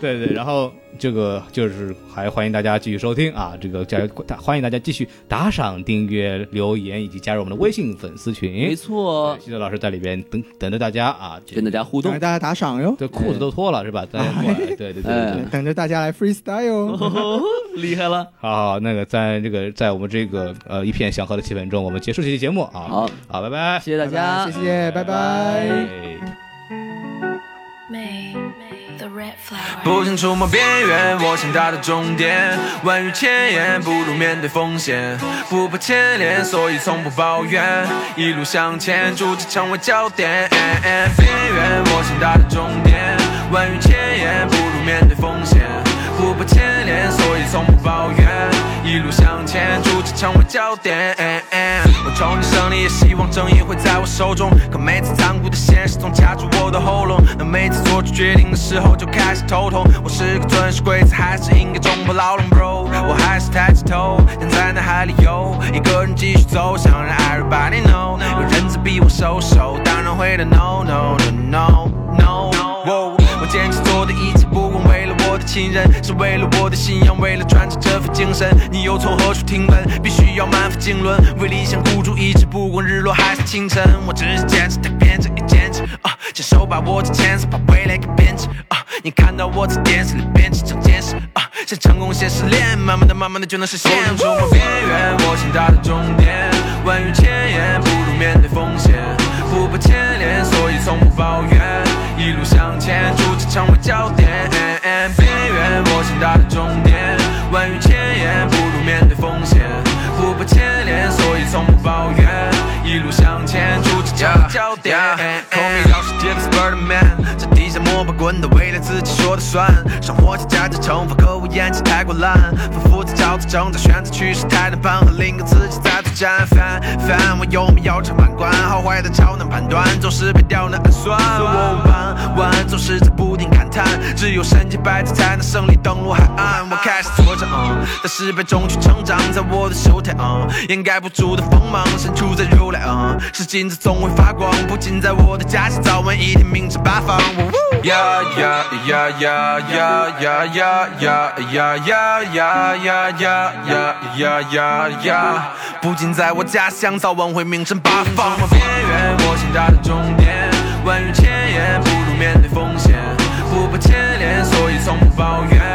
[SPEAKER 4] 对对，然后这个就是还欢迎大家继续收听啊，这个加油欢迎大家继续打赏、订阅、留言以及加入我们的微信粉丝
[SPEAKER 5] 没
[SPEAKER 4] 群。
[SPEAKER 5] 错，
[SPEAKER 4] 西多老师在里边等等着大家啊，这
[SPEAKER 5] 跟大家互
[SPEAKER 2] 等
[SPEAKER 5] 动
[SPEAKER 2] 着。大家打赏哟，
[SPEAKER 4] 这裤子都脱了是吧？大家过来，对对对对对
[SPEAKER 5] 哎。
[SPEAKER 2] 等着大家来 freestyle 哦。
[SPEAKER 5] 哦，厉害了！
[SPEAKER 4] 好好，那个在这个在我们这个呃一片祥和的气氛中，我们结束这期节目啊。
[SPEAKER 5] 好，
[SPEAKER 4] 好，拜拜。
[SPEAKER 5] 谢谢大家，
[SPEAKER 2] 谢谢，拜拜。
[SPEAKER 4] 哎
[SPEAKER 6] May, the red flower.
[SPEAKER 7] 不想触摸边缘，我想达到终点。万语千言，不如面对风险。不怕牵连，所以从不抱怨。一路向前，逐渐成为焦点。哎边缘，我想达到终点。万语千言，不如面对风险。不怕牵连，所以从不抱怨。一路向前，逐渐成为焦点。我憧憬胜利，也希望正义会在我手中。可每次残酷的现实总卡住我的喉咙。那每次做出决定的时候就开始头痛。我是个遵守规则，还是应该冲破牢笼，bro？我还是抬起头，想在那海里游，一个人继续走，想让 everybody know。有人在逼我收手，当然会的 no no no no no。Whoa，我坚持做的一切，不管为了我的亲人，是为了我的信仰，为了传承这份精神。你又从何处听闻？必须要满腹经纶，为理想孤注一掷，不管日落还是清晨。我只是坚持，但变成一坚持啊，坚手把握着前程，把未来给编织啊。你看到我在电视里编织成坚实啊，像成功先失恋，慢慢的、慢慢的就能实现。我触摸边缘，我想达到终点，万语千言不如面对风险，不怕牵连，所以从不抱怨，一路向前，逐渐成为焦点。边缘，我想达到终点，万语千言不如面对风险，不怕牵连，所以从不抱怨，一路向前，逐渐成为焦点。口碑老是跌的 Spiderman，在地下摸爬滚打，未来自己说的算。生活夹夹着惩罚，可我演技太过烂，反复在找自挣扎，选择趋势太难判，和另一个自己在作战。翻翻，我有没有成满贯？好坏的超难判断，总是被刁难暗算。我弯弯，总是在不停感叹，只有身经百战才能胜利登陆海岸。我开始作战，嗯在失败中去成长，在我的手台，嗯掩盖不住的锋芒，伸出在如来，嗯是金子总会发光，不仅在我的家乡，早晚一定名震八方。我呀呀呀呀呀呀呀呀呀呀呀呀呀呀呀呀！不仅在我家乡，早晚会名震八方。边缘，我想达到终点。万语千言，不如面对风险。不怕牵连，所以从不抱怨。